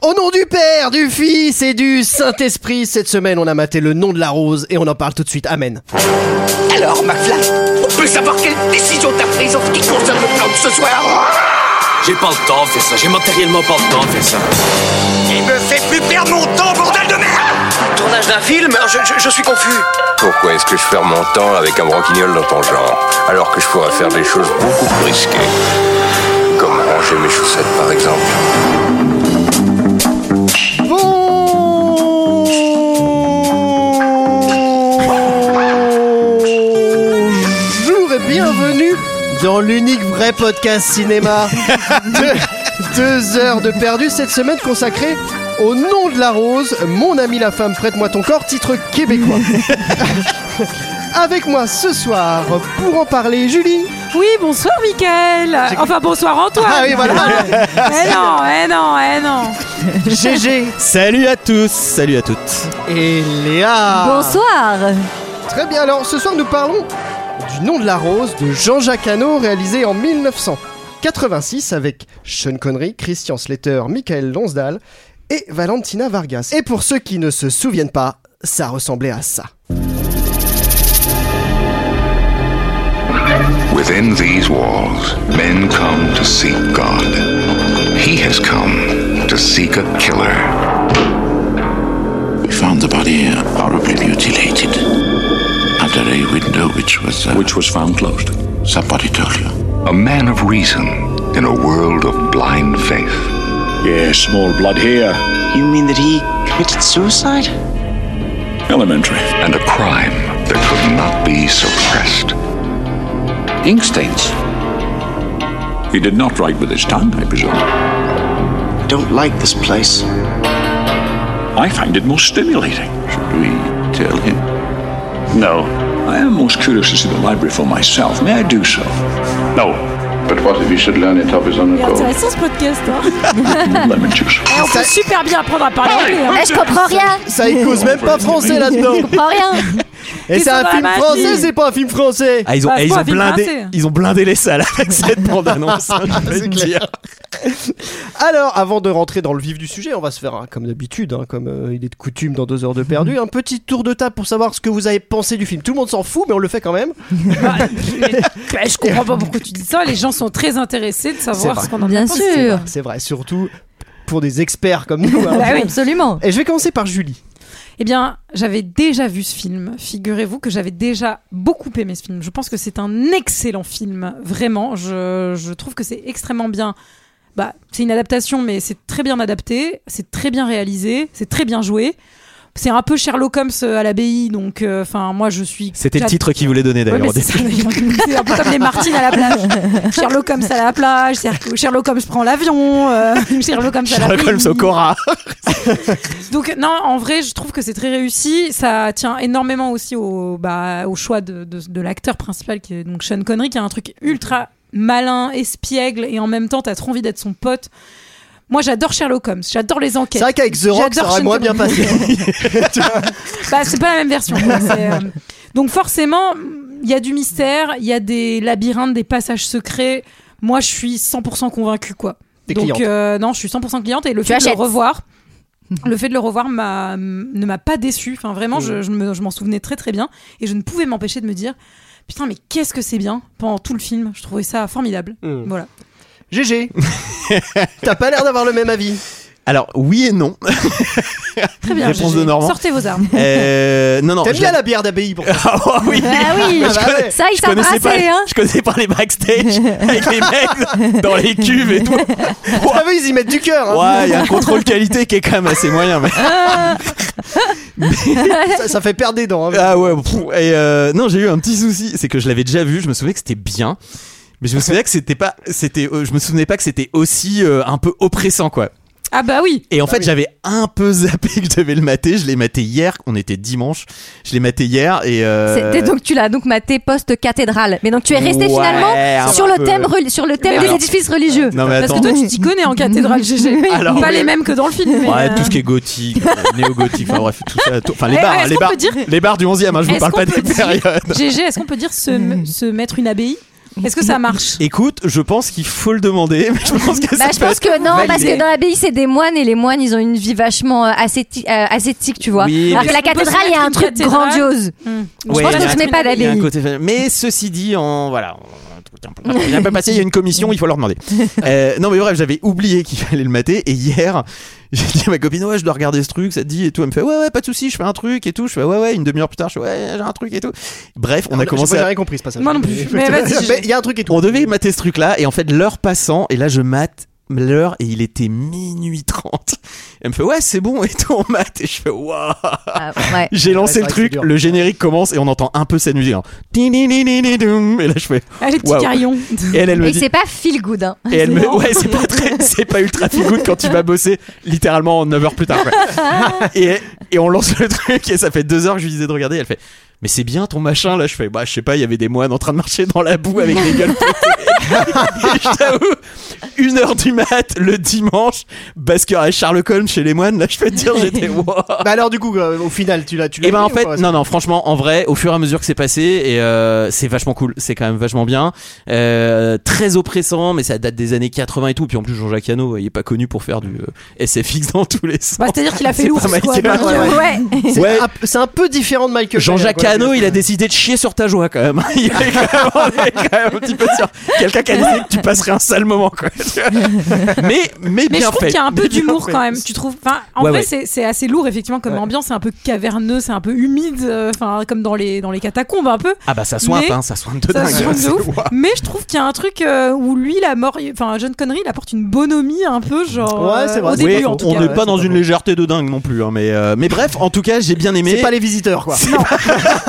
Au nom du Père, du Fils et du Saint-Esprit, cette semaine on a maté le nom de la rose et on en parle tout de suite. Amen. Alors, McFly, on peut savoir quelle décision t'as prise en ce qui concerne le plan de ce soir J'ai pas le temps de faire ça, j'ai matériellement pas le temps de faire ça. Il me fait plus perdre mon temps, bordel de merde Tournage d'un film je, je- je suis confus. Pourquoi est-ce que je perds mon temps avec un broquignol dans ton genre Alors que je pourrais faire des choses beaucoup plus risquées. Comme ranger mes chaussettes par exemple. Bonjour et bienvenue dans l'unique vrai podcast cinéma. De- deux heures de perdu cette semaine consacrée au nom de la rose. Mon ami la femme, prête-moi ton corps, titre québécois. Avec moi ce soir pour en parler, Julie. Oui, bonsoir Mickaël. Enfin bonsoir Antoine. Ah oui, voilà. Eh non, eh non, eh non. GG Salut à tous, salut à toutes. et Léa. Bonsoir Très bien, alors ce soir nous parlons du nom de la rose de Jean-Jacques Hano réalisé en 1986 avec Sean Connery, Christian Slater, Michael Lonsdal et Valentina Vargas. Et pour ceux qui ne se souviennent pas, ça ressemblait à ça. Within these walls, men come to seek God. He has come to seek a killer. We found the body horribly mutilated under a window which was. Uh, which was found closed. Somebody took you. A man of reason in a world of blind faith. Yeah, small blood here. You mean that he committed suicide? Elementary. and a crime that could not be suppressed. Ink stains. He did not write with his tongue, I presume. I don't like this place. I find it most stimulating. Should we tell him? No. I am most curious to see the library for myself. May I do so? No. But what if he should learn it of his own C'est intéressant ce podcast. Hein. Lemon juice. Eh, on peut super bien apprendre à parler Ah anglais. hein. Eh, Je comprends rien Ça y cause même pas français Je là-dedans comprends Oh, rien Et c'est un Ils sont film dans la français, machine. c'est pas un film français Ah, ils ont, Bah, eh, ils faut ont un film blindé, français. ils ont blindé les salles avec cette bande annonce. C'est clair. Alors, avant de rentrer dans le vif du sujet, on va se faire, hein, comme d'habitude, hein, comme euh, il est de coutume dans deux heures de perdu, un petit tour de table pour savoir ce que vous avez pensé du film. Tout le monde s'en fout, mais on le fait quand même. Bah, mais- bah, je comprends pas pourquoi tu dis ça. Les gens sont très intéressés de C'est savoir vrai. ce qu'on en Bien pense. sûr C'est vrai, surtout pour des experts comme nous. hein. Bah oui. Absolument Et je vais commencer par Julie. Eh bien, j'avais déjà vu ce film. Figurez-vous que j'avais déjà beaucoup aimé ce film. Je pense que c'est un excellent film, vraiment. Je, je trouve que c'est extrêmement bien. Bah, c'est une adaptation, mais c'est très bien adapté, c'est très bien réalisé, c'est très bien joué. C'est un peu Sherlock Holmes euh, à l'abbaye, donc euh, enfin moi je suis. C'était le j'ad- titre qu'ils voulaient donner Ouais, d'ailleurs au mais c'est début. ça, d'ailleurs. C'est un peu comme les Martines à la plage. Sherlock Holmes à la plage, Sherlock Holmes prend l'avion, euh, Sherlock Holmes à la Sherlock Holmes au Cora. donc non, en vrai, je trouve que c'est très réussi. Ça tient énormément aussi au, bah, au choix de, de- de l'acteur principal, qui est donc Sean Connery, qui a un truc ultra malin, espiègle, et en même temps, t'as trop envie d'être son pote. Moi, j'adore Sherlock Holmes, j'adore les C'est enquêtes. vrai qu'avec The Rock, ça J'adore aurait Sean moins bien passé. Connery. Bah, c'est pas la même version. quoi. C'est, euh, Donc forcément, il y a du mystère, il y a des labyrinthes, des passages secrets. Moi, je suis 100% convaincue, quoi. T'es Donc cliente. euh, non, je suis 100% cliente et le Tu fait de achètes. le revoir, le fait de le revoir m'a- ne m'a pas déçu. Enfin vraiment, je, je me- je m'en souvenais très très bien et je ne pouvais m'empêcher de me dire putain mais qu'est-ce que c'est bien pendant tout le film. Je trouvais ça formidable. Hmm. Mm. Voilà. GG. T'as pas l'air d'avoir le même avis. Alors oui et non. Très bien. Réponse GG. de Normand. Sortez vos armes. Euh, non Oh, non. T'aimes je bien l'ai- la bière d'abbaye pour Ah oui. Ah oui Ah bah ouais. Ça, ils Je connaissais, pas, s'embrassaient, hein je connaissais pas les backstage avec les mecs dans les cuves et tout. Vous savez, Ah bah ils y mettent du cœur. hein. Ouais, il y a un contrôle qualité qui est quand même assez moyen. mais- Ça, ça fait perdre des dents. hein. Ah ouais, pff, et euh, non, j'ai eu un petit souci, c'est que je l'avais déjà vu, je me souvenais que c'était bien, mais je me souvenais que c'était pas, c'était, euh, je me souvenais pas que c'était aussi euh, un peu oppressant quoi. Ah bah oui. Et en fait, oui. j'avais un peu zappé que je devais le mater, je l'ai maté hier, on était dimanche, je l'ai maté hier et. euh, C'était donc tu l'as donc maté post cathédrale, mais donc tu es Ouais, resté un finalement sur le peu. thème reli- sur le thème Mais des alors- édifices religieux. Non mais Parce attends. que toi tu t'y connais en cathédrale GG. Alors, pas oui. les mêmes que dans le film. mais, Ouais, euh, tout ce qui est gothique, euh, néo-gothique, enfin bref, tout ça, tout- enfin les Eh, bars, est-ce hein, les qu'on bars, peut dire- les bars du 11e, hein, je vous Est-ce parle pas qu'on des peut dire- périodes. GG, est-ce qu'on peut dire se, se mettre une abbaye Est-ce que ça marche Écoute, je pense qu'il faut le demander, mais je pense que Bah, ça je peut pense être que non, parce validé. que dans l'abbaye, c'est des moines et les moines, ils ont une vie vachement euh, ascéti- euh, ascétique, tu vois. Oui, Alors mais- que la On peut se cathédrale, il y a un mettre truc une cathédrale. grandiose. Hmm. Ouais, pense il y que a ce un n'est truc- pas la il y a un vie. côté- Mais ceci dit, en voilà. on- Il y a un peu passé, il y a une commission, il faut leur demander. Euh, non, mais bref, j'avais oublié qu'il fallait le mater. Et hier, j'ai dit à ma copine, ouais, je dois regarder ce truc, ça te dit et tout. Elle me fait, ouais, ouais, pas de souci, je fais un truc et tout. Je fais, ouais, ouais, une demi-heure plus tard, je fais, ouais, j'ai un truc et tout. Bref, on a J'ai commencé pas- j'ai à. rien compris ce passage. Moi non plus. Mais vas-y, Mais Il y a un truc et tout. On devait mater ce truc-là. Et en fait, l'heure passant, et là, je mate l'heure et il était minuit 30. Elle me fait, ouais, c'est bon et tout, on mate. Et je fais, waouh. Ah, ouais. J'ai lancé c'est le vrai que truc, c'est dur. le générique commence et on entend un peu cette musique. hein. Tin-din-din-din-din-dum. Et là je fais. Ah, les petits Waouh. carillons. Et elle, elle me Et dit. c'est pas feel good. hein. Et elle me. Non. Ouais, c'est pas très. C'est pas ultra feel good quand tu vas bosser littéralement 9 heures plus tard. quoi. et, et on lance le truc et ça fait 2 heures que je lui disais de regarder. Elle fait. Mais c'est bien ton machin là. Je fais. Bah, je sais pas, il y avait des moines en train de marcher dans la boue avec des gueules pétées. Et je t'avoue, 1 heure du mat le dimanche, Basquiat et Sherlock Holmes chez les moines. Là, je peux te dire, j'étais. Waouh. Bah alors du coup, euh, au final, tu l'as, tu l'as. Et Eh ben en mis ou fait, pas non, non, franchement, en vrai, au fur et à mesure que c'est passé, et euh, c'est vachement cool, c'est quand même vachement bien, Euh, très oppressant, mais ça date des années 80 et tout. Puis en plus, Jean-Jacques Hano, il est pas connu pour faire du euh, SFX dans tous les sens. Bah, C'est-à-dire qu'il a fait C'est l'ours. pas quoi. Michael. Donc, euh, ouais. C'est ouais. un, c'est un peu différent de Michael. Jean-Jacques Bay, quoi. Hano, il a décidé de chier sur ta joie quand même. Il est quand même, on est quand même un petit peu sur quelqu'un qui a décidé que tu passerais un sale moment quoi. mais mais bien Mais je trouve fait. qu'il y a un peu Mais bien d'humour fait. quand même. Tu trouves enfin, En Ouais, vrai, ouais. c'est- c'est assez lourd effectivement comme Ouais. ambiance. C'est un peu caverneux, c'est un peu humide, euh, enfin comme dans les dans les catacombes un peu. Ah bah ça sointe, Mais- hein, ça sointe de Ça dingue. se rend de ouf. Ah. Mais je trouve qu'il y a un truc euh, où lui, la mort, enfin John Connery, il apporte une bonhomie un peu genre Ouais, c'est euh, vrai. au Oui, début Ouais, en tout on cas. n'est ouais, pas c'est dans pas une faux. légèreté de dingue non plus, hein, mais, euh, mais bref, en tout cas, j'ai bien aimé. C'est pas les visiteurs quoi. C'est pas-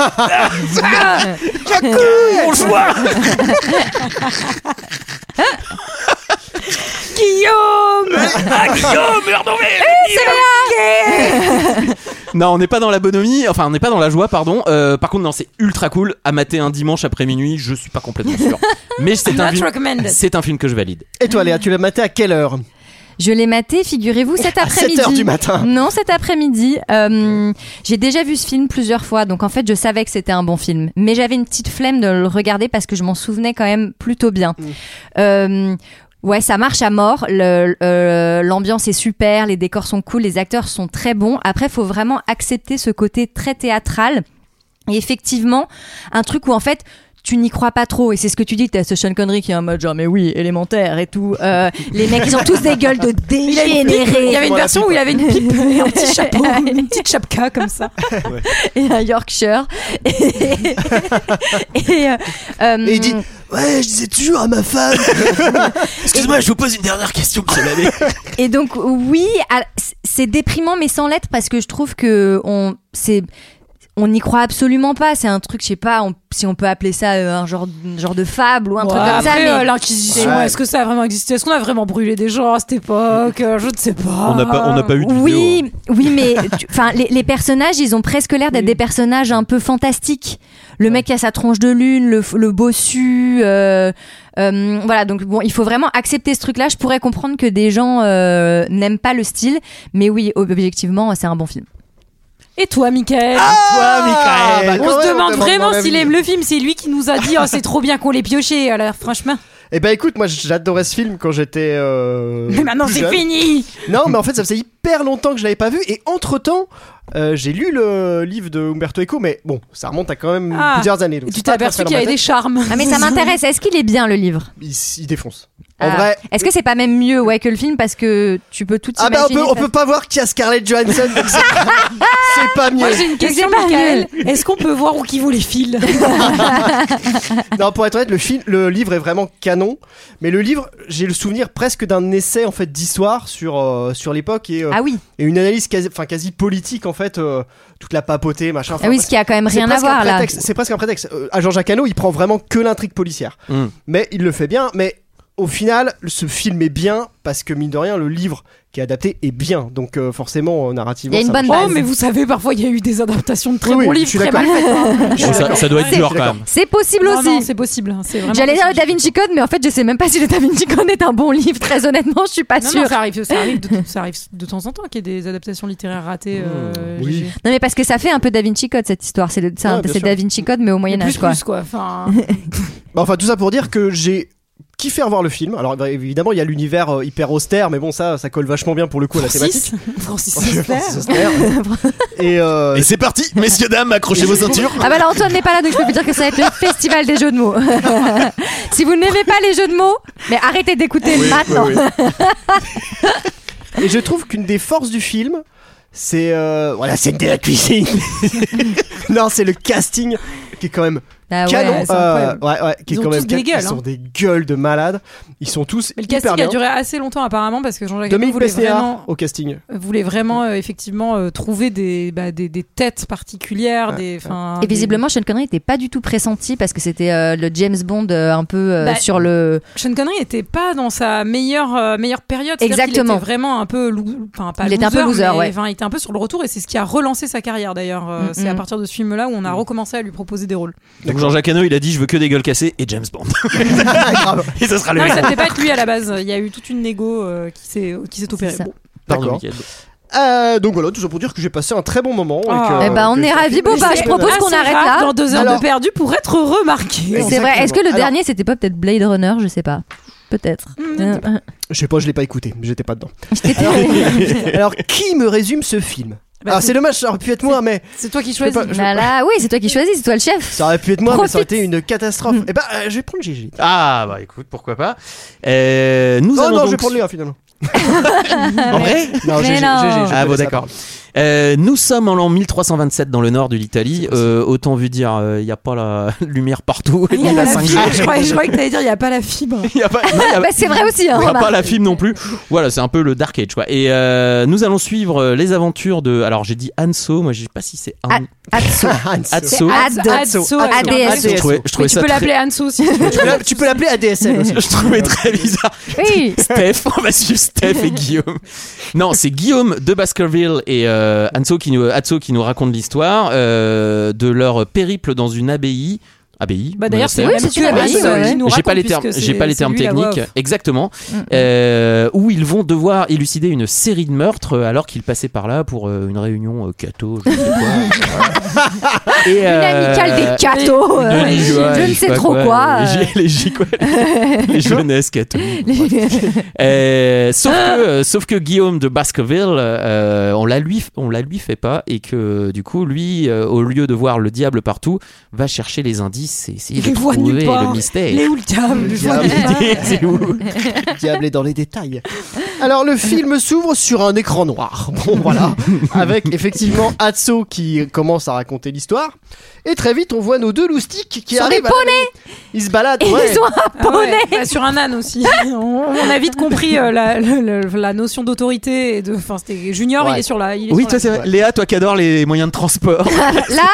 Guillaume, non, on n'est pas dans la bonhomie, enfin, on n'est pas dans la joie, pardon. Euh, par contre, non, c'est ultra cool à mater un dimanche après minuit. Je suis pas complètement sûr, mais c'est un not film. recommended. C'est un film que je valide. Et toi, Léa, tu l'as maté à quelle heure Je l'ai maté, figurez-vous, cet À après-midi. 7 heures du matin. Non, cet après-midi. Euh, j'ai déjà vu ce film plusieurs fois, donc en fait, je savais que c'était un bon film. Mais j'avais une petite flemme de le regarder parce que je m'en souvenais quand même plutôt bien. Euh, Ouais, ça marche à mort. le- euh, L'ambiance est super, les décors sont cool, les acteurs sont très bons. Après, faut vraiment accepter ce côté très théâtral. Et effectivement, un truc où en fait tu n'y crois pas trop et c'est ce que tu dis t'as ce Sean Connery qui est en mode genre mais oui élémentaire et tout Euh, les mecs ils ont tous des gueules de Il avait une pipe. Il y dégénérés avait une version où il avait une pipe et un petit chapeau, une petite chapka comme ça. et un Yorkshire et, et, euh, euh, Et il dit ouais, je disais toujours à ma femme. Excuse-moi, je vous pose une dernière question. Et donc oui, à- c'est déprimant mais sans l'être parce que je trouve que on c'est on n'y croit absolument pas. C'est un truc, je sais pas, on- si on peut appeler ça euh, un genre un genre de fable ou un truc Ouais, comme ça. après, mais- euh, l'inquisition, Ouais. est-ce que ça a vraiment existé Est-ce qu'on a vraiment brûlé des gens à cette époque Euh, Je ne sais pas. On n'a pas- on n'a pas eu de vidéo. hein. Oui, oui, mais tu- enfin, les, les personnages, ils ont presque l'air d'être des personnages un peu fantastiques. Le mec qui a sa tronche de lune, le, le bossu, euh, euh, voilà. Donc bon, il faut vraiment accepter ce truc-là. Je pourrais comprendre que des gens euh, n'aiment pas le style, mais oui, ob- objectivement, c'est un bon film. Et toi, Michael Ah, bah, On quand se même, demande vraiment mon s'il avis. aime le film. C'est lui qui nous a dit, oh, c'est trop bien qu'on l'ait pioché. Alors, franchement, Eh ben écoute, moi j'adorais ce film quand j'étais. euh, mais maintenant plus c'est jeune. fini. Non, mais en fait, ça faisait hyper longtemps que je l'avais pas vu. Et entre temps, j'ai lu le livre de Umberto Eco, mais bon, ça remonte à quand même Ah. plusieurs années. donc Et tu c'est t'es pas très, aperçu très qu'il y avait dans ma des charmes. Ah mais ça m'intéresse. Est-ce qu'il est bien le livre tête. Il, il défonce. En Ah. vrai. Est-ce que c'est pas même mieux ouais que le film parce que tu peux tout Ah imaginer. bah on peut, on peut pas voir qu'il y a Scarlett Johansson. donc c'est c'est pas mieux. Moi, j'ai une question, c'est pas Michael. Est-ce qu'on peut voir où qui vaut les fils Non, pour être honnête, le, film, le livre est vraiment canon. Mais le livre, j'ai le souvenir presque d'un essai en fait d'histoire sur, euh, sur l'époque et, euh, Ah oui, et une analyse quasi, enfin, quasi politique en fait, euh, toute la papauté, machin. Enfin, ah oui, ce qui a quand même C'est rien à presque un voir là. prétexte, C'est presque un prétexte. Euh, à Jean-Jacques Hano, il prend vraiment que l'intrigue policière. Mm. Mais il le fait bien. Mais au final, ce film est bien parce que, mine de rien, le livre qui est adapté est bien. Donc, euh, forcément, euh, narrativement. Il y a une ça bonne marche. Oh, Bah, Vas-y. mais vous savez, parfois, il y a eu des adaptations de très Oui, oui, bons je livres, suis très d'accord. mal faites. hein. Je suis ça, d'accord. ça doit être Je suis dur quand d'accord. même. C'est possible Non, aussi. non, c'est possible. hein, c'est vraiment J'allais dire le possible. Da Vinci Code, mais en fait, je sais même pas si le Da Vinci Code est un bon livre. Très honnêtement, je suis pas Non, sûre. non, Non, ça arrive, ça arrive, de, ça arrive de temps en temps qu'il y ait des adaptations littéraires ratées. euh, Mmh. Oui. GG. mais parce que ça fait un peu Da Vinci Code cette histoire. hein, C'est le- c'est un- Ouais, bien c'est sûr. Da Vinci Code, mais au Moyen plus, Âge quoi. plus, quoi. Enfin, Bah, Enfin, tout ça pour dire que j'ai kiffé revoir le film. Alors, bah, évidemment, il y a l'univers euh, hyper austère, mais bon, ça, ça colle vachement bien pour le coup à la thématique. Francis, Francis Huster. Francis Huster. Et, euh, Et c'est parti, messieurs, dames, accrochez vos ceintures. Ah bah là Antoine n'est pas là donc je peux vous dire que ça va être le festival des jeux de mots. si vous n'aimez pas les jeux de mots, mais arrêtez d'écouter maintenant. et je trouve qu'une des forces du film, c'est euh, voilà, c'est de la cuisine. non, c'est le casting qui est quand même Ah ouais, canon. c'est incroyable. Euh, ouais, ouais, qui Ils est ont quand même tous des canon. gueules, Ils hein. sont des gueules de malades. Ils sont tous Mais le hyper casting bien. a duré assez longtemps apparemment parce que Jean-Jacques Hano Dominique voulait Besnéard vraiment, au casting. voulait vraiment euh, effectivement euh, trouver des, bah, des, des têtes particulières, des, enfin, Et des- visiblement Sean Connery n'était pas du tout pressenti parce que c'était euh, le James Bond euh, un peu euh, Bah, sur le Sean Connery était pas dans sa meilleure euh, meilleure période. C'est-à-dire qu'il Exactement. était vraiment un peu, lou- enfin pas Il était un peu loser, mais, ouais. enfin, il était un peu sur le retour et c'est ce qui a relancé sa carrière d'ailleurs. Euh, Mm, C'est à mm. partir de ce film-là où on a recommencé à lui proposer des rôles. Donc Jean-Jacques Hano, il a dit Je veux que des gueules cassées et James Bond. Ah, et ça sera le Ah. Non, ça mec. devait pas être lui à la base. Il y a eu toute une négo euh, qui s'est qui s'est opérée. C'est ça. Bon. Pardon, D'accord. Mickaël. Euh, donc voilà, tout ça pour dire que j'ai passé un très bon moment. et Ah. que- Eh ben on que- est ravis. Bon Mais bah c'est je propose assez qu'on arrête là. rare Dans deux heures Alors- de perdu pour être remarqué. Exactement. C'est vrai. Est-ce que le Alors- dernier c'était pas peut-être Blade Runner Je sais pas. Peut-être. Euh, euh, Je sais pas, je l'ai pas écouté, j'étais pas dedans. je t'ai- Alors, alors, qui me résume ce film Bah, Ah, c'est dommage, ça aurait pu être moi, mais C'est toi qui je peux choisis. pas- je- Bah là, oui, c'est toi qui choisis, c'est toi le chef. ça aurait pu être moi, mais ça aurait Profite. été une catastrophe. Mm. Eh ben, euh, je vais prendre Gigi. Ah, bah écoute, pourquoi pas. Euh, nous oh allons non, donc- je vais prendre Léa finalement. Ah, En vrai Non, Mais Gégé, non. Gégé, je te Ah bon laisse la d'accord. Euh, nous sommes en l'an 1327 dans le nord de l'Italie. Euh, autant vu dire, il n'y a pas la lumière partout. Il y a ni pas la la 5G. fibre. Je croyais, je croyais que t'allais dire il y a pas la fibre. Il y a pas- non, il y a- Bah, c'est vrai aussi. Hein, il y a remarque. pas la film non plus. Voilà, c'est un peu le Dark Age quoi. Et euh, nous allons suivre euh, les aventures de. Alors j'ai dit Anso, moi je sais pas si c'est Ah, An- Atso. parole. Atso. Ad- Adso, avec un ADSO. H. Je trouvais, je Mais trouvais tu ça peux très- l'appeler Anso aussi. Bah, Tu peux la- Tu peux l'appeler ADSL aussi. Je trouvais très bizarre. Oui. Steph, on va suivre Steph et Guillaume. Non, c'est Guillaume de Baskerville et euh, Anso qui nous, Atso qui nous raconte l'histoire euh, de leur périple dans une abbaye. Abbaye. Bah d'ailleurs, c'est monastère. Oui, c'est une abbaye, Adso ouais, qui ouais. nous J'ai pas raconte, les termes, puisque j'ai pas c'est- les termes c'est lui la voix techniques. off. Mm, Exactement. Euh, où ils vont devoir élucider une série de meurtres euh, alors qu'ils passaient par là pour euh, une réunion euh, catho. Je sais quoi, Voilà. et, Une Euh, amicale des cathos. de euh, Ligue, ouais, je ne sais sais pas trop quoi. les J- Les J- quoi, les jeunesses catholiques. Euh, sauf, que, euh, sauf que Guillaume de Baskerville, euh, on la lui, on la lui fait pas et que du coup lui, euh, au lieu de voir le diable partout, va chercher les indices et essayer Il de voit trouver nulle part. le mystère. Il est où le diable Je vois diable. pas. C'est où Le diable est dans les détails. Alors le film s'ouvre sur un écran noir. Bon voilà, avec effectivement Atso qui commence à raconter l'histoire et très vite on voit nos deux loustiques qui Sur des arrivent. à la maison. Ils se baladent. Ils ouais. ont un Ah ouais, poney. bah, sur un âne aussi. on, on a vite compris euh, la, le- le- la notion d'autorité. et de- Enfin, c'était Junior, Ouais. il est sur la. il est Oui, sur toi la- c'est vrai. Léa, toi qui adore les moyens de transport. Là,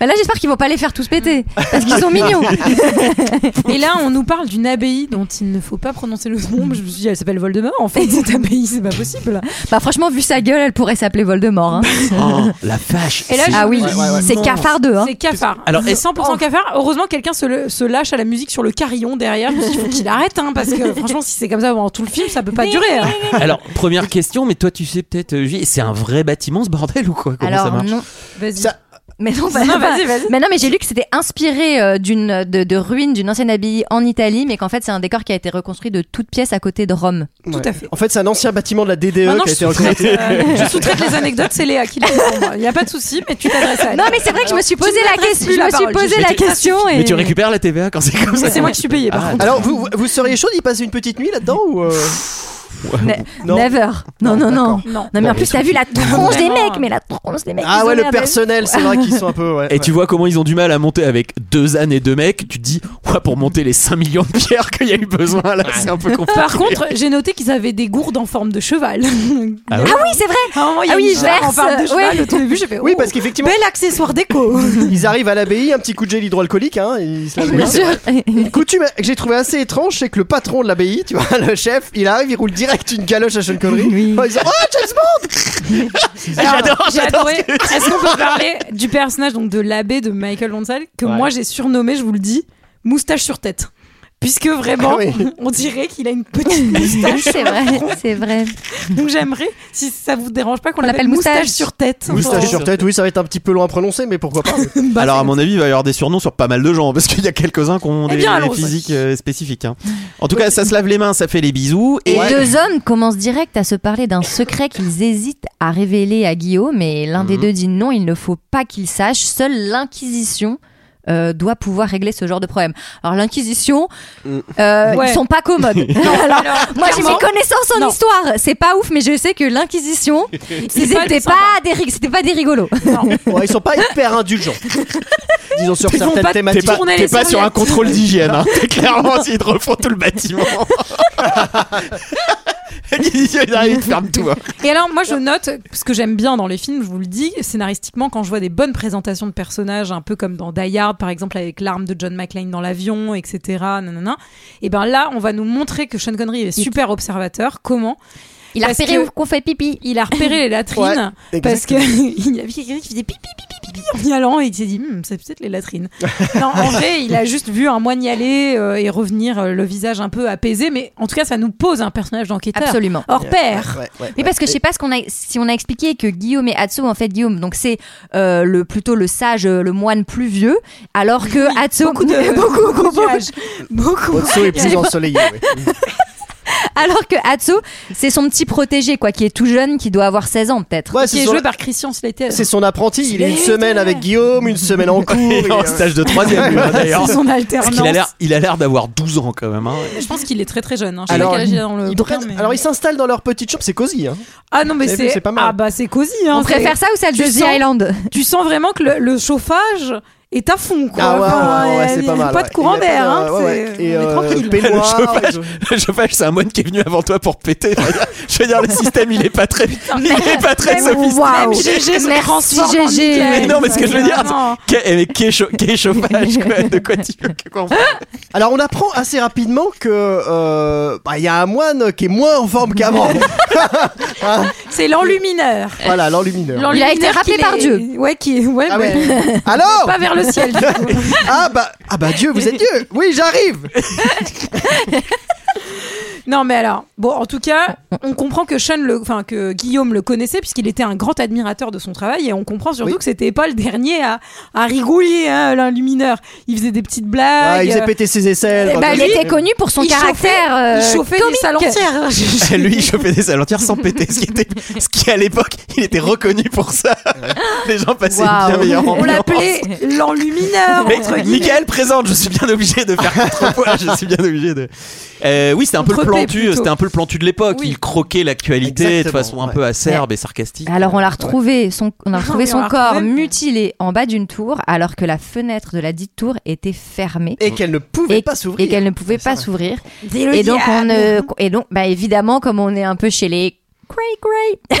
bah là j'espère qu'ils vont pas les faire tous péter parce qu'ils sont mignons. Et là, on nous parle d'une abbaye dont il ne faut pas prononcer le nom. Je me suis dit, elle s'appelle Voldemort. En fait, cette abbaye, c'est pas possible. Bah franchement vu sa gueule, elle pourrait s'appeler Voldemort. hein. Oh, la vache. Et là, c'est- je- Ah oui, Oh. Ouais, ouais, ouais. c'est Non. cafard 2 hein. C'est cafard. Alors, Alors, et- et 100% cafard. Heureusement, quelqu'un se, le- se lâche à la musique sur le carillon derrière. Je me suis dit, faut qu'il arrête, hein, parce que franchement, si c'est comme ça pendant tout le film, ça peut pas durer. hein. Alors première question, mais toi tu sais peut-être, euh, J, c'est un vrai bâtiment ce bordel ou quoi Comment ça Alors marche non, Vas-y. Ça- mais non, bah, Non, bah, vas-y, vas-y. mais non, mais j'ai lu que c'était inspiré euh, d'une de, de ruines d'une ancienne abbaye en Italie, mais qu'en fait c'est un décor qui a été reconstruit de toutes pièces à côté de Rome. Ouais. Tout à fait. En fait c'est un ancien bâtiment de la DDE Maintenant, qui a je été reconstruit. sous-traite euh, je sous-traite les anecdotes, c'est Léa qui les fait pour moi. Il n'y a pas de souci, mais tu t'adresses à elle. Non, mais c'est vrai que je me suis posé tu la m'adresses question. plus Je la me suis parole, posé Gigi. la Mais tu- question et Mais tu récupères la TVA quand c'est comme ça. Mais c'est moi qui suis payée par Ah, contre. Alors vous, vous- vous seriez chaud d'y passer une petite nuit là-dedans ou euh, Ne- Non. never. Non, non, non. Non. Non mais en Bon, plus t'as vu la tronche des Ah, Vraiment. mecs, mais la tronche des mecs. Ah ils ouais ont le l'air de- personnel c'est vrai qu'ils sont un peu. Ouais, Et tu ouais. vois comment ils ont du mal à monter avec deux ânes et deux mecs. Tu te dis, ouais, pour monter les 5 millions de pierres qu'il y a eu besoin là, c'est un peu compliqué. hein. Par contre, j'ai noté qu'ils avaient des gourdes en forme de cheval. Ah ouais Ah oui, c'est vrai. À un moment, il y a Ah oui, une histoire en verse, forme de euh, cheval. ouais. Au tout début, j'ai fait Oui oh, parce qu'effectivement bel accessoire déco. ils arrivent à l'abbaye un petit coup de gel hydroalcoolique hein. Ils se lavent les mains. Bien sûr. Coutume que j'ai trouvé assez étrange, c'est que le patron de l'abbaye, tu vois, le chef, il arrive, il roule direct une galoche à Sean Connery. Oui. Oh, ils disent, oh, James Alors, J'adore, j'ai j'adore. adoré. Est-ce qu'on peut parler du personnage donc de l'abbé de Michael Lonsal que Ouais. moi j'ai surnommé, je vous le dis, moustache sur tête. Puisque vraiment, Ah oui. on dirait qu'il a une petite moustache. c'est vrai, c'est vrai. Donc j'aimerais, si ça vous dérange pas, qu'on On l'appelle l'appelle moustache, moustache. sur tête. Moustache Pour- sur tête, oui, ça va être un petit peu loin à prononcer, mais pourquoi pas. Bah, Alors, à c'est- mon avis, il va y avoir des surnoms sur pas mal de gens, parce qu'il y a quelques-uns qui ont Eh des bien, allons-y. physiques euh, spécifiques. hein. En tout cas, ça se lave les mains, ça fait les bisous. Et Ouais. deux hommes commencent direct à se parler d'un secret qu'ils hésitent à révéler à Guillaume, mais l'un des Mhm. deux dit non, il ne faut pas qu'il sache. Seule l'Inquisition euh, doit pouvoir régler ce genre de problème. Alors l'Inquisition, Mm. euh, Ouais. ils sont pas commodes. Non, alors, moi j'ai clairement, fait connaissance en non. histoire, c'est pas ouf, mais je sais que l'Inquisition, ils pas étaient sympa. pas, des ri- c'était pas des rigolos. Ouais, ils sont pas hyper indulgents. Disons sur Ils vont certaines pas T'es thématiques. pas, Tourner les t'es pas sur un serviettes. contrôle d'hygiène, hein. T'es clairement s'ils te refont tout le bâtiment. ils arrivent, ils ferment tout. hein. Et alors, moi, je note ce que j'aime bien dans les films, je vous le dis, scénaristiquement, quand je vois des bonnes présentations de personnages, un peu comme dans Die Hard, par exemple, avec l'arme de John McClane dans l'avion, etc. Nanana. Et ben là, on va nous montrer que Sean Connery est super observateur. Comment Il a Parce repéré que- où qu'on fait pipi. Il a repéré les latrines hein. Ouais, parce que il a vu quelqu'un qui faisait pipi pipi pipi en y allant et il s'est dit Hmm, c'est peut-être les latrines. non, en vrai, il a juste vu un moine y aller euh, et revenir euh, le visage un peu apaisé, mais en tout cas, ça nous pose un personnage d'enquêteur Absolument. hors pair. Ouais, ouais, Mais parce que je sais pas ce qu'on a, si on a expliqué que Guillaume et Atsu, en fait, Guillaume, donc c'est euh, le plutôt le sage, euh, le moine plus vieux, alors que Atsu, Beaucoup de beaucoup, beaucoup, de nuages. beaucoup. Otso est plus ensoleillé. oui. alors que Atsu, c'est son petit protégé, quoi, qui est tout jeune, qui doit avoir 16 ans peut-être. Ouais, qui c'est est son, joué par Christian Slater. c'est son apprenti. Il est une Slater. semaine avec Guillaume, une semaine en cours. Il est il en est- stage de troisième, lui, hein, d'ailleurs. C'est son alternance. Parce qu'il a l'air, il a l'air d'avoir 12 ans quand même. hein. Je pense qu'il est très très jeune. hein. Je sais Alors, pas quel âge il a dans le Ils bouquin, prennent- mais- Alors ils s'installent dans leur petite chambre, c'est cosy. Hein. Ah non mais Vous avez c'est vu, c'est pas mal. ah bah c'est cosy. Hein, on c'est- préfère ça ou ça le tu The sens- Island Tu sens vraiment que le, le chauffage est à fond quoi. Ah ouais, Enfin, ouais, ouais, il y a- c'est il y pas a mal. Pas ouais. de courant Il y a d'air. pas de- hein, ouais, ouais. c'est- Et on est euh, tranquille. peignoir, Le Le chauffage, c'est un moine qui est venu avant toi pour péter. Je veux dire- Je veux dire, le système, il est pas très, il est pas très sophistiqué. Waouh. Même GG se Merci, transforme en GG. Michael. Mais non, mais ce que je veux dire, Vraiment. Qu'est- eh, mais qu'est chau- qu'est chauffage quoi, De quoi tu veux que qu'on parle Alors on apprend assez rapidement que euh, bah, il y a un moine qui est moins en forme qu'avant. c'est l'enlumineur. voilà l'enlumineur. Il a été L'enlumineur rappelé qu'il par est- Dieu. Ouais qui est ouais, Ah mais ouais. Alors pas vers le ciel. du coup. ah bah ah bah Dieu vous êtes Dieu. Oui j'arrive. Non, mais alors, bon, en tout cas, on comprend que Sean, le, enfin que Guillaume le connaissait puisqu'il était un grand admirateur de son travail et on comprend surtout Oui. que c'était pas le dernier à, à rigoler, hein, l'enlumineur. Il faisait des petites blagues. Ah, il faisait euh, péter ses aisselles. Eh Enfin, bah, Il tout lui- ça. était connu pour son il caractère chauffait- euh, il chauffait comique. les salles entières. Je- je- Lui, il chauffait des salles entières sans péter, ce qui, était, ce qui à l'époque, il était reconnu pour ça. Les gens passaient Waouh. une bien meilleure On ambiance. l'appelait l'enlumineur. Mais entre guillemets. Michael présente, je suis bien obligé de faire contrepoids, je suis bien obligé de. Euh, oui, c'était un peu le Contrepé, plantu, plutôt. c'était un peu le plantu de l'époque. Oui. Il croquait l'actualité de Exactement, façon un peu acerbe et sarcastique. Alors on l'a retrouvé, son, on a Non, retrouvé mais on son l'a corps retrouvé. mutilé en bas d'une tour, alors que la fenêtre de la dite tour était fermée. Et qu'elle ne pouvait et- pas et s'ouvrir. qu'elle ne pouvait pas s'ouvrir. Dis le Et donc, on, diable. euh, et donc, bah évidemment, comme on est un peu chez les cray cray,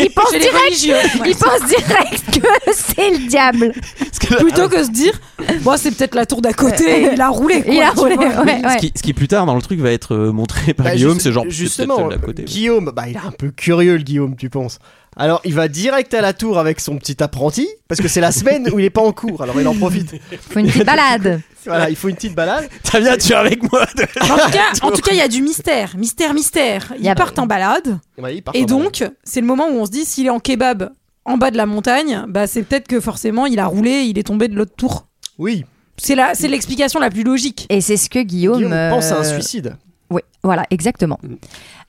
ils pensent Chez les direct, religieux. Ouais. ils pensent direct que c'est le diable. Parce que- Plutôt que se dire, bon, c'est peut-être la tour d'à côté. Il a roulé. Quoi, Il a tu roulé. vois. ouais, Ce ouais. qui, ce qui plus tard dans le truc va être euh, montré par Bah, Guillaume, juste- c'est genre justement à côté. Guillaume bah il est un peu curieux le Guillaume tu penses. Alors il va direct à la tour avec son petit apprenti parce que c'est la semaine où il est pas en cours alors il en profite. Faut une petite balade. Voilà il faut une petite balade. T'as bien tu es avec moi. de- En tout cas, en tout cas, il y a du mystère, mystère, mystère. Y Ils a- partent en balade. Ouais, bah, il part Et en balade. donc, c'est le moment où on se dit s'il est en kebab en bas de la montagne, bah c'est peut-être que forcément il a roulé, il est tombé de l'autre tour. oui C'est la, c'est l'explication la plus logique. Et c'est ce que Guillaume, Guillaume pense à un euh, suicide. Oui, voilà, exactement.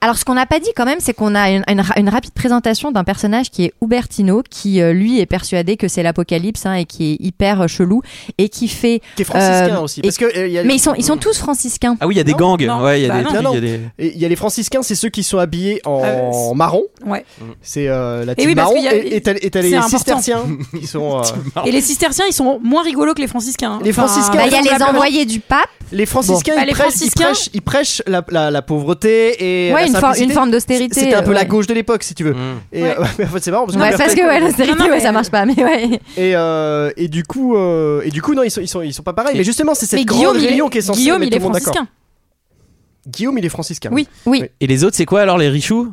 Alors, ce qu'on n'a pas dit quand même, c'est qu'on a une, une ra- une rapide présentation d'un personnage qui est Hubertino, qui euh, lui est persuadé que c'est l'apocalypse hein, et qui est hyper euh, chelou et qui fait. qui est franciscain Euh, aussi. et- Parce que euh, il y a- Mais ils sont, ils sont tous franciscains. Ah oui, il y a des Non, gangs. non, ouais, il y a bah des non. trucs, Non, il y a des- et il y a les franciscains, c'est ceux qui sont habillés en Euh, marron. Ouais. C'est euh, la team oui, parce marron. qu'il y a- et et t'as et t'as c'est les important. cisterciens qui sont. euh, Et les cisterciens, ils sont moins rigolos que les franciscains. hein. Les franciscains, Bah, Il y a les vraisemblablement- envoyés du pape, les franciscains, Bah, ils, les prêchent, franciscains- Ils, prêchent, ils prêchent la, la- la pauvreté et. ouais, la une, for- simplicité. une forme d'austérité. C'était un peu euh, la ouais. gauche de l'époque, si tu veux. Mm. Et Ouais. euh, mais en fait, c'est marrant parce que, Ouais, parce que ouais, l'austérité, Non, non, ouais, mais- ça marche pas, mais ouais. et, euh, et du coup euh, et du coup non ils sont ils sont ils sont pas pareils. Mais justement c'est cette Mais grande Guillaume, il réunion est, qui est censée Guillaume, mettre tout il est le monde d'accord. franciscain. Guillaume il est franciscain. Oui, oui. Et les autres, c'est quoi alors les richoux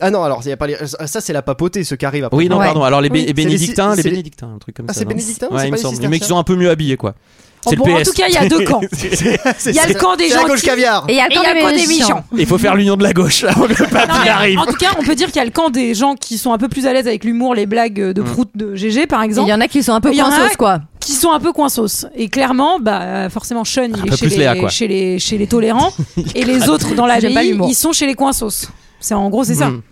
Ah non, alors, il y a pas les- ça, c'est la papauté, ce qui arrive après. Oui, non, Ouais. pardon. Alors les, bé- Oui, c'est les les- bénédictins, les, c'est les- bénédictins, un truc comme Ah, ça. c'est non bénédictin, Ouais, c'est il pas me les semble. cisterciens Mais qui sont un peu mieux habillés, quoi. Oh, C'est le bon, en PS. tout cas, il y a deux camps. C'est- Il y a le c'est- camp des c'est la gens gauche qui- caviar. Et il y a le Et camp il y a des le camp des méchants. méchants. Il faut faire l'union de la gauche avant que le pape Non, il mais arrive. En tout cas, on peut dire qu'il y a le camp des gens qui sont un peu plus à l'aise avec l'humour, les blagues euh, Mm. de prout de GG par Et Il exemple, y en a qui sont un peu Il y en a- coinceuses, quoi. qui sont un peu coinsos. Et clairement, bah forcément Sean, il peu est chez plus les, Léa, quoi. chez les chez les tolérants et les autres dans la J'aime pas BI, l'humour. ils sont chez les coinsos. C'est en gros c'est ça. Mm.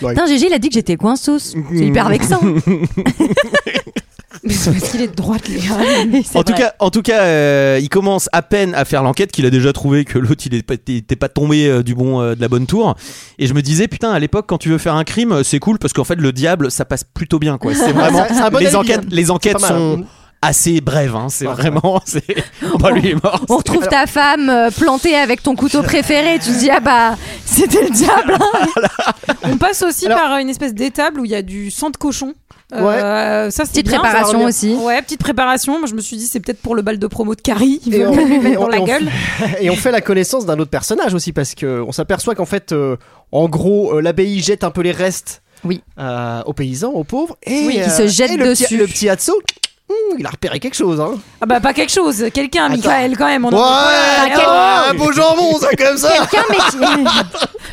Putain, Gégé, il a dit que j'étais coinceuse. C'est hyper vexant. Mais c'est parce qu'il est de droite hein. les gars. En tout cas, en tout cas, euh, il commence à peine à faire l'enquête qu'il a déjà trouvé que l'autre il n'était pas tombé euh, du bon euh, de la bonne tour. Et je me disais putain à l'époque quand tu veux faire un crime euh, c'est cool parce qu'en fait le diable ça passe plutôt bien quoi. C'est vraiment C'est un bon les alibi, enquêtes, hein. les enquêtes pas mal, sont hein. assez brèves. hein. C'est vraiment c'est bah, lui est mort. On retrouve ta femme euh, plantée avec ton couteau préféré. Tu te dis, ah bah, c'était le diable. hein. On passe aussi Alors- par euh, une espèce d'étable où il y a du sang de cochon. Euh, ça, c'est Petite bien, ça préparation revient. aussi. Ouais, petite préparation. Moi, je me suis dit, c'est peut-être pour le bal de promo de Carrie. Ils Et veulent on- lui mettre et dans on- la et on- gueule. Et on fait la connaissance d'un autre personnage aussi parce que on s'aperçoit qu'en fait, euh, en gros, euh, l'abbaye jette un peu les restes Oui. euh, aux paysans, aux pauvres, et Oui, qui euh, se jettent et le petit- dessus. le petit Hatso, hum, il a repéré quelque chose. Hein. Ah bah pas quelque chose, quelqu'un, Attends. Michael quand même. On en- Oh, Ouais, Voilà, quel- un beau jambon, ça comme ça. Quelqu'un, mais qui...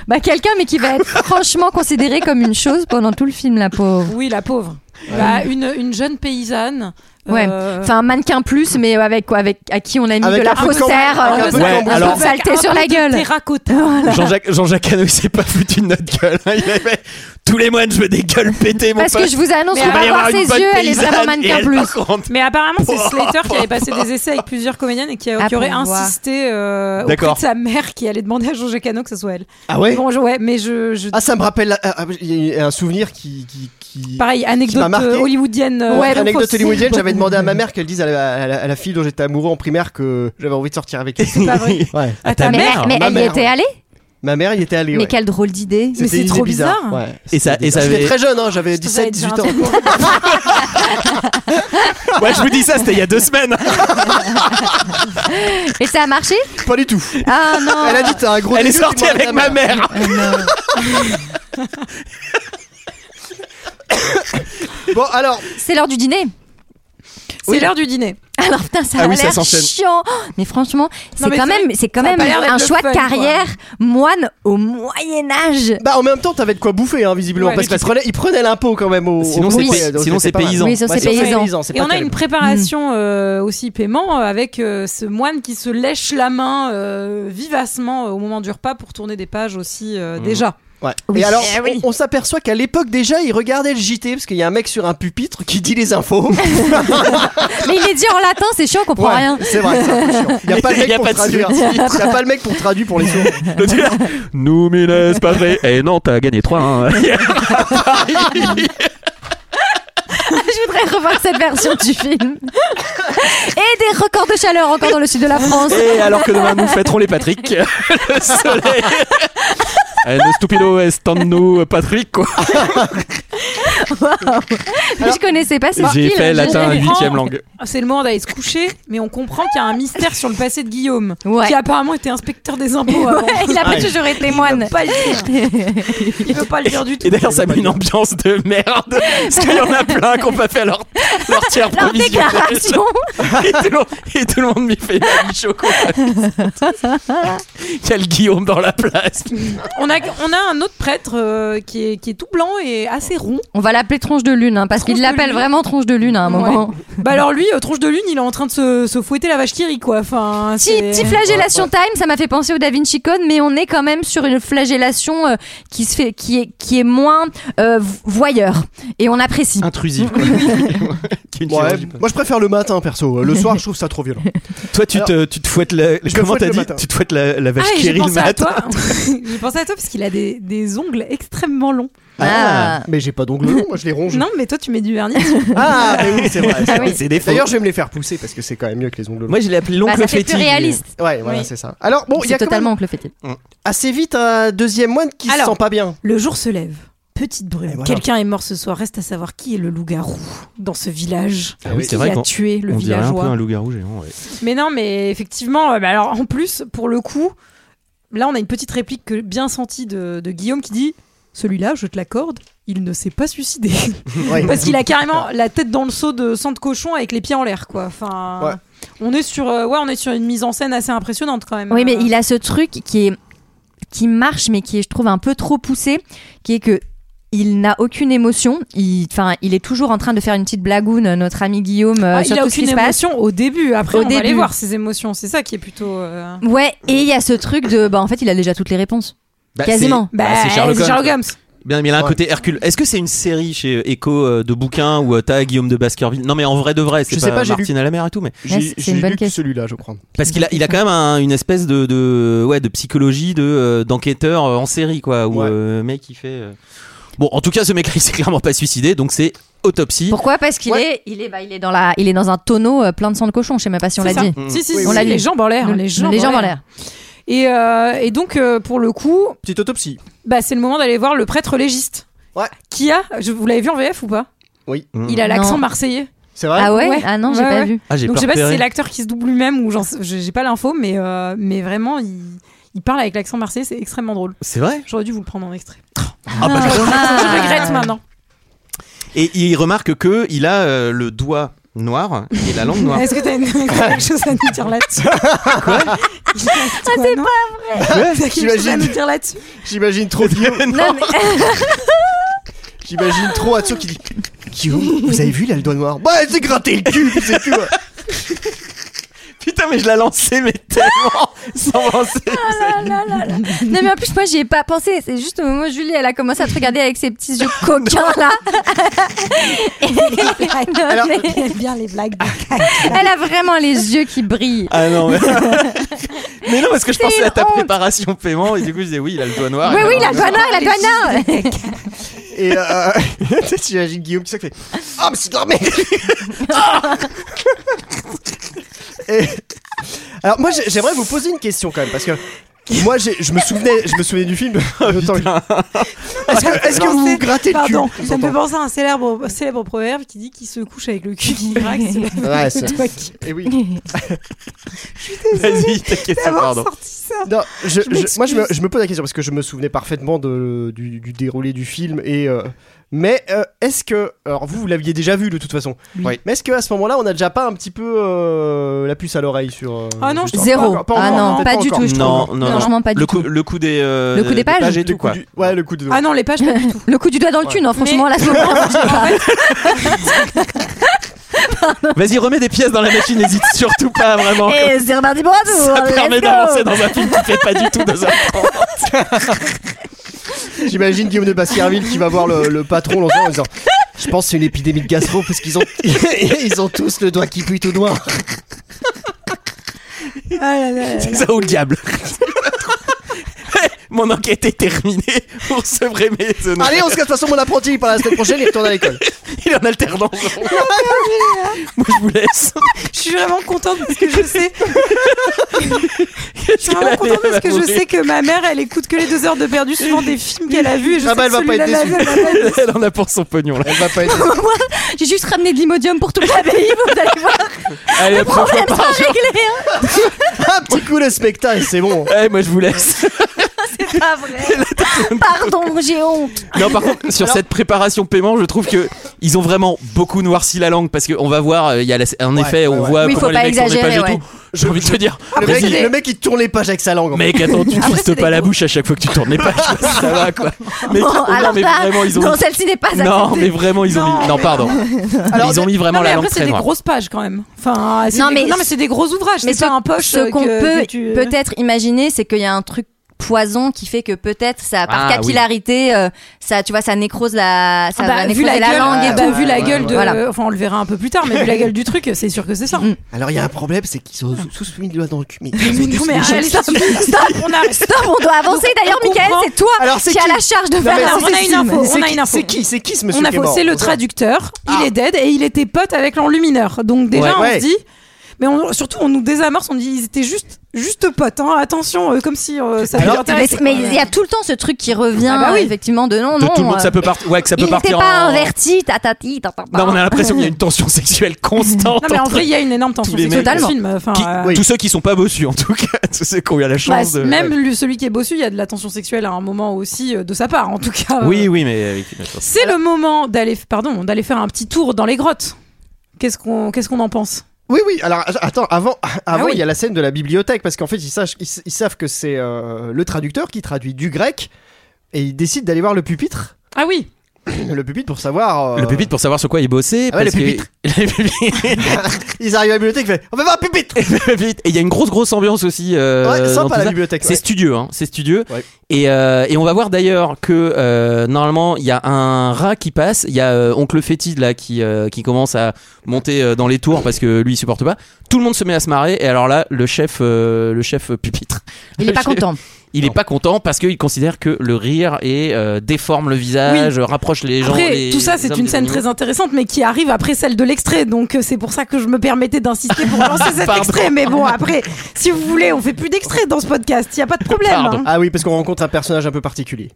bah, quelqu'un, mais qui va être franchement considéré comme une chose pendant tout le film, la pauvre. Oui, la pauvre. Bah, une, une jeune paysanne. Ouais. euh, Enfin, un mannequin plus, mais avec quoi Avec à qui on a mis Avec de la un peu de faussaire, cambouis, euh, avec un peu de Ouais, cambouis. alors- un peu de saleté avec un sur peu la de gueule. terracotta. Jean-Jacques Jean-Jacques Hano il s'est pas foutu de notre gueule. hein. Il avait- tous les mois je veux des gueules pétées mon Parce que pote. je vous annonce Mais qu'on il va va y voir une ses bonne yeux, elle est paysanne vraiment et mannequin elle, plus. par contre, Mais apparemment, c'est Slater qui avait passé des essais avec plusieurs comédiennes et qui, Ah, qui aurait pour voir. insisté euh, auprès D'accord. de sa mère qui allait demander à Jean-Jacques Hano que ce soit elle. Ah ouais. Bon, je- ouais, mais je, je- Ah, ça me rappelle la- ah, ah, il y a un souvenir qui qui, qui... pareil, m'a anecdote marqué. euh, hollywoodienne. euh, Ouais, fausse. anecdote hollywoodienne, j'avais demandé à ma mère qu'elle dise à la, à la- à la fille dont j'étais amoureux en primaire que j'avais envie de sortir avec elle. C'est pas vrai. Ouais. À ta Mais, mère. mais ma elle y mère. était allée Ma mère y était allée. Mais ouais. quelle drôle d'idée. Mais C'était c'est une trop idée bizarre. bizarre. Ouais. Et ça et ça J'étais avait- très jeune, hein, j'avais te 17, savais 18 ans. dire un Ouais, je vous dis ça c'était il y a deux semaines. hein. Et ça a marché Pas du tout. Ah non. Elle a dit t'as un gros. Elle est dégueu, sortie tu demandes à avec ta ma mère. Bon alors, C'est l'heure du dîner. C'est l'heure du dîner. Alors putain, ça Ah a oui, ça l'air s'enchaîne. chiant. Oh, Mais franchement, c'est Non, mais quand c'est même, vrai c'est quand ça a même pas l'air d'être un le choix fun, de quoi. carrière moine au Moyen Âge. Bah en même temps, t'avais de quoi bouffer, hein, visiblement, Ouais. parce qu'il prenait, il prenait l'impôt quand même. Au, au Sinon, c'est bouffer, pay- donc sinon, c'était c'est pas mal. paysan. Oui, ça, Ouais, c'est sinon, paysan. c'est Et pas on a une terrible. préparation Mm. euh, aussi paiement avec euh, ce moine qui se lèche la main euh, vivacement au moment du repas pour tourner des pages aussi euh, Mm. déjà. Ouais. Oui. Et alors, Eh oui. on, on s'aperçoit qu'à l'époque déjà, il regardait le JT parce qu'il y a un mec sur un pupitre qui dit les infos. Mais il est dit en latin, c'est chiant, on comprend Ouais, rien. C'est vrai, c'est un peu chiant. Il n'y a pas le Il y mec a pour pas de traduire. Il n'y a pas le mec pour traduire pour les sourds. Le dealer, Nous, mais laisse pas vrai. Et non, t'as gagné hein. 3. Je voudrais revoir cette version du film. Et des records de chaleur encore dans le sud de la France. Et alors que demain nous fêterons les Patrick, le soleil. Eh, no stupido est nous Patrick, quoi. je connaissais pas cette J'ai pile, fait je- latin je- huitième langue. Ah, C'est le moment d'aller se coucher, mais on comprend qu'il y a un mystère sur le passé de Guillaume, Ouais. qui apparemment était inspecteur des impôts avant. Ouais, il a pas Ouais. toujours été Il moine. veut pas le dire. Il veut pas le dire du tout. Et d'ailleurs, ça met une ambiance de merde. Parce qu'il y en a plein qui ont pas fait leur, leur tiers Leur provision. déclaration. Et tout, le, monde- et tout le monde m'y fait la biche au con. Il y a le Guillaume dans la place. On a, on a un autre prêtre euh, qui, est, qui est tout blanc et assez rond. On va l'appeler tronche de lune, hein, parce Tronche qu'il de l'appelle lune. vraiment tronche de lune à un Ouais. moment. Bah alors lui, euh, tronche de lune, il est en train de se, se fouetter la vache qui rit, quoi. Enfin, Petit, c'est- petit flagellation time, ça m'a fait penser au Da Vinci Code, mais on est quand même sur une flagellation euh, qui se fait, qui est, qui est moins euh, v- voyeur et on apprécie. Intrusif. Ouais, moi je préfère le matin perso. Euh, Le soir, je trouve ça trop violent. Toi, tu, te, tu te fouettes la. Je me comment fouette t'as le dit matin. Tu te fouettes la, la vache Ah, et qui j'ai rit le pensé à matin. toi. j'ai pensé à toi parce qu'il a des, des ongles extrêmement longs. Ah. Mais j'ai pas d'ongles longs, moi je les ronge. Non, mais toi, tu mets du vernis. Ah, mais oui, c'est vrai. c'est Ah vrai. oui. C'est des faux. D'ailleurs, je vais me les faire pousser parce que c'est quand même mieux que les ongles longs. Moi, je l'ai appelé Bah, l'oncle ça fait plus fétide. réaliste. Ouais, voilà, Oui. c'est ça. Alors, bon, il y C'est a quand totalement même Hum. oncle fétide. assez vite un deuxième moine qui se Alors. sent pas bien. Le jour se lève. Petite brume. Et voilà. Quelqu'un est mort ce soir. Reste à savoir qui est le loup-garou dans ce village. Ah oui, c'est qui vrai a qu'on- tué le On dirait un peu villageois. un loup-garou géant. ouais. Mais non, mais effectivement, euh, bah alors en plus, pour le coup, là, on a une petite réplique que- bien sentie de, de Guillaume qui dit Celui-là, je te l'accorde, il ne s'est pas suicidé. Ouais. Parce qu'il a carrément la tête dans le seau de sang de cochon avec les pieds en l'air, quoi. Enfin, Ouais. on est sur, euh, ouais, on est sur une mise en scène assez impressionnante quand même. Oui, mais il euh, a ce truc qui est qui marche, mais qui est, je trouve, un peu trop poussé, qui est que il n'a aucune émotion. Il, enfin, il est toujours en train de faire une petite blagoune, notre ami Guillaume, euh, Ah, sur il a tout ce qui aucune se passe. émotion au début. Après, Au on va aller début. voir ses émotions. C'est ça qui est plutôt. euh, Ouais, et il y a ce truc de, bah, en fait, il a déjà toutes les réponses. Bah, Quasiment. c'est- bah, c'est Sherlock Holmes. Holmes. Bien, mais il a un Ouais. côté Hercule. Est-ce que c'est une série chez Echo euh, de bouquins où euh, t'as Guillaume de Baskerville Non, mais en vrai de vrai, c'est Je pas, sais pas, j'ai lu. Martine à la mer et tout, mais Ouais, c'est- J'ai c'est j'ai une bonne lu que question. celui-là, je crois. parce qu'il a, il a quand même un- une espèce de, de ouais de psychologie de euh, d'enquêteur euh, en série quoi, où Ouais. euh, mec il fait. euh, Bon, en tout cas, ce mec-là, il s'est clairement pas suicidé, donc c'est autopsie. Pourquoi Parce qu'il est, il est, bah, il est dans la, il est dans un tonneau euh, plein de sang de cochon. Je sais même pas si on l'a C'est ça. dit. Mm. Si, si, Oui, si, on l'a les dit. jambes en l'air. Le- Les jambes, en l'air. Et, euh, et donc, euh, pour le coup, Petite autopsie. bah, c'est le moment d'aller voir le prêtre légiste. Ouais. Qui a, je, vous l'avez vu en VF ou pas Oui. Mm. Il a l'accent Non. marseillais. C'est vrai Ah ouais, Ouais. Ah non, j'ai Ouais, pas ouais. vu. Ah, j'ai Donc je sais pas si repéré. c'est l'acteur qui se double lui-même ou j'en sais- j'ai j'ai pas l'info, mais, euh, mais vraiment, il, il parle avec l'accent marseillais, c'est extrêmement drôle. C'est vrai. J'aurais dû vous le prendre en extrait. Ah, bah, Ah. Je regrette maintenant. Et il remarque que il a euh, le doigt noir et la langue noire. Est-ce que t'as une- quelque chose à nous dire là-dessus Il a- Quoi c'est pas vrai T'as quelque chose à T'imagines nous dire là-dessus J'imagine trop Guillaume. Non, mais- J'imagine trop Atsuo qui dit Guillaume, vous avez vu, il a le doigt noir. Bah, elle s'est gratté le cul, c'est tout. Putain, mais je la lancé, mais tellement sans lancer. non, mais en plus, moi, j'y ai pas pensé. C'est juste au moment où Julie, elle a commencé à te regarder avec ses petits yeux coquins, là. Et- Non, Alors- mais J'aime bien les blagues. elle a vraiment les yeux qui brillent. Ah non, mais... mais non, parce que je C'est pensais à ta une honte. préparation paiement et du coup je disais oui, il a le doigt noir. oui, et oui, la douane, la douane. Et euh, j'imagine Guillaume qui ça qui fait Ah, mais c'est de la merde Ah Et- Alors, moi, j'ai- j'aimerais vous poser une question quand même, parce que. Moi, j'ai- je me souvenais, je me souvenais du film. Ah, Autant- Est-ce que, est-ce que vous vous grattez le cul Pardon, de temps ça en me temps fait penser à un célèbre, célèbre proverbe qui dit qu'il se couche avec le cul qui craque. c'est le Ouais, c'est- doigt qui- Eh oui. Vas-y, t'inquiète pas, d'avoir pardon. sorti ça. Non, je, Je je- moi je me, m'excuse. je me pose la question parce que je me souvenais parfaitement de, du, du déroulé du film et euh, mais euh, est-ce que alors vous vous l'aviez déjà vu de toute façon Oui. mais est-ce que à ce moment-là on a déjà pas un petit peu euh, la puce à l'oreille sur euh, Ah non, cette je- histoire Pas- Zéro. pas ah encore, non, peut-être pas du encore. tout, je Non, trouve. non, non. Franchement, pas Le du coup, tout. le coup des, euh, Le coup des pages et Le tout coup quoi. du- ouais le coup de Ah non, les pages pas du tout. Le coup du doigt dans le Ouais. cul, non, franchement, Mais- là, je le prends. Vas-y, remets des pièces dans la machine, n'hésite surtout pas vraiment. Et c'est reparti pour un tour. Ça hein, let's permet go. d'avancer dans un film qui fait pas du tout deux heures. j'imagine Guillaume de Baskerville qui va voir le, le patron l'enfant en disant je pense que c'est une épidémie de gastro parce qu'ils ont ils ont tous le doigt qui pue tout noir Ah là là là là. C'est ça ou le diable Hey, Mon enquête est terminée. Vous recevrez mes honneurs. allez on se casse de toute façon mon apprenti par la semaine prochaine il retourne à l'école Il est en alternance. Moi, je vous laisse. Je suis vraiment contente parce que je sais. Je suis vraiment qu'elle contente allait parce que je mourir sais que ma mère, elle écoute que les deux heures de perdu suivant des films qu'elle a vus. et je Ah sais bah, elle que va pas être celui-là, déçue. elle va pas être déçue. Elle en a pour son pognon là. elle va pas être Moi, j'ai juste ramené de l'imodium pour toute Ah bah l'abbaye, vous allez voir. Allez, la prochaine fois, par jour. Réglé, hein, un petit coup le spectacle c'est bon Eh, moi je vous laisse. c'est Ah, pas vrai. Pardon, j'ai honte. Non, par contre, sur cette préparation paiement, je trouve que ils ont vraiment beaucoup noirci la langue parce qu'on va voir, euh, il y a la- en Ouais, effet, ouais, on ouais. voit Oui, comment faut les pas mecs tournent les pages et exagérer, ouais. tout. J'ai envie de te dire, Ah, Le mec, vas-y, le mec, il tourne les pages avec sa langue. en mec, attends, tu Après, c'est twistes des pas la gros. bouche à chaque fois que tu tournes les pages, ça va quoi. Mais, Bon, non, alors mais là, vraiment, ils ont. Non, celle-ci n'est pas non, acceptée. mais vraiment, ils ont Non, mis. Non, pardon. Alors, ils ont mis vraiment non, mais la après, langue c'est très des noire. grosses pages quand même. Enfin, euh, c'est Non, des- mais- non, mais c'est des gros ouvrages. Mais c'est pas un poche. euh, ce qu'on que- peut que tu- peut-être imaginer, c'est qu'il y a un truc poison qui fait que peut-être ça par Ah, capillarité euh, ça tu vois ça nécrose la ça Ah bah, va vu nécroser la, la, gueule, langue et ah tout. bah, vu la Ouais, gueule ouais, de, voilà. enfin on le verra un peu plus tard, mais vu la gueule du truc, c'est sûr que c'est ça. Alors, il y a un problème, c'est qu'ils ont tous mis le doigt dans le cul. Mais Non mais allez, ça Stop, suffit. on a, Stop, on doit avancer d'ailleurs on Michael comprend. c'est toi Alors, c'est qui as qui la charge de mais faire on a une film. info. C'est on a qui- une info. C'est qui, c'est qui ce monsieur on a qui est mort faussé le On sait pas. traducteur, il est dead et il était pote avec l'enlumineur. Donc déjà Ouais. on Ouais. se dit mais on- surtout on nous désamorce, on dit ils étaient juste, juste potes, hein, attention, euh, comme si euh, ça Alors, les Mais, intéressait. mais il y a tout le temps ce truc qui revient, Ah bah oui. effectivement, de non, De non. tout le monde, euh, ça peut partir. Ouais, que ça peut il n'était partir pas en- inverti, tatati, tatata. Non, on a l'impression qu'il y a une tension sexuelle Non, constante. mais en entre- vrai, il y a une énorme tension Tous les sexuelle mecs. dans le film. Enfin, qui- euh, Tous ceux qui sont pas bossus, en tout cas, tous ceux qui ont eu la bah, chance de. euh, Même lui- celui qui est bossu, il y a de la tension sexuelle à un moment aussi euh, de sa part, en tout cas. euh, Oui, oui, mais avec- C'est le moment d'aller, pardon, d'aller faire un petit tour dans les grottes. Qu'est-ce qu'on, qu'est-ce qu'on en pense Oui, oui, alors attends, avant, avant Ah oui. il y a la scène de la bibliothèque, parce qu'en fait, ils, sachent- ils, ils savent que c'est euh, le traducteur qui traduit du grec, et ils décident d'aller voir le pupitre, Ah oui. le pupitre pour savoir... euh, le pupitre pour savoir sur quoi il bossait. Ah ouais, parce le que- pupitre. Le pupitre. Ils arrivent à la bibliothèque, ils font, on va voir le pupitre Le pupitre. Et il y a une grosse, grosse ambiance aussi. euh, Ouais, dans tout sympa la ça. bibliothèque. C'est ouais. studieux, hein, c'est studieux. Ouais. Et, euh, et on va voir d'ailleurs que euh, normalement il y a un rat qui passe, il y a euh, oncle fétide là qui euh, qui commence à monter euh, dans les tours parce que lui il supporte pas. Tout le monde se met à se marrer et alors là le chef euh, le chef pupitre. Il n'est pas content. Il est pas content parce qu'il considère que le rire et euh, déforme le visage, rapproche les gens. Après, les- tout ça, les c'est hommes une des scène animaux. très intéressante, mais qui arrive après celle de l'extrait. Donc, euh, c'est pour ça que je me permettais d'insister pour lancer cet Pardon. extrait. Mais bon, après, si vous voulez, on fait plus d'extraits dans ce podcast. Il y a pas de problème. Pardon. hein. Ah oui, parce qu'on rencontre un personnage un peu particulier.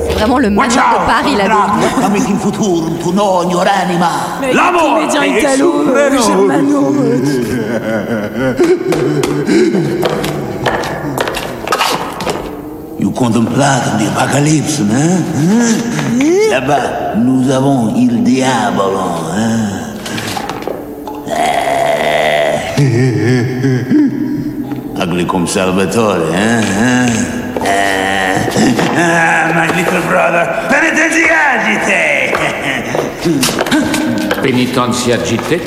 C'est vraiment le manoir de Paris, la vie. Avete in futuro tu ogni anima. hein. Avec les comédiens italo, euh, germano, euh, You contemplate l'Apocalypse, hein? hein? Là-bas, nous avons il diavolo, hein? Eh. Ugly come Salvatore, hein? hein? Eh. Ah, my little brother, penitenziagite! Pénitentia agité.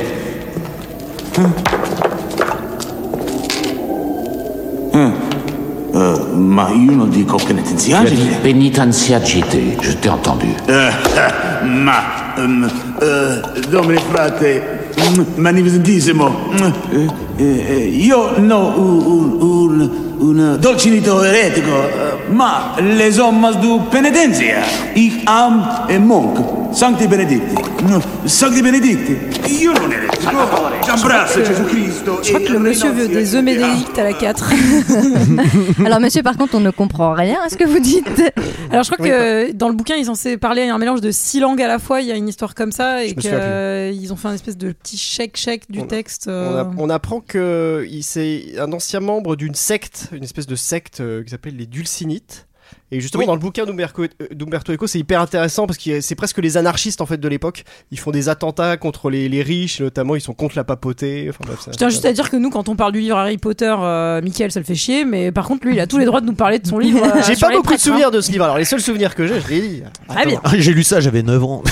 Ma io non dico Ah, penitenziagite. Pénitentia agité, je t'ai entendu. Euh, Ma, ehm, eh, domine frate, mm, magnificentissimo, mm, eh, eh, io no un, un, un, un dolcinito eretico, eh, ma les hommes du penitenzia, ich am e monk, sancti benedicti, mm, sancti benedicti, io non eretico, j'embrasse Gesù Cristo. je crois que le monsieur veut des œufs bénédicts à la 4. Alors, monsieur, par contre, on ne comprend rien à ce que vous dites. Alors je crois que euh, dans le bouquin ils sont censés parler un mélange de six langues à la fois. Il y a une histoire comme ça et me souviens qu'ils ont fait un espèce de petit chèque chèque du On a- texte. On, euh, app- on apprend que il- c'est un ancien membre d'une secte, une espèce de secte euh, qui s'appelle les Dulcinites. Et justement, Oui. dans le bouquin d'Umberco- euh, d'Umberto Eco, c'est hyper intéressant parce que c'est presque les anarchistes en fait de l'époque. Ils font des attentats contre les, les riches, et notamment ils sont contre la papauté. Enfin, bref, c'est- Je tiens juste à dire que nous, quand on parle du livre Harry Potter, euh, Michael, ça le fait chier, mais par contre, lui, il a tous les droits de nous parler de son livre. euh, J'ai sur pas les beaucoup de prêtres, souvenirs de ce livre. Alors les seuls souvenirs que j'ai, je les lis. hein. Très bien. Ah, J'ai lu ça, j'avais 9 ans.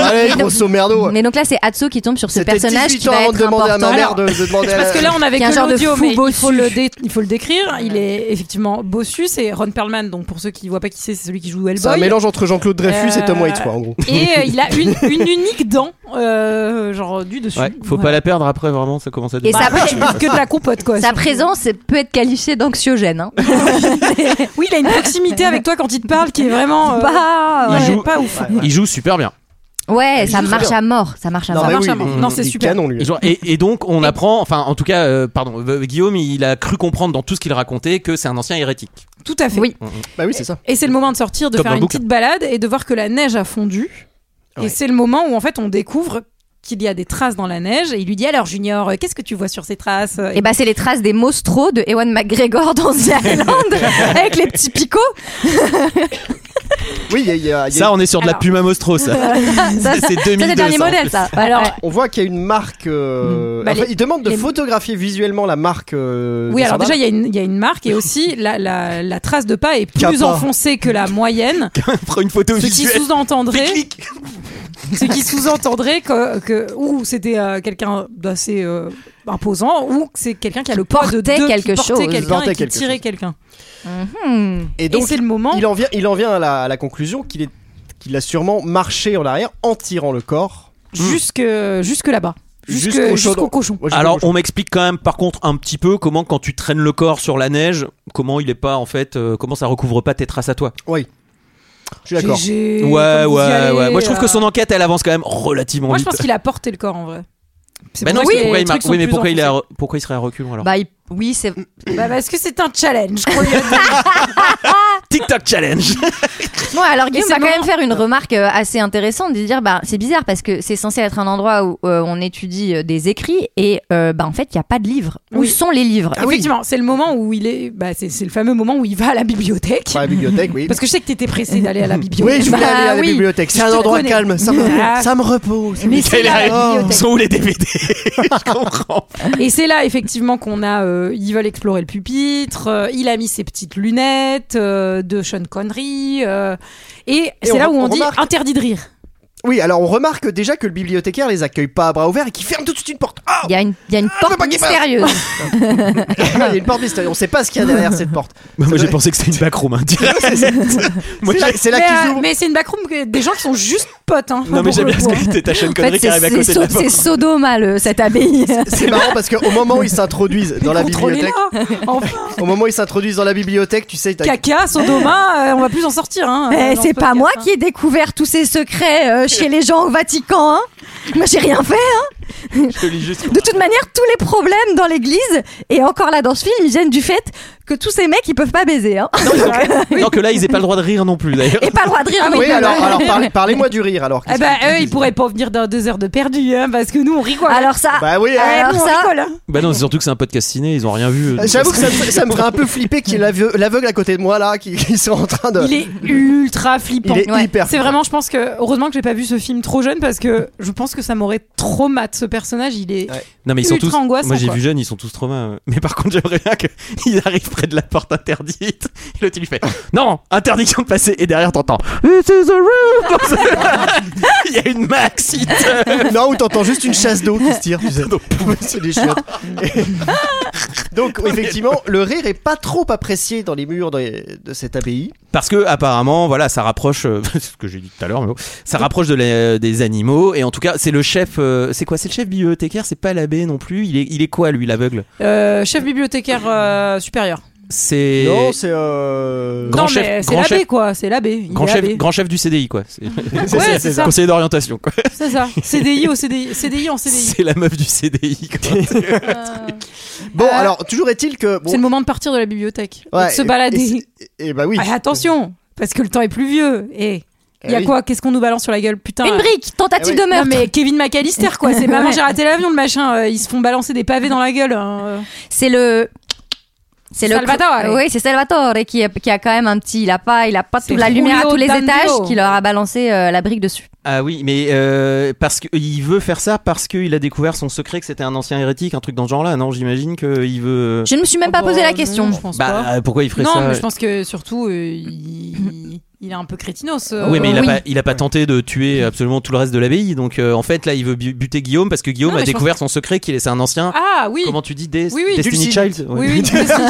Allez, grosso merdo. Mais donc là, c'est Atso qui tombe sur ce C'était personnage 18 qui ans va avant de être demander à ma important. mère de, de demander à Parce que là, on avait Qui est un que genre de l'audio, fou mais il bossu. faut, le dé- il faut le décrire. Il est effectivement bossu. C'est Ron Perlman. Donc, pour ceux qui voient pas qui c'est, c'est celui qui joue c'est un Hellboy. mélange entre Jean-Claude Dreyfus et Tom Euh, Waits, quoi, en gros. Et euh, il a une, une unique dent, euh, genre du dessus. Ouais, faut pas Voilà. la perdre après, vraiment, ça commence à Et devenir. sa, Bah, je parle que de la compote, quoi. sa surtout. présence peut être qualifiée d'anxiogène. hein. Oui, il a une proximité avec toi quand il te parle qui est vraiment. euh, Bah, Il ouais. ouais, joue- pas ouf. Il joue super bien. Eh, Ouais, Il ça joue marche bien. à mort. Ça marche à Non, mort. mais marche oui, à mort. il- Non, c'est il super. canon, lui. Et, genre- et- et donc on apprend, enfin en tout cas, euh, pardon, euh, Guillaume, il a cru comprendre dans tout ce qu'il racontait que c'est un ancien hérétique. Tout à fait. Oui. Bah oui, c'est ça. Et c'est le moment de sortir, de Comme dans faire le une bouquin. petite balade et de voir que la neige a fondu. Ouais. Et c'est le moment où en fait on découvre qu'il y a des traces dans la neige et il lui dit alors Junior, euh, qu'est-ce que tu vois sur ces traces Et bah, c'est les traces des monstros de Ewan McGregor dans The Island avec les petits picots. Oui, il y a- il y a- il y a Ça, on est sur de la Alors- Puma Mostro, ça. Ça, ça, C'est ça, c'est le 2200, dernier en modèle, plus. ça. Alors, Alors, On voit qu'il y a une marque. euh, Mm. Bah, enfin, les- il demande de les- photographier visuellement la marque. euh, oui, des alors sandales. déjà il y, a une- il y a une marque et aussi la, la- la trace de pas est plus Kappa. enfoncée que la moyenne, Prends une photo ce qui visuelle. sous-entendrait, ce qui sous-entendrait que, que ou c'était euh, quelqu'un d'assez euh, imposant ou que c'est quelqu'un qui a le poids de Portait deux, qui quelque portait chose. quelqu'un Portait et qui quelque tirait chose. quelqu'un. hmm. Et Et donc, c'est le moment. il en vient, il en vient à la, à la conclusion qu'il est qu'il a sûrement marché en arrière en tirant le corps. Hmm. Jusque, jusque là-bas. Jusque- Jusqu'au Jusqu'au chaudron. cochon. Moi, j'ai Alors, pas on m'explique quand même, par contre, un petit peu comment, quand tu traînes le corps sur la neige, comment il est pas en fait, euh, comment ça recouvre pas tes traces à toi. compris. Je suis d'accord. GG, ouais, ouais, comme vous y allez, ouais. Moi, je trouve euh. que son enquête, elle avance quand même relativement Moi, je vite. pense qu'il a porté le corps en vrai. C'est Bah non, pour parce que ça que pourquoi les il marque- trucs sont oui, mais plus pourquoi il, est à enfoncés. re- pourquoi il serait à reculons alors Bah, il- oui, c'est. Bah, parce que c'est un challenge. qu'on lui a donné. Bah. TikTok challenge Bon, alors Guillaume c'est va quand marrant. même faire une remarque euh, assez intéressante de dire bah, c'est bizarre parce que c'est censé être un endroit où euh, on étudie euh, des écrits et euh, bah, en fait, il n'y a pas de livres. Où Ah Oui. sont les livres Effectivement, c'est le moment où il est. Bah, c'est c'est le fameux moment où il va à la bibliothèque. Enfin, la bibliothèque, oui. Parce que je sais que t'étais pressé d'aller à la bibliothèque. Oui, je voulais Bah, aller à la oui. bibliothèque. C'est Je un te endroit connais. calme. Ça me, Ah. ça me repose. Mais c'est Michael là, Harry. la Ils bibliothèque. sont où les DVD Je comprends. Et c'est là effectivement qu'on a. euh, ils veulent explorer le pupitre. euh, il a mis ses petites lunettes euh, de Sean Connery. euh, et on- c'est là où on on, dit remarque- interdit de rire. Oui, alors on remarque déjà que le bibliothécaire les accueille pas à bras ouverts et qu'il ferme tout de suite une porte. Ah Il y a une, il y a une Ah, faut porte pas qu'il passe. mystérieuse. Il y a une porte mystérieuse. On sait pas ce qu'il y a derrière cette porte. Moi, j'ai j'ai pensé que c'était une hein. backroom. Moi, C'est là, c'est là mais qu'ils euh, ouvrent. mais c'est une backroom que des gens qui sont juste potes. Hein, Non, mais pour j'aime le bien ce coup, que hein. t'es ta chaîne En fait, connerie qui arrive à c'est côté de la c'est- c'est Sodoma, le- cette abbaye. C'est marrant parce qu'au moment où ils s'introduisent dans la bibliothèque, Contrôlez-la. Enfin, au moment où ils s'introduisent dans la bibliothèque, tu sais, t'as- caca, Sodoma, euh, on va plus en sortir. Hein, Eh, euh, dans c'est ce pas moi podcast, qui ai découvert tous ces secrets euh, chez les gens au Vatican. Hein. Moi, j'ai rien fait. Hein. De toute manière, tous les problèmes dans l'église et encore là dans ce film, ils viennent du fait que tous ces mecs, ils peuvent pas baiser. Hein. Non, que là, ils aient pas le droit de rire non plus d'ailleurs. Et pas le droit de rire. Ah Oui, mais ils alors, peuvent. alors parlez- parlez-moi du rire alors. hein. Eh qu'est-ce ben, que- eux, ils pourraient pas venir dans deux heures de perdu, hein, parce que nous, on rigole. Eh, Alors ça. Bah oui, hein. alors nous, on ça- rigole. hein. Bah non, c'est surtout que c'est un podcast ciné, ils ont rien vu. Ah, donc J'avoue ça- que ça, me- ça me ferait un peu flipper qu'il y ait l'aveu- l'aveugle à côté de moi là, qui, qui soit en train Euh, de. Il est ultra flippant. Il est Ouais, hyper. C'est vraiment, je pense que heureusement que j'ai pas vu ce film trop jeune parce que je pense que ça m'aurait trop mat ce personnage. Il est. Ouais. Non mais ils sont Ultra tous. angoissant, Moi j'ai quoi. vu jeunes, ils sont tous traumas. euh. Mais par contre j'aimerais bien qu'ils arrivent près de la porte interdite. Et l'autre il lui fait non interdiction de passer et derrière t'entends This is a room. il y a une maxite. Non, où t'entends juste une chasse d'eau qui se tire, tu sais. C'est des chiottes. Et- Donc, effectivement, le rire est pas trop apprécié dans les murs de, de cette abbaye. Parce que apparemment voilà ça rapproche euh, c'est ce que j'ai dit tout à l'heure mais bon, ça rapproche de la- des animaux et en tout cas c'est le chef euh, c'est quoi c'est le chef bibliothécaire c'est pas l'abbé non plus il est il est quoi lui l'aveugle Euh, chef bibliothécaire euh, supérieur. c'est Non, c'est. euh, Grand non, chef, mais c'est grand l'abbé, chef. quoi. C'est l'abbé. Il grand est chef abbé. grand chef du CDI quoi C'est- Ouais, c'est ça. conseiller d'orientation quoi C'est ça. CDI au CDI. CDI en CDI. c'est la meuf du CDI quoi. Bon, Euh, alors, toujours est-il que. Bon, C'est le moment de partir de la bibliothèque. et ouais, de se et- balader. Et, et bah oui. Ah, attention, parce que le temps est plus vieux. Et il y Eh a oui. quoi Qu'est-ce qu'on nous balance sur la gueule Putain. euh, Une brique, tentative Ah oui. de Non meurtre. mais Kevin McAllister quoi, c'est maman Ouais. j'ai raté l'avion le machin, Euh, ils se font balancer des pavés dans la gueule. hein. C'est le. C'est le Salvatore. Oui, c'est Salvatore qui a, qui a quand même un petit. Il a pas, il a pas C'est toute la lumière à Julio tous les Dandio. étages qui leur a balancé euh, la brique dessus. Ah oui, mais euh, parce qu'il veut faire ça parce qu'il a découvert son secret que c'était un ancien hérétique, un truc dans ce genre-là. Non, j'imagine qu'il veut. Je ne me suis même pas Oh, posé la bah, question. non, je pense pas. Bah, euh, pourquoi il ferait Non, ça mais je pense que surtout euh, il... il est un peu crétinos. euh, Oui, mais il a, Oui. Pas, il a pas tenté de tuer absolument tout le reste de l'abbaye. Donc euh, en fait, là, il veut bu- buter Guillaume parce que Guillaume Non, a mais je découvert son secret qu'il est c'est un ancien. Ah oui. Comment tu dis des- Oui, oui, Destiny Dulcinea. Child Oui, Ouais. oui, Destiny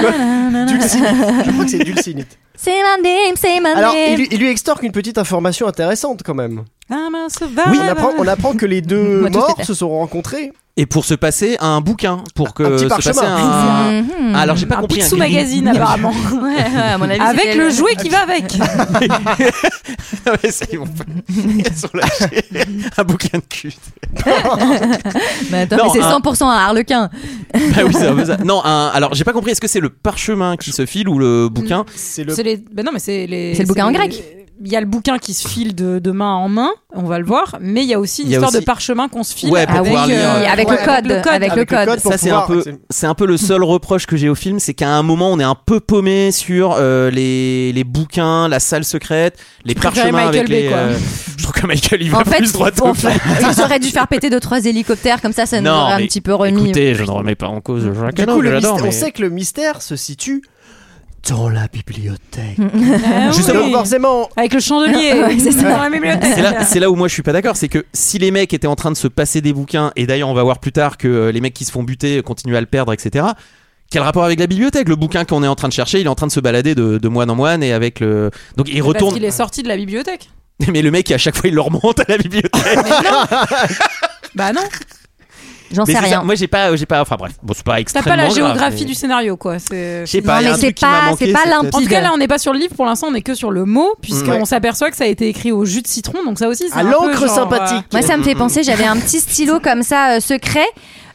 quoi Dulcinea. Je crois que c'est Dulcinite. C'est ma name, c'est ma Alors, name. il, lui- il lui extorque une petite information intéressante quand même. I'm a Oui, survivor. on apprend, on apprend que les On deux va tous les morts faire. se sont rencontrés. Et pour se passer à un bouquin, pour que petit se parchemin. passer à un. Mhm. Ah, alors j'ai pas un compris. Picsou un- magazine apparemment. Ouais, ouais, à mon avis, Avec c'était le jouet qui va avec. Ah Ouais, ça, ils vont pas- ils sont lâchés. un bouquin de cul. Mais attends, Non, mais c'est un- 100% un harlequin. Bah oui, c'est un peu ça. Non, un- alors j'ai pas compris. Est-ce que c'est le parchemin qui se file ou le Mm. bouquin C'est le. C'est les... bah non, mais c'est les. C'est le bouquin en grec. les- Il y a le bouquin qui se file de, de main en main, on va le voir, mais il y a aussi une Il y a histoire aussi- de parchemin qu'on se file Ouais, pour avec, pouvoir lire, Et euh, avec, ouais, le code, avec le code. Avec le code. pour Ça c'est un pouvoir peu, accéder. c'est un peu le Mm. seul reproche que j'ai au film, c'est qu'à un moment on est un peu paumé sur euh, les, les bouquins, la salle secrète, les préférais parchemins Michael avec Bay, les. euh, quoi. je trouve que Michael il va En fait, plus droit bon, au fait. ils auraient dû faire péter deux trois hélicoptères comme ça, ça nous Non, aurait un mais petit peu remis. Écoutez, je ne remets pas en cause Jean Du Cano, coup, que le j'adore. mystère- mais- on sait que le mystère se situe dans la bibliothèque. Ah oui. Donc forcément, Avec le chandelier Ouais, c'est ça. dans la bibliothèque. C'est là, c'est là où moi je suis pas d'accord, c'est que si les mecs étaient en train de se passer des bouquins, et d'ailleurs on va voir plus tard que euh, les mecs qui se font buter euh, continuent à le perdre, etc. Quel rapport avec la bibliothèque Le bouquin qu'on est en train de chercher, il est en train de se balader de, de moine en moine et avec le. Donc il Parce retourne. qu'il est sorti de la bibliothèque. Mais le mec, à chaque fois, il le remonte à la bibliothèque. Bah non, J'en Mais sais c'est ça, rien. Moi, j'ai pas, j'ai pas. Enfin bref, bon, c'est pas t'as extrêmement. pas la grave, géographie mais- du scénario quoi. C'est... Je sais Non, pas, il y a mais un c'est truc qui m'a pas- manqué, c'est pas peut-être- limpide. En tout cas, là, on n'est pas sur le livre pour l'instant, on est que sur le mot, puisqu'on Ouais. s'aperçoit que ça a été écrit au jus de citron, donc ça aussi, c'est À un peu l'encre genre, euh, sympathique. Moi, ça me fait penser, j'avais un petit stylo comme ça, euh, secret,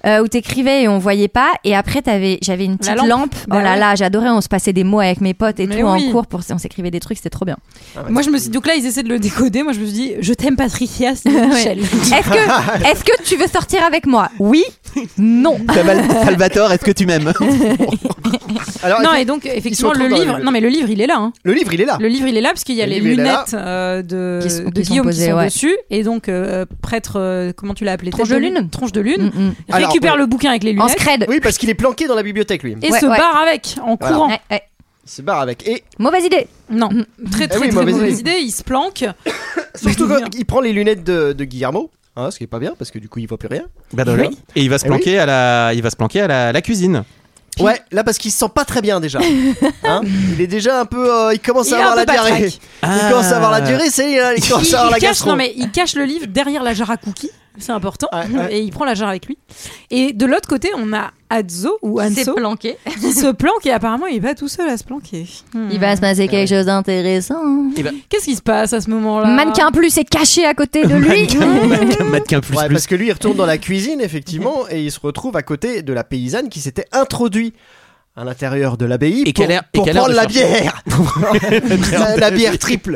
euh, où t'écrivais et on voyait pas. Et après, t'avais- j'avais une La petite lampe. lampe. Bah oh là ouais. là, j'adorais, on se passait des mots avec mes potes et Mais tout oui. en cours. Pour, on s'écrivait des trucs, c'était trop bien. euh, Moi, je me suis donc là, ils essaient de le décoder. Moi, je me suis dit, je t'aime Patricia, c'est Michel. Est-ce que, est que tu veux sortir avec moi Oui Non Salval- Salvatore, est-ce que tu m'aimes Alors, non, effe- et donc effectivement, trop dans la le livre. bibliothèque. Non, mais le livre, il est là. hein. le livre, il est là. Le livre, il est là parce qu'il y a Le les livre, il est là. lunettes euh, de, Qui sont- de qui sont Guillaume qui posées, sont ouais. dessus, et donc euh, prêtre, euh, comment tu l'as appelé Tronche tête de lune. Tronche de lune. Mm, mm. Alors, récupère ouais. le bouquin avec les En lunettes scred. Oui, parce qu'il est planqué dans la bibliothèque, lui. et Ouais, se ouais. barre avec en Voilà. courant. Ouais, ouais. Il se barre avec. Et Mauvaise idée. Non, Mm. très très, Eh oui, très mauvaise mauvaise, idée. idée. Il se planque. surtout Bah, qu'il prend les lunettes de, de Guillermo, hein, ce qui est pas bien, parce que du coup, il voit plus rien. Oui. Bah, Et il va se Eh oui. planquer à la, il va se planquer à la, la cuisine. Ouais, là, parce qu'il se sent pas très bien déjà. Hein il est déjà un peu. euh, il commence Il à est avoir un la peu diarrhée. patraque. Il commence à avoir Ah. la diarrhée, c'est. hein, Il Il, commence à avoir il la cache, gastro. non, mais il cache le livre derrière la jarre à cookies. C'est important. Ouais, ouais. Et il prend la jarre avec lui. Et de l'autre côté, on a Adzo ou Anso planqué. qui se planque et apparemment il est pas tout seul à se planquer. Hmm. Il va se Ah passer quelque chose d'intéressant. Qu'est-ce qui se passe à ce moment-là Mannequin plus est caché à côté de lui. Mannequin mannequin plus Ouais, plus. parce que lui, il retourne dans la cuisine, effectivement, et il se retrouve à côté de la paysanne qui s'était introduit à l'intérieur de l'abbaye pour, Et qu'elle a l'air- et pour qu'elle a prendre l'air la de chercher. bière. la, la bière triple.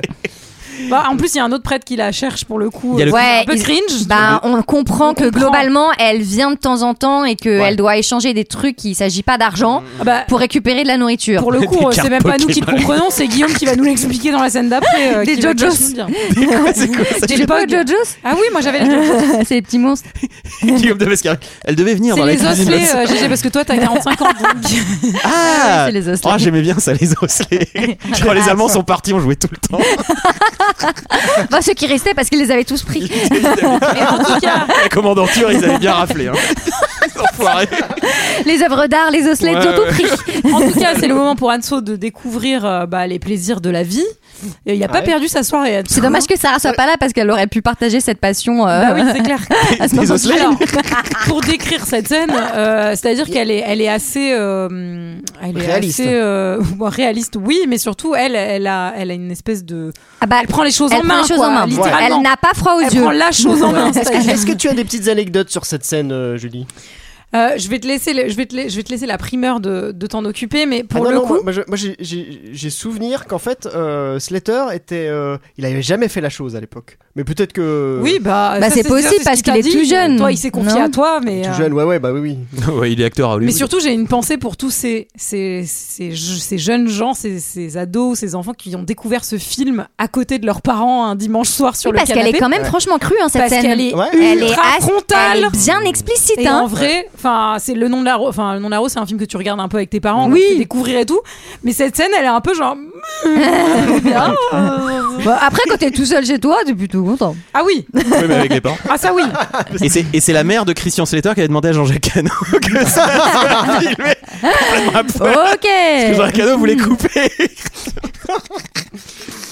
Bah, En plus, il y a un autre prêtre qui la cherche pour le coup. Il y a le- euh, Ouais, un peu il- cringe. Bah, on comprend On que comprend. globalement, elle vient de temps en temps et qu'elle Ouais. Mm. doit échanger des trucs. Il s'agit pas d'argent Ah bah, pour récupérer de la nourriture. pour le Des coup, euh, cartes c'est même pas nous qui le Pokémon. comprenons, c'est Guillaume qui va nous l'expliquer dans la scène d'après. euh, Des qui va Jojos. vachement bien. C'est quoi ça Des pas bugs. Ah oui, moi j'avais les Jojos. C'est les petits monstres. Guillaume de Mascaret. Elle devait venir C'est dans la les cuisine. osselets, euh, GG, parce que toi t'as 45 ans. donc. Ah, Ouais, c'est les osselets. Ah, j'aimais bien ça, les osselets. Je crois les Allemands sont partis, on jouait tout le temps. Bah, ceux qui restaient parce qu'ils les avaient tous pris. La commandanture, ils avaient bien raflé. Hein. Les enfoirés. les œuvres d'art, les osselets, Ouais, ils ont ouais. tout pris. En tout cas, c'est le moment pour Anso de découvrir euh, bah, les plaisirs de la vie. Et il a pas Ouais. perdu sa soirée. Anso. C'est dommage que Sarah soit pas là parce qu'elle aurait pu partager cette passion. euh, Bah oui, c'est clair. à ce Des moment-là. osselets. Alors, pour décrire cette scène, euh, c'est-à-dire qu'elle est, elle est assez, euh, elle est Réaliste. assez euh, bon, réaliste, oui, mais surtout elle, elle a, elle a une espèce de, Ah bah, elle prend les choses elle en prend main, les choses quoi, en main. littéralement. Elle n'a pas froid aux Elle yeux. prend la chose en main. Est-ce que, c'est-à-dire- est-ce que tu as des petites anecdotes sur cette scène, euh, Julie Euh, je vais te laisser, le- je vais te, la- je vais te laisser la primeur de, de t'en occuper, mais pour Ah non, le non, coup, moi, moi, je- moi, j'ai- j'ai j'ai souvenir qu'en fait, euh, Slater était, euh, il avait jamais fait la chose à l'époque. Mais peut-être que oui, bah, ça, Bah, c'est sûr, possible ce parce qu'il qu'il t'a est dit. tout jeune. Toi, il s'est confié Non. à toi, mais tout euh, jeune, ouais, ouais, bah oui, oui. Ouais, il est acteur à Mais Hollywood. surtout, j'ai une pensée pour tous ces, ces, ces, ces jeunes gens, ces, ces ados, ces enfants qui ont découvert ce film à côté de leurs parents un dimanche soir sur Oui, le parce qu'elle canapé. est quand même franchement crue, hein, cette parce scène. qu'elle est Ouais. Elle est ultra as- frontale. elle est bien explicite. Et hein. en vrai, enfin, c'est le nom de la Ro- enfin le nom de la Rose, c'est un film que tu regardes un peu avec tes parents, Oui. oui, découvrir et tout. Mais cette scène, elle est un peu genre Bah, après, quand t'es tout seul chez toi, t'es plutôt content. ah oui, Ouais, mais avec les parents. ah ça oui. Et c'est, et c'est la mère de Christian Slater qui avait demandé à Jean-Jacques Cano que ça soit filmé. Complètement à poil. Ok. Que Jean-Jacques Cano voulait couper.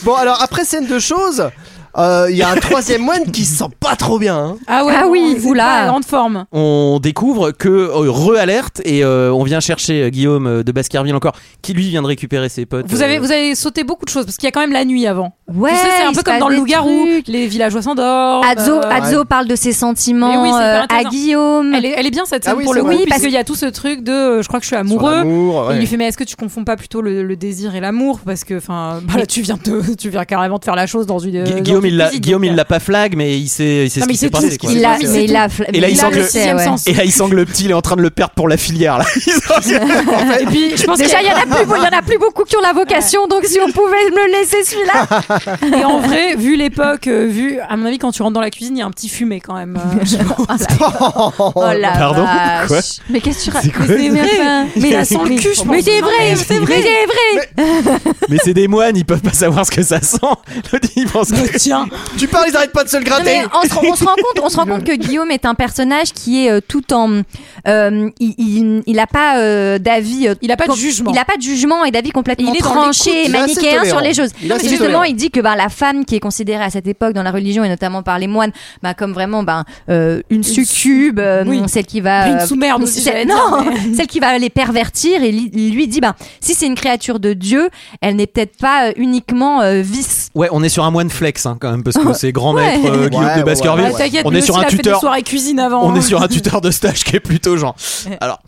Bon, alors après scène de choses, euh, il y a un troisième moine qui se sent pas trop bien. hein. Ah ouais, Ah non, oui, c'est oula. pas la grande forme. on découvre que euh, re-alerte et euh, on vient chercher euh, Guillaume euh, de Baskerville encore qui lui vient de récupérer ses potes. Vous euh, avez vous avez sauté beaucoup de choses parce qu'il y a quand même la nuit avant. Ouais, tu sais, c'est un il peu se comme passe dans le des Loup-garou, trucs. les villageois s'endorment. Adzo, euh, Adzo parle de ses sentiments Mais oui, c'est euh, à intéressant. Guillaume. Elle est, elle est bien cette Ah scène oui, pour c'est le coup, vrai. Oui, parce parce qu'il y a tout ce truc de euh, je crois que je suis Sur amoureux. l'amour, Et ouais. Il lui fait mais est-ce que tu confonds pas plutôt le, le désir et l'amour parce que enfin bah, là tu viens de tu viens carrément de faire la chose dans une euh, Gu- dans Guillaume, une il l'a, cuisine, Guillaume donc, euh. il l'a pas flag mais il sait, il sait Non, ce qui mais il s'est sait passé. tout ce quoi. qu'il il a, c'est mais il tout. a, Et là, il il sent a que le le- sixième ouais. sens. Et là, il sent que le petit il est en train de le perdre pour la filière. Là. Il sent que- Et puis je pense Déjà, que- il y, en a plus, il y en a plus beaucoup qui ont la vocation, donc si on pouvait me laisser celui-là. et en vrai vu l'époque euh, vu à mon avis quand tu rentres dans la cuisine il y a un petit fumet quand même. euh, je pense. Oh la Pardon vache. Quoi Mais qu'est-ce que tu C'est quoi racontes Mais Mais enfin, mais ça sent le cul je pense. Mais c'est Non, vrai, c'est vrai, c'est vrai. Mais c'est des moines, ils peuvent pas savoir ce que ça sent. L'autre, il pense que- chiens. Tu parles, ils arrêtent pas de se le Non, mais gratter. on, se, on se rend compte, on se rend compte que Guillaume est un personnage qui est euh, tout en, euh, il, il, il a pas euh, d'avis, euh, Il a pas de com- jugement. Il a pas de jugement et d'avis complètement Il est dans tranché et l'écoute. Il est assez manichéen sur tolérant. les choses. Il est assez Et justement, tolérant. il dit que bah, la femme qui est considérée à cette époque dans la religion et notamment par les moines, bah, comme vraiment bah, euh, une succube, euh, oui. celle qui va, Une euh, sous-merde aussi, celle- j'allais dire, non, mais- celle qui va les pervertir et li- lui dit, bah, si c'est une créature de Dieu, elle n'est peut-être pas euh, uniquement euh, vice. Ouais, on est sur un moine flex hein, quand même parce que c'est grand maître euh, Guillaume Ouais, de ouais, Baskerville. Ah, ouais, ouais. Ah, T'inquiète, On lui est sur aussi, il un a fait des tuteur. soirées cuisine avant. On hein. est sur un tuteur de stage qui est plutôt genre. Alors,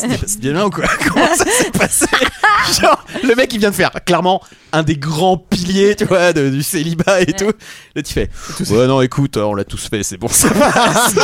c'est bien là ou quoi Comment ça s'est passé Genre, le mec il vient de faire clairement un des grands piliers, tu vois, de- du célibat et tout. Là, tu fais. Ouais, non, écoute, on l'a tous fait, c'est bon, ça passe.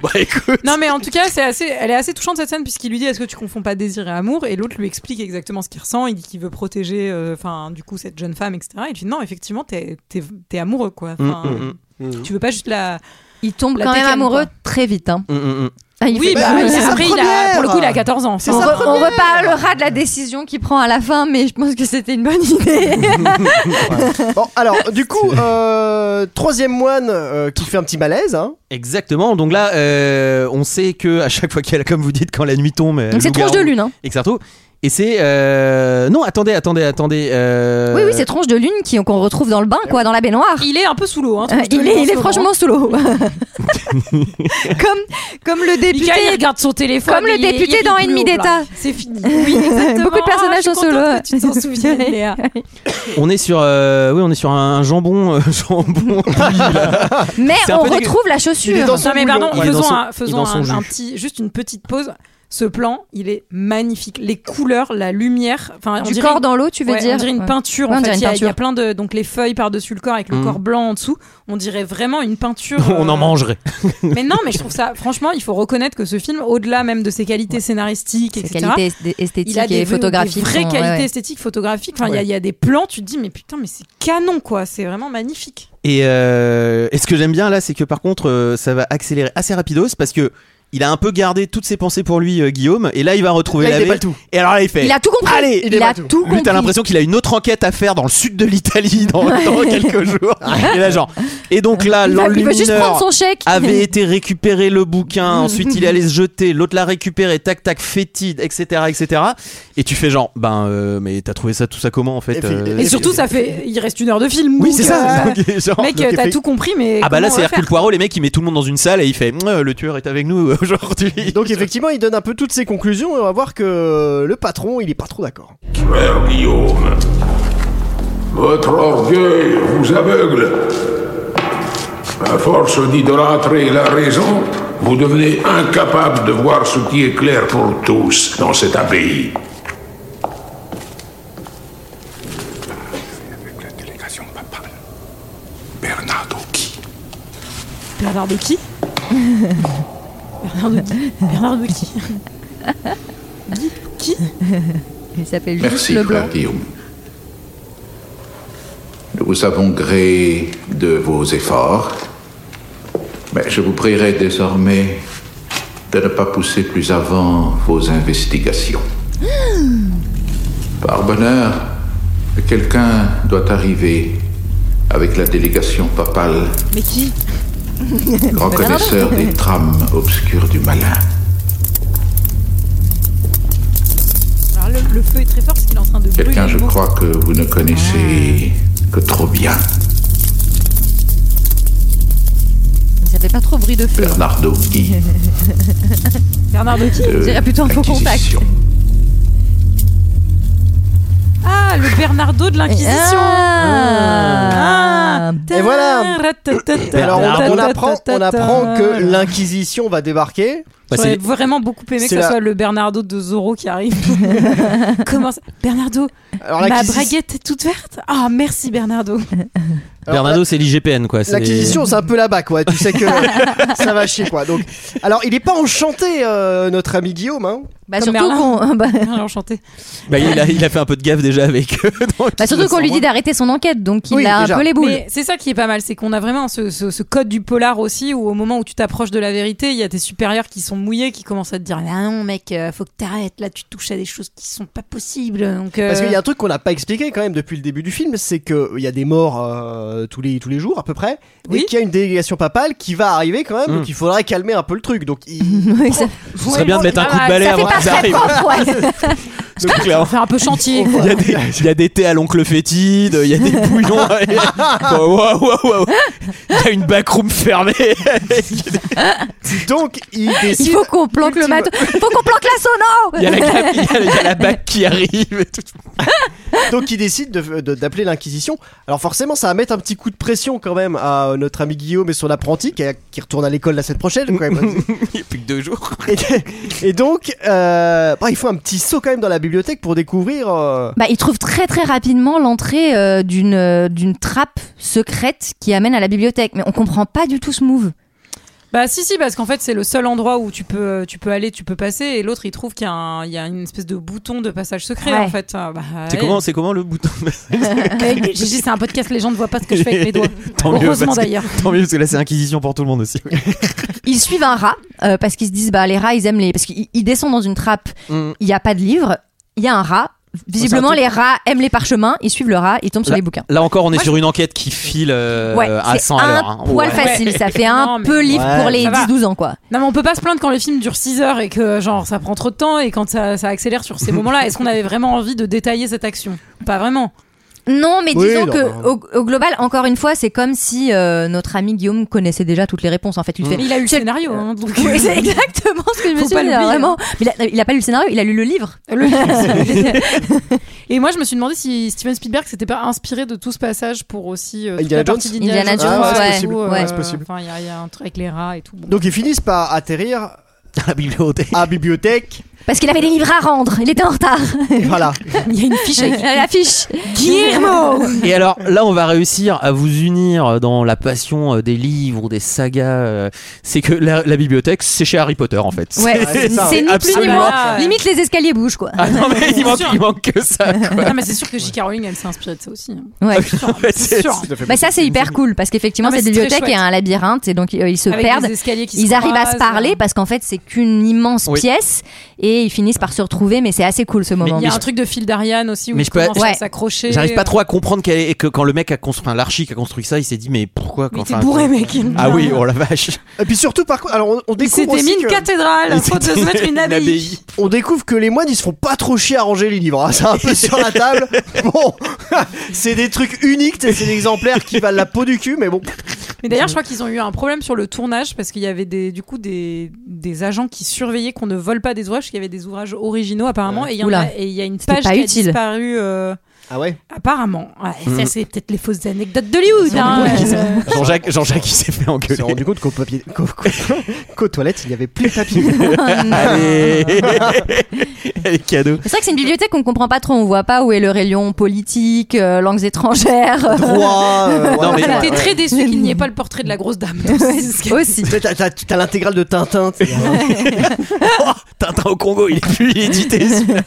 bah, écoute. Non mais en tout cas, c'est assez, elle est assez touchante cette scène puisqu'il lui dit est-ce que tu confonds pas désir et amour et l'autre lui explique exactement ce qu'il ressent, il dit qu'il veut protéger, euh, enfin du coup cette jeune femme, etc. Et tu dis non effectivement t'es, t'es, t'es amoureux quoi. Enfin, Mm, Mm, Tu veux pas juste la. Il tombe La quand même Tekken, amoureux quoi. très vite. Hein. Hum, hum, hum. Ah, il fait- oui, bah, mais c'est après, sa il a, première. pour le coup il a 14 ans. C'est on, sa re- on première. reparlera de la décision qu'il prend à la fin, mais je pense que c'était une bonne idée. Bon, alors, du coup, euh, troisième moine euh, qui fait un petit malaise. Hein. Exactement. Donc là, euh, on sait que à chaque fois qu'elle, comme vous dites, quand la nuit tombe, elle Donc c'est loup-garou tronche de lune. Hein. Et que ça retrouve. Et c'est euh, non, attendez, attendez, attendez. euh, Oui, oui, c'est tronche de lune qui- qu'on retrouve dans le bain, quoi, dans la baignoire. Il est un peu sous l'eau. Hein, Euh, Tronche de Il Lune, est, en il ce est moment. franchement sous l'eau. comme, comme le Mika, il député. regarde son téléphone. Comme le il est- député il est dans sous Ennemi l'eau, d'État. là. C'est fini. Oui, exactement. Beaucoup de personnages Ah, je suis sont sous l'eau. contente que Tu t'en souviens, Léa. On est sur euh, oui, on est sur un, un jambon, euh, jambon. Mais C'est un on peu dégueu. retrouve la Il est chaussure. dans son Non mais pardon, boulot. Il est dans faisons, son- un, il est faisons dans son un- jus. un petit, juste une petite pause. Ce plan, il est magnifique. Les couleurs, la lumière, enfin on Du dirait corps une- dans l'eau, tu veux ouais, dire on dirait une Ouais. peinture. Ouais, on en dirait fait, une il y, a- il y a peinture. plein de donc les feuilles par dessus le corps avec le Mhm. corps blanc en dessous. On dirait vraiment une peinture. on en euh, mangerait. Mais non, mais je trouve ça. Franchement, il faut reconnaître que ce film, au-delà même de ses qualités scénaristiques, Ses etc. qualités esth- esthétiques Il a et des, photographiques. des vraies sont- ouais, qualités ouais. esthétiques, photographiques. Enfin, il y a- Ouais. il y, a des plans, tu te dis, mais putain, mais c'est canon, quoi. C'est vraiment magnifique. Et, euh, et ce que j'aime bien là, c'est que par contre, euh, ça va accélérer assez rapidos parce que il a un peu gardé toutes ses pensées pour lui, euh, Guillaume. Et là, il va retrouver Là, il la déballe baie. tout. Et alors là, il fait. Il a tout compris. Allez, il, il est a partout. tout Lui, compris. t'as l'impression qu'il a une autre enquête à faire dans le sud de l'Italie dans, dans quelques jours. Et là, genre. Et donc Ah, là, Il va- il veut juste prendre l'enlumineur son chèque. avait été récupéré le bouquin, ensuite il est allé se jeter, l'autre l'a récupéré, tac tac, fétide, etc. etc. Et tu fais genre, ben, euh, mais t'as trouvé ça, tout ça comment en fait Et euh, puis- Et surtout, ça fait. Il reste une heure de film. Oui, donc, c'est ça. euh, Donc, genre- Oh, Mec, Donc, t'as effect- tout compris, mais. Ah bah comment là on c'est va Hercule faire Poirot, les mecs il met tout le monde dans une salle et il fait Mouah, le tueur est avec nous aujourd'hui. Donc, effectivement, il donne un peu toutes ses conclusions et on va voir que le patron, il est pas trop d'accord. Père Guillaume, votre orgueil vous aveugle. À force d'idolâtrer la raison, vous devenez incapable de voir ce qui est clair pour tous dans cette abbaye. Avec la délégation papale, Bernardo qui Bernard de qui Bernard de qui Bernard de qui Guy Qui Il s'appelle juste Merci, le frère blanc. Guillaume. Nous vous avons gré de vos efforts, mais je vous prierai désormais de ne pas pousser plus avant vos investigations. Hmm. Par bonheur, quelqu'un doit arriver avec la délégation papale, Mais qui grand connaisseur des trames obscures du malin. Alors le, le feu est très fort parce qu'il est en train de brûler. Quelqu'un, je beaucoup. crois, que vous ne connaissez que trop bien, Ça fait pas trop bruit de feu. hein. Bernardo Guy. Bernard de qui Je dirais plutôt un faux L'Inquisition. Ah, le Bernardo de l'Inquisition Ah. Et voilà. Et alors, on, on apprend, on apprend que l'Inquisition va débarquer. Bah, J'aurais c'est- vraiment beaucoup aimé que c'est ce la- soit le Bernardo de Zorro qui arrive. Comment ça Bernardo, Alors, ma l'Inquisition- braguette est toute verte Ah, merci Bernardo. alors, Bernardo c'est l'IGPN quoi. c'est- L'acquisition, c'est un peu là-bas, quoi. Tu sais que ça va chier, quoi. Donc, alors, il est pas enchanté, euh, notre ami Guillaume. Hein. Bah, Comme surtout Merlin. qu'on bah, Alors chanter. Bah, il, a, il a fait un peu de gaffe déjà avec eux. donc bah, il surtout le qu'on sent lui dit moins. d'arrêter son enquête, donc il Oui, a déjà. un peu les boules. Mais c'est ça qui est pas mal, c'est qu'on a vraiment ce, ce- ce code du polar aussi, où au moment où tu t'approches de la vérité, il y a tes supérieurs qui sont mouillés, qui commencent à te dire Ah non, mec, euh, faut que t'arrêtes, là tu touches à des choses qui sont pas possibles. Donc, euh, Parce qu'il y a un truc qu'on n'a pas expliqué quand même depuis le début du film, c'est qu'il y a des morts euh, tous, les, tous les jours à peu près, Oui. et qu'il y a une délégation papale qui va arriver quand même, Mm. donc il faudrait calmer un peu le truc. Donc il... Oui, ça- Ce serait bien de mettre un coup de Ah, balai ça fait avant pas qu'ils très arrivent. propre, ouais. Donc, clairement, faire un peu chantier. Il y, a des, il y a des thés à l'oncle fétide, il y a des bouillons. Waouh, waouh, waouh. Il y a une backroom fermée. donc il décide... Il faut qu'on planque le matos. Il faut qu'on planque la sono Il y a la, clap- il y a la- il y a la bac qui arrive. et tout. Donc il décide de- de- d'appeler l'Inquisition. Alors forcément, ça va mettre un petit coup de pression quand même à euh, notre ami Guillaume et son apprenti qui, a- qui retourne à l'école la semaine prochaine. quand même. Il n'y a plus que deux jours. et, et donc, euh, bah, il faut un petit saut quand même dans la bibliothèque pour découvrir. euh, Bah, il trouve très très rapidement l'entrée euh, d'une euh, d'une trappe secrète qui amène à la bibliothèque. Mais on comprend pas du tout ce move. Bah si si parce qu'en fait c'est le seul endroit où tu peux tu peux aller tu peux passer et l'autre il trouve qu'il y, a un- il y a une espèce de bouton de passage secret Ouais. en fait Ah, bah, C'est ouais. comment, c'est comment le bouton Ouais, Gigi, c'est un podcast les gens ne voient pas ce que je fais avec mes doigts Tant mieux, heureusement parce que- d'ailleurs Tant mieux, parce que là, c'est Inquisition pour tout le monde aussi. Ils suivent un rat euh, parce qu'ils se disent bah les rats ils aiment les parce qu'ils ils descendent dans une trappe. Mm. Il y a pas de livre. Il y a un rat. Visiblement truc- les rats aiment les parchemins. Ils suivent le rat. Ils tombent sur les bouquins. Là encore, on est Moi, sur une enquête qui file euh, Ouais, à c'est 100 à l'heure. un hein. poil Ouais. facile. Ça fait un Non, mais- peu livre Ouais. pour les Ça va. 10-12 ans quoi. non mais on peut pas se plaindre quand le film dure 6 heures et que genre ça prend trop de temps et quand ça, ça accélère sur ces moments là est-ce qu'on avait vraiment envie de détailler cette action pas vraiment Non, mais Oui, disons non, que bah. au, au global, encore une fois, c'est comme si euh, notre ami Guillaume connaissait déjà toutes les réponses. En fait, Mm. il fait. mais il a eu le scénario hein, donc Oui, c'est exactement ce que je me Faut suis pas dit. l'oublier. hein. Vraiment, mais il a, il a pas lu le scénario, il a lu le livre. Le- et moi je me suis demandé si Steven Spielberg s'était pas inspiré de tout ce passage pour aussi euh, toute Indiana la partie Jones d'Indiana Indiana Jones, Jones, et ouais, tout, c'est possible, euh, ouais, c'est possible. enfin, il y, a- il y a un truc avec les rats et tout bon. Donc ils finissent par atterrir À la bibliothèque. à la bibliothèque. Parce qu'il avait des livres à rendre, il était en retard. Et voilà. il y a une fiche avec L'affiche. Guillermo Et alors là, on va réussir à vous unir dans la passion euh, des livres, des sagas. euh, C'est que la, la bibliothèque, c'est chez Harry Potter en fait. Ouais, c'est ça, c'est ouais. ni plus ni Absolument. moins. Ah, ouais. Limite, les escaliers bougent, quoi. Ah non, mais il Bien manque, sûr. il manque que ça. quoi. Non mais c'est sûr que J.K. Rowling elle s'est inspirée de ça aussi. hein. Ouais. C'est sûr. Bah, ça, c'est hyper cool parce qu'effectivement, Non, mais c'est cette très bibliothèque est chouette. un labyrinthe et donc euh, ils se Avec perdent. des escaliers qui Ils se arrivent à se croisent, parler euh. parce qu'en fait, c'est qu'une immense Oui. pièce et ils finissent par se retrouver, mais c'est assez cool ce moment. Il y a un truc de fil d'Ariane aussi où Mais mais je je peux- Ouais. à s'accrocher. J'arrive pas trop à comprendre quel est- que quand le mec a construit, enfin, l'archi qui a construit ça, il s'est dit mais pourquoi Mais quand t'es bourré mec. Ah oui, oh la vache. Et puis surtout, par contre, alors on, on Il découvre s'était mis aussi hein. une que, cathédrale, Il faute de s'était se mettre une mis une abbaye. abbaye. on découvre que les moines ils se font pas trop chier à ranger les livres. hein. C'est un peu sur la table. Bon, c'est des trucs uniques, c'est des exemplaires qui valent la peau du cul, mais bon. Mais d'ailleurs, je crois qu'ils ont eu un problème sur le tournage parce qu'il y avait des, du coup des, des agents qui surveillaient qu'on ne vole pas des ouvrages, parce qu'il y avait des ouvrages originaux apparemment. Et il y, en Oula. a- et il y a une C'était page pas qui utile. a disparu euh, Ah ouais. apparemment. Ouais, Mm. Ça, c'est peut-être les fausses anecdotes d'Hollywood. hein. Euh, Jean-Jacques, Jean-Jacques, il s'est fait On s'est engueuler. rendu compte qu'au papier, qu'aux, qu'aux- qu'aux toilettes, il n'y avait plus de papier. Allez, Allez, cadeau. C'est vrai que c'est une bibliothèque qu'on comprend pas trop, on voit pas où est le rayon politique, euh, langues étrangères. Droit. euh, Non, mais- ouais, J'étais ouais. très déçu qu'il n'y ait pas le portrait de la grosse dame. aussi. T'as, t'as- t'as- t'as l'intégrale de Tintin. tu sais. Oh, Tintin au Congo, il est plus édité celui-là.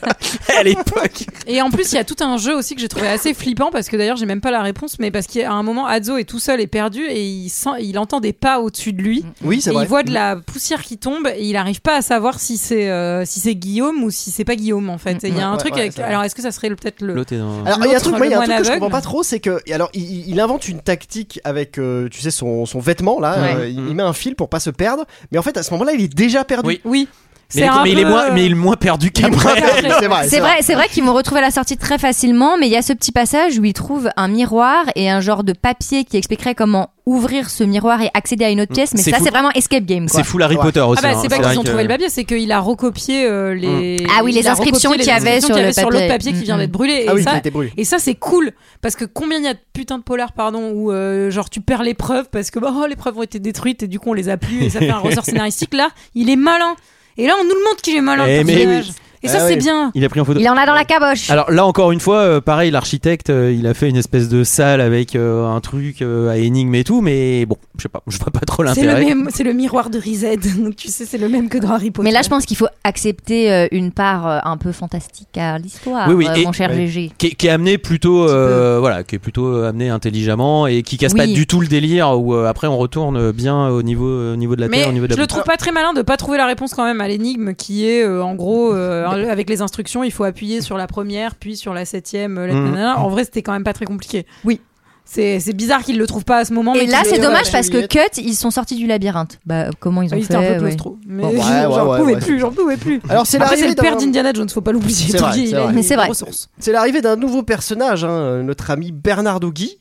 à l'époque. Et en plus, il y a tout un jeu aussi que j'ai trouvé assez flippant parce que d'ailleurs, j'ai même pas la réponse, mais parce qu'à un moment, Adzo est tout seul et perdu et il, sent, il entend des pas au-dessus de Mm. lui. Oui, c'est Et vrai. il voit Mm. de la poussière qui tombe et il arrive pas à savoir si c'est euh, si c'est Guillaume ou si c'est pas Guillaume en Mm. fait. Et Il y a un Ouais, truc ouais, avec. c'est vrai. Alors est-ce que ça serait le- peut-être le. L'autre est dans- Alors il y a un truc, L'autre, moi, il y a un le truc que je moine comprends pas aveugle. trop, c'est que et alors il, il invente une tactique avec, euh, tu sais, son, son vêtement là. Ouais. euh, il, il met un fil pour pas se perdre, mais en fait à ce moment-là, il est déjà perdu. Oui. Oui. Mais, C'est un mais il est peu- euh, moins, mais il est moins perdu Il est qu'après. moins perdu, c'est vrai. C'est vrai, c'est vrai qu'ils vont retrouver la sortie très facilement, mais il y a ce petit passage où ils trouvent un miroir et un genre de papier qui expliquerait comment ouvrir ce miroir et accéder à une autre pièce. Mais C'est ça, fou. c'est vraiment escape game. Quoi. C'est fou Harry Ouais. Potter aussi. Ah bah hein. c'est pas vrai qu'ils ont que- Mm. trouvé le papier, c'est qu'il a recopié euh, les. Ah oui, les il a recopié inscriptions les qu'il y avait inscriptions sur qu'il le l'autre papier. Mm, papier qui vient d'être brûlé. Ah et oui, il ça, était brûlé. Et ça, c'est cool parce que combien il y a de putains de polars, pardon, où euh, genre tu perds les preuves parce que bah, oh, les preuves ont été détruites et du coup on les a plus et ça fait un ressort scénaristique. Là, il est malin. Et là, on nous le montre qu'il est malin. Eh le mais personnage. oui. Et Et Ah ça, c'est oui. bien. Il a pris en photo. Il en a dans la caboche. Alors là encore une fois, euh, pareil, l'architecte, euh, il a fait une espèce de salle avec euh, un truc euh, à énigme et tout, mais bon, je sais pas, je vois pas trop C'est le, l'intérêt. même, c'est le miroir de Rizet. Donc, tu sais, c'est le même que dans Harry Potter. Mais là, je pense qu'il faut accepter euh, une part euh, un peu fantastique à l'histoire, Oui, oui, euh, et- mon cher oui. GG. Qui est, qui est amené plutôt, Un petit euh, voilà, qui est plutôt euh, amené intelligemment et qui casse pas Oui. du tout le délire où euh, après on retourne euh, bien au niveau, au niveau de la Mais terre, au niveau de la je le trouve pas très malin de pas trouver la réponse quand même à l'énigme qui est euh, en gros euh, avec les instructions il faut appuyer sur la première puis sur la septième euh, la- Mhm. nanana. en vrai c'était quand même pas très compliqué Oui. c'est c'est bizarre qu'il le trouve pas à ce moment Et mais euh, là, qu'il- c'est est- dommage ouais, parce que Juliette. Cut, ils sont sortis du labyrinthe. Bah, comment ils ont il fait était un peu ouais. claustro mais Bon, ouais, j'en ouais, pouvais ouais, plus j'en pouvais plus Alors, c'est après c'est l'arrivée le père d'un- d'Indiana Jones faut pas l'oublier C'est vrai, Tanguy, c'est il a vrai. une Mais c'est vrai. ressource. C'est l'arrivée d'un nouveau personnage, hein, euh, notre ami Bernardo Guy.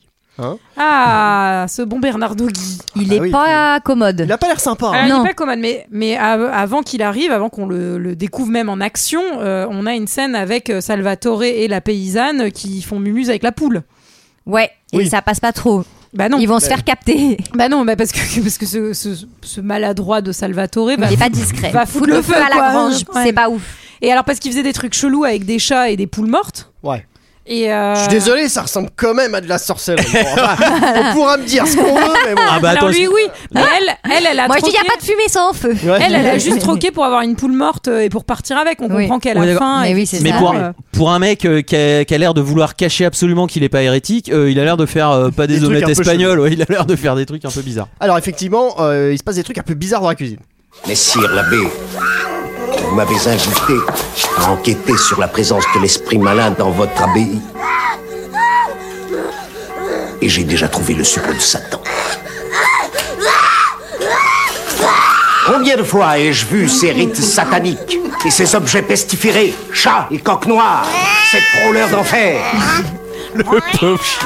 ah ce bon Bernardo Guy Il Ah est bah oui, pas commode. Il a pas l'air sympa. hein. Alors, Ah, Non. Ah, il est pas commode, mais, mais av- avant qu'il arrive, avant qu'on le, le découvre même en action, euh, on a une scène avec euh, Salvatore et la paysanne qui font mumuse avec la poule. Ouais, et Oui. ça passe pas trop. Bah non, Ils vont se faire capter. bah non, bah parce que, parce que ce, ce- ce maladroit de Salvatore va Il est pas discret. va Foutre le feu à la quoi, grange, ouais. c'est pas ouf. Et alors parce qu'il faisait des trucs chelous avec des chats et des poules mortes. Ouais. Et euh, Je suis désolé, ça ressemble quand même à de la sorcellerie. Bon, enfin, on pourra me dire ce qu'on veut, mais bon. Ah bah Alors attends, lui, oui, mais elle, elle, elle a Moi, je dis, il troqué- n'y a pas de fumée sans feu. elle, elle a juste troqué pour avoir une poule morte euh, et pour partir avec. On Oui. comprend qu'elle Oui, a d'accord. faim. Mais et- oui, c'est mais ça. pour, oui. un- pour un mec euh, qui a, qui a l'air de vouloir cacher absolument qu'il est pas hérétique, euh, il a l'air de faire euh, pas des, Des trucs omelettes un peu espagnoles, ouais, il a l'air de faire des trucs un peu bizarres. Alors effectivement, euh, il se passe des trucs un peu bizarres dans la cuisine. Messire l'abbé, vous m'avez invité à enquêter sur la présence de l'esprit malin dans votre abbaye. Et j'ai déjà trouvé le suppôt de Satan. Combien de fois ai-je vu ces rites sataniques et ces objets pestiférés, chats et coqs noirs, ces prôleurs d'enfer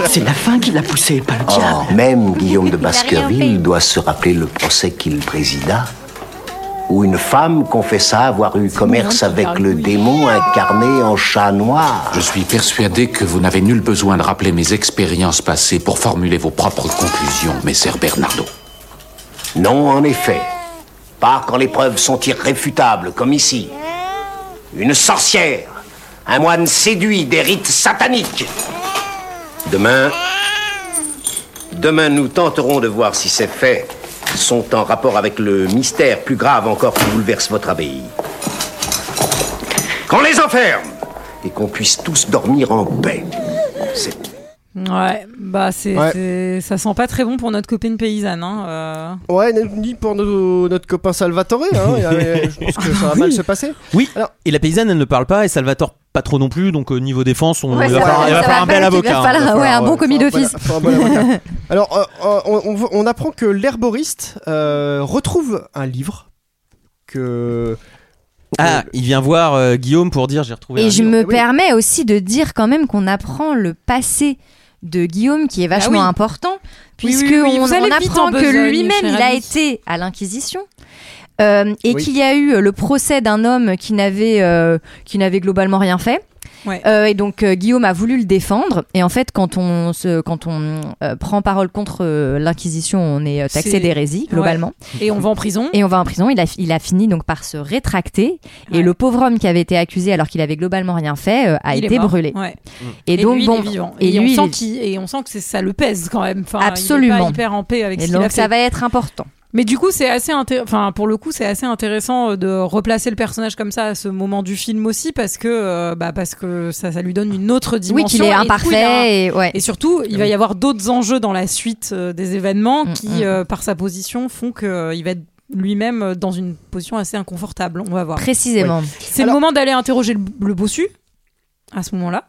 C'est la fin qui l'a poussé, pas le Or, même Guillaume de Il a rien fait. Baskerville doit se rappeler le procès qu'il présida, où une femme confessa avoir eu commerce avec le démon incarné en chat noir. Je suis persuadé que vous n'avez nul besoin de rappeler mes expériences passées pour formuler vos propres conclusions, messer Bernardo. Non, en effet, pas quand les preuves sont irréfutables, comme ici. Une sorcière, un moine séduit des rites sataniques. Demain, demain nous tenterons de voir si ces faits sont en rapport avec le mystère plus grave encore qui bouleverse votre abbaye. Qu'on les enferme et qu'on puisse tous dormir en paix. C'est Ouais, bah c'est, Ouais. c'est- ça sent pas très bon pour notre copine paysanne. Hein, euh. Ouais, ni pour nos- notre copain Salvatore, hein, il avait- je pense que ça va mal se passer. Oui, Alors- et la paysanne elle ne parle pas et Salvatore pas trop non plus, donc euh, niveau défense, on Ouais, il va ça falloir- va, il va ça falloir va un bel pas, il va avocat. hein, falloir- il va ouais, falloir, un bon euh, commis Faut un d'office. bon- faut un bon avocat. Alors, euh, euh, on, on- on apprend que l'herboriste euh, retrouve un livre que. Ah, il vient voir euh, Guillaume pour dire j'ai retrouvé. un Et je livre. me Ah oui. permets aussi de dire quand même qu'on apprend le passé de Guillaume qui est vachement Bah oui. important Oui, oui, puisque oui, on, vous allez on vite apprend en que besogne, lui-même cher il a ami. été à l'inquisition euh, et Oui. qu'il y a eu le procès d'un homme qui n'avait euh, qui n'avait globalement rien fait Ouais. Euh, et donc euh, Guillaume a voulu le défendre et en fait quand on se, quand on euh, prend parole contre euh, l'inquisition on est euh, taxé C'est- d'hérésie globalement Et on va en prison. et on va en prison. Il a, il a fini donc par se rétracter. Ouais. Et le pauvre homme qui avait été accusé alors qu'il avait globalement rien fait euh, a Il est été mort. brûlé. Ouais. Et, Et, donc lui, bon, il est vivant. et Et, lui, on il sent est- qu'il- et on sent que c'est- ça le pèse quand même. Enfin, il est Absolument. pas hyper en paix avec et ce qu'il a donc fait. ça va être important. Mais du coup, c'est assez inté- enfin pour le coup, c'est assez intéressant euh, de replacer le personnage comme ça à ce moment du film aussi parce que euh, bah parce que ça ça lui donne une autre dimension. oui, qu'il est Et du coup, il a un- imparfait. Et, ouais. Et surtout, il va y avoir d'autres enjeux dans la suite euh, des événements Mm, mm. qui, euh, par sa position, font qu'il va être lui-même euh, dans une position assez inconfortable. On va voir. Précisément. C'est Alors- le moment d'aller interroger le, le bossu à ce moment-là.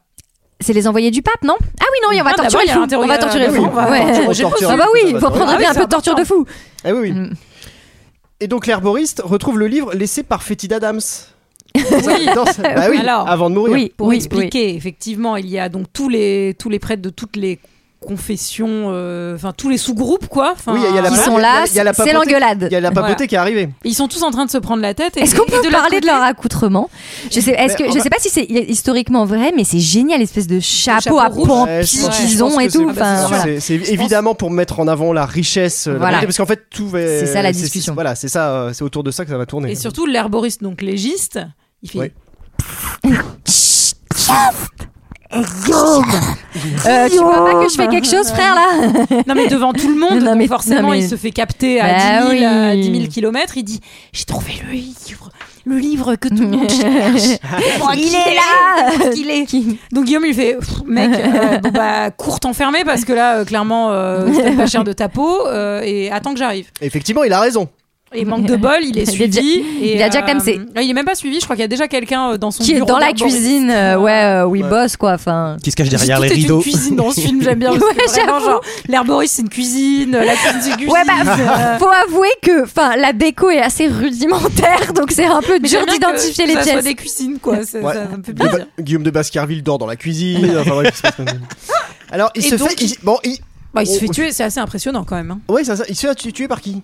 C'est les envoyés du pape, non Ah oui, non, et on va Ah, d'abord, torturer il le y a fou. l'interrogateur. On va torturer le Ah fou. oui, on va Ouais. interroger le Ah bah oui, faut prendre Ah oui, bien un peu c'est de torture de fou. Eh oui, oui. Mm. Et donc l'herboriste retrouve le livre laissé par Fétide Adams. Oui. Dans sa- Bah oui, Alors, avant de mourir. Oui, Pour oui, expliquer, effectivement, il y a donc tous les tous les prêtres de toutes les confessions, euh, enfin tous les sous-groupes, quoi. Enfin, Oui, il y a la Ils Voilà. sont Il y a- là, il y a la c'est papauté- Il y l'engueulade. a la papauté Voilà. qui est arrivée. Ils sont tous en train de se prendre la tête. et- Est-ce qu'on et de peut l'autre parler de côté- leur accoutrement Je sais, est-ce Mais que on je va- sais pas si c'est historiquement vrai, mais c'est génial, espèce de chapeau chapeau à rouge. pan Ouais, je pense- je qu'ils pense ont que et c'est- tout. bah, c'est Enfin, Ah, sûr, voilà. c'est- C'est évidemment pour mettre en avant la richesse. euh, de la Voilà. vérité, parce qu'en fait, tout va. C'est ça la discussion. Voilà, c'est ça. euh, C'est autour de ça que ça va tourner. Et surtout, l'herboriste, donc légiste, il fait Ouais. Euh, tu vois pas que je fais quelque chose, frère, là Non, mais devant tout le monde, Non, mais- donc forcément, non, mais- il se fait capter à Bah 10 000, euh, oui. 10 000 kilomètres. Il dit J'ai trouvé le livre, le livre que tout le monde cherche. Il est là Il est. Donc Guillaume, il fait Pff, Mec, euh, bon, bah, cours t'enfermer parce que là, euh, clairement, euh, je donne pas cher de ta peau euh, et attends que j'arrive. Effectivement, il a raison. Et manque de bol, il est Il est suivi. déjà- et, il a déjà euh, clamsé. là, il est même pas suivi, je crois qu'il y a déjà quelqu'un euh, dans son Qui est bureau dans la d'arboriste. cuisine, euh, ouais, euh, où il bosse, quoi, enfin... Qui se cache Tout derrière les est une rideaux. cuisine dans ce film, j'aime bien. parce que Ouais, vraiment, j'avoue. genre, l'herboriste, c'est une cuisine, la cuisine du cuisine. Ouais, bah, euh, faut avouer que, enfin, la déco est assez rudimentaire, donc c'est un peu mais dur j'aime bien d'identifier que les ça soit pièces. des cuisines, quoi. Ça, Ouais. bah, ça- ça me fait Guillaume plaisir. de- Guillaume de Baskerville dort dans la cuisine. enfin, bref, il se passe plein de choses. Alors, il Et se donc, fait. il- Bon, il. Bah, il se Oh, fait oh. tuer, c'est assez impressionnant quand même. hein. Ouais, ça, ça- il se fait tu- tuer par qui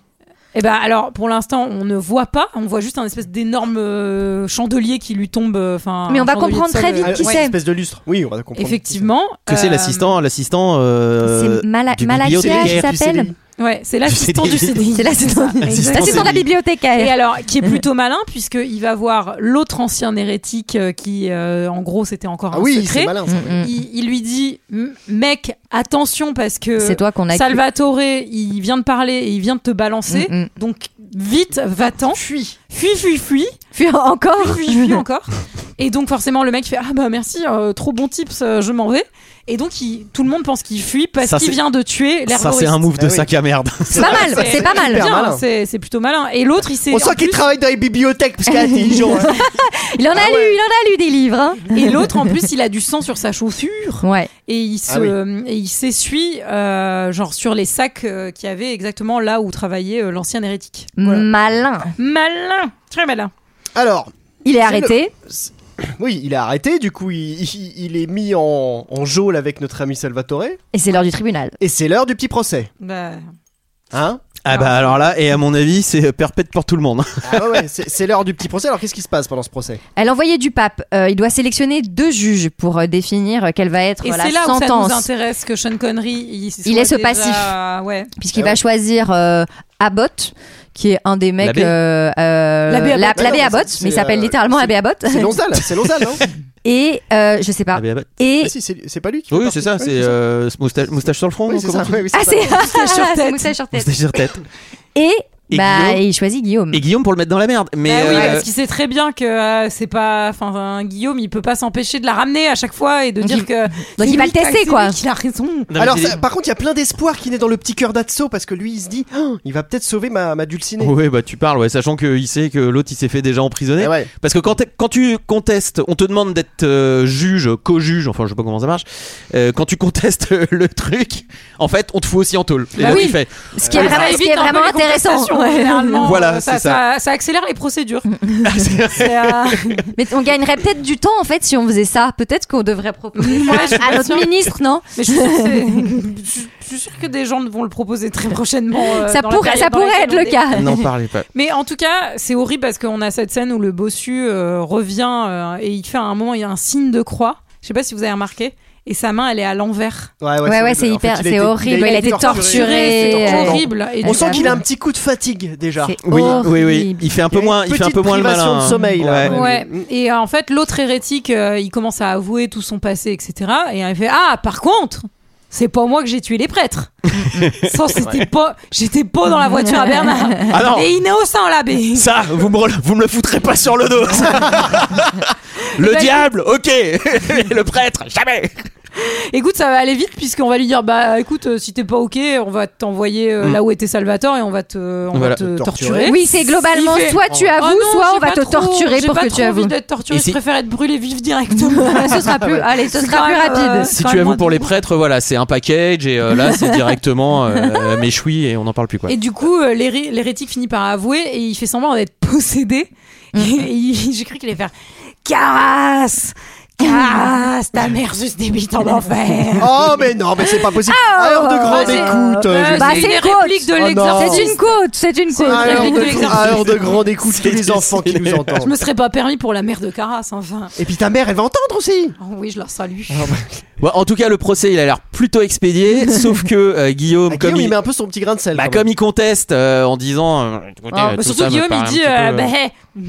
Et bah, alors, pour l'instant, on ne voit pas, on voit juste un espèce d'énorme euh, chandelier qui lui tombe. euh, Enfin, Mais on un va chandelier comprendre de très sol, vite euh, qui ouais. c'est. Ah, Espèce de lustre. Oui, on va comprendre. Effectivement. Que c'est euh, l'assistant, l'assistant. euh, C'est Mala- du Malakia qui bibliothécaire. s'appelle. Ouais, c'est l'assistant Du du CDI. CDI. C'est l'assistant L'assistant l'assistant de la CDI. Et bibliothécaire. alors, qui est plutôt malin, puisqu'il va voir l'autre ancien hérétique euh, qui, euh, en gros, c'était encore Ah un oui, secret. c'est malin. ça. Mm, mm. il, il lui dit M- mec attention parce que C'est toi qu'on a euh, Salvatore il vient de parler et il vient de te balancer Mm, mm. donc vite va-t'en fuis fuis fuis fuis Puis encore. fuis fuis encore et donc forcément le mec fait ah bah merci euh, trop bon tips euh, je m'en vais et donc il- tout le monde pense qu'il fuit parce Ça, qu'il c'est- vient de tuer Ça, c'est l'herboriste un move de Ah oui. sac à merde. C'est pas mal, c'est pas mal. hyper Bien, malin. c'est c'est plutôt malin et l'autre il s'est On en sent qu'il plus- travaille dans les bibliothèques parce qu'il est intelligent. hein. Il en a lu, il en a lu des livres. hein. Ah et l'autre en plus il a du sang sur sa chaussure Ouais. et il se Ah oui. et il s'essuie euh, genre sur les sacs euh, qu'il y avait exactement là où travaillait euh, l'ancien hérétique. Voilà. Mm. Malin. Malin, très malin. Alors, Il est le- arrêté. oui, il est arrêté. Du coup, il, il- il est mis en, en geôle avec notre ami Salvatore. Et c'est l'heure du tribunal. Et c'est l'heure du petit procès. Bah, Hein Ah bah alors là, et à mon avis, c'est perpète pour tout le monde. Ah ouais, ouais, c'est c'est l'heure du petit procès. Alors, qu'est-ce qui se passe pendant ce procès Elle envoyait du pape. Euh, il doit sélectionner deux juges pour euh, définir euh, quelle va être et euh, la c'est là où ça nous sentence. intéresse que Sean Connery il, soit Il est ce déjà- passif. Ouais. Puisqu'il Ah va oui. choisir euh, Abbott, qui est un des mecs. L'abbé euh, euh, L'abbé Abbott. la- Ouais, l'abbé non, Abbott, c'est- mais il s'appelle euh, littéralement c'est- Abbé Abbott. C'est Lonzal, c'est Lonzal, non Et euh, je sais pas. Ah bah, bah, Et. Ah si, c'est c'est pas lui qui fait Oui, partie. c'est ça, Ouais, c'est euh, ce moustache, moustache sur le front. Oui, non, c'est comment ça. tu- ouais, oui, c'est Ah, ça. c'est sur tête. moustache sur tête. Moustache sur tête. Et, Et bah, Guillaume. il choisit Guillaume. Et Guillaume pour le mettre dans la merde. Mais Bah oui, euh, parce qu'il sait très bien que euh, c'est pas, enfin un Guillaume il peut pas s'empêcher de la ramener à chaque fois et de Donc dire il- que. donc il va le tester, quoi. Il a raison. non, mais Alors, j'ai- ça- par contre, il y a plein d'espoir qui naît dans le petit cœur d'Atso parce que lui, il se dit, Oh, il va peut-être sauver ma, ma dulcinée. Ouais, bah tu parles, ouais, sachant qu'il sait que l'autre il s'est fait déjà emprisonner. Eh ouais. Parce que quand, t'es- quand tu contestes, on te demande d'être euh, juge, co-juge, enfin je sais pas comment ça marche. Euh, quand tu contestes euh, le truc, en fait, on te fout aussi en tôle. Et Bah là, oui. tu fais, Ce qui est vraiment, ce qui est vraiment intéressant. Ouais. Mm. Voilà, Voilà, ça, c'est ça. ça. ça accélère les procédures. Ah, c'est vrai. C'est, euh, Mais on gagnerait peut-être du temps en fait si on faisait ça. Peut-être qu'on devrait proposer ça à notre ministre, non Mais je suis, sûre que c'est- je suis sûre que des gens vont le proposer très prochainement. euh, Ça dans la pourrait, période ça dans pourrait laquelle être on le est. cas. n'en parlez pas. Mais en tout cas, c'est horrible parce qu'on a cette scène où le bossu euh, revient euh, et il fait à un moment, il y a un signe de croix. Je sais pas si vous avez remarqué. Et sa main, elle est à l'envers. Ouais, ouais, horrible. c'est En hyper- fait, il a c'est été- horrible. Il a été torturé. C'est euh, horrible. Et On du sent coup, qu'il a un petit coup de fatigue déjà. C'est Oui, horrible. oui, oui. Il fait un peu Il y a moins, une il fait un petite peu moins le malin. privation de hein. sommeil, là. Ouais. Ouais. Et euh, en fait, l'autre hérétique, euh, il commence à avouer tout son passé, etc. Et il fait Ah, par contre, c'est pas moi que j'ai tué les prêtres. Ça, c'était pas. J'étais pas dans la voiture à Bernard. Ah non. Et innocent, l'abbé. Ça, vous me, rel- vous me le foutrez pas sur le dos. ça. le Bah, diable, ok. Et le prêtre, jamais. Écoute, ça va aller vite puisqu'on va lui dire bah écoute, euh, si t'es pas ok, on va t'envoyer euh, Mm. là où était Salvatore et on va te, on va Voilà. te Torturer. torturer. Oui, c'est globalement Il fait- soit tu Ah avoues, non, soit j'ai on va pas te trop- torturer j'ai pour pas que trop tu avoues. envie d'être torturé, Et je si- préfère être brûlé vif directement. ce sera plus, allez, ce C'est sera quand plus même, euh, rapide. Si Quand tu même avoues moins pour les de- prêtres, voilà, c'est un package et euh, là c'est directement euh, méchoui et on n'en parle plus quoi. Et du coup, euh, l'héré- l'hérétique finit par avouer et il Mm. fait semblant d'être possédé. Et, et il- j'ai cru qu'il allait faire Caras Ah, c'est ta mère, juste des bites en enfer. Oh, mais non, mais c'est pas possible. Ah, Heure de grande c'est- écoute. euh, je bah, sais. c'est une réplique de Oh non. l'exorciste. C'est une côte, c'est une côte. À heure de- à heure de grande écoute, tous les enfants qui nous Je me entendent. serais pas permis pour la mère de Caras, enfin. Et puis ta mère, elle va entendre aussi. Oh oui, je la salue. Bon, en tout cas, le procès, il a l'air plutôt expédié, sauf que euh, Guillaume, Ah, comme Guillaume, il il... met un peu son petit grain de sel. Bah, quand comme même. il conteste euh, en disant. euh, écoutez, euh, Ah, bah, tout surtout ça me Guillaume, il paraît un dit petit euh, peu- bah,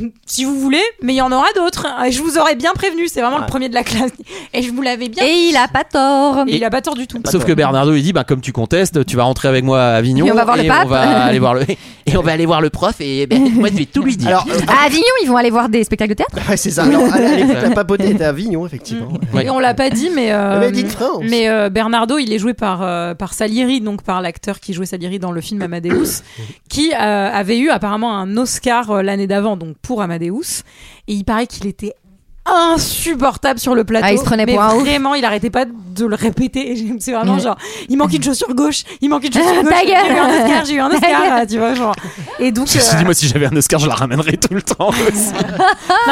eh, si vous voulez, mais il y en aura d'autres. Ah, Je vous aurais bien prévenu, c'est vraiment le premier de la classe. Et je vous l'avais bien. Et il a pas tort. Et il a pas tort du tout. euh, Sauf que Bernardo il dit bah comme tu contestes tu vas rentrer avec moi à Avignon Et on va voir le et pape. on va aller voir le et on va aller voir le prof et ben, moi je vais tout lui dire. Alors, euh, À Avignon, ils vont aller voir des spectacles de théâtre Bah ouais, c'est ça. Alors, à l'époque, la papauté était à Avignon, effectivement. Ouais. Et on l'a pas dit, mais. Mm. euh, Mais dites France. mais, euh, Bernardo, il est joué par, euh, par Salieri, donc par l'acteur qui jouait Salieri dans le film Amadeus, qui euh, avait eu apparemment un Oscar euh, l'année d'avant, donc pour Amadeus. Et il paraît qu'il était insupportable sur le plateau. Ah, il se prenait mais pour un ouf. vraiment, il arrêtait pas de le répéter. Et j'ai- c'est vraiment Ouais. genre, il manque une chaussure gauche, il manque une chaussure Ta gauche. J'ai eu gueule. un Oscar, j'ai eu un Oscar, tu vois, genre. Et donc. Je me suis euh, dit, moi si j'avais un Oscar je la ramènerais tout le temps. aussi. non,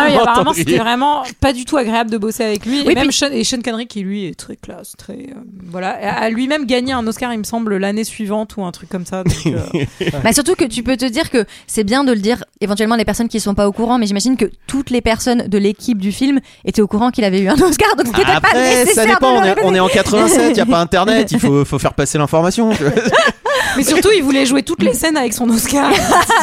mais apparemment, Entendriez. c'était vraiment pas du tout agréable de bosser avec lui. Oui, et même puis- Sean, et Sean Connery, qui lui est très classe, très. euh, voilà. A a lui-même gagné un Oscar, il me semble, l'année suivante ou un truc comme ça. donc, euh, Bah surtout que tu peux te dire que c'est bien de le dire éventuellement les personnes qui sont pas au courant, mais j'imagine que toutes les personnes de l'équipe du film étaient au courant qu'il avait eu un Oscar, donc c'était pas Après nécessaire ça de dépend le on est, répéter. on est en 87 y a pas internet il faut faut faire passer l'information. Mais surtout, il voulait jouer toutes les scènes avec son Oscar.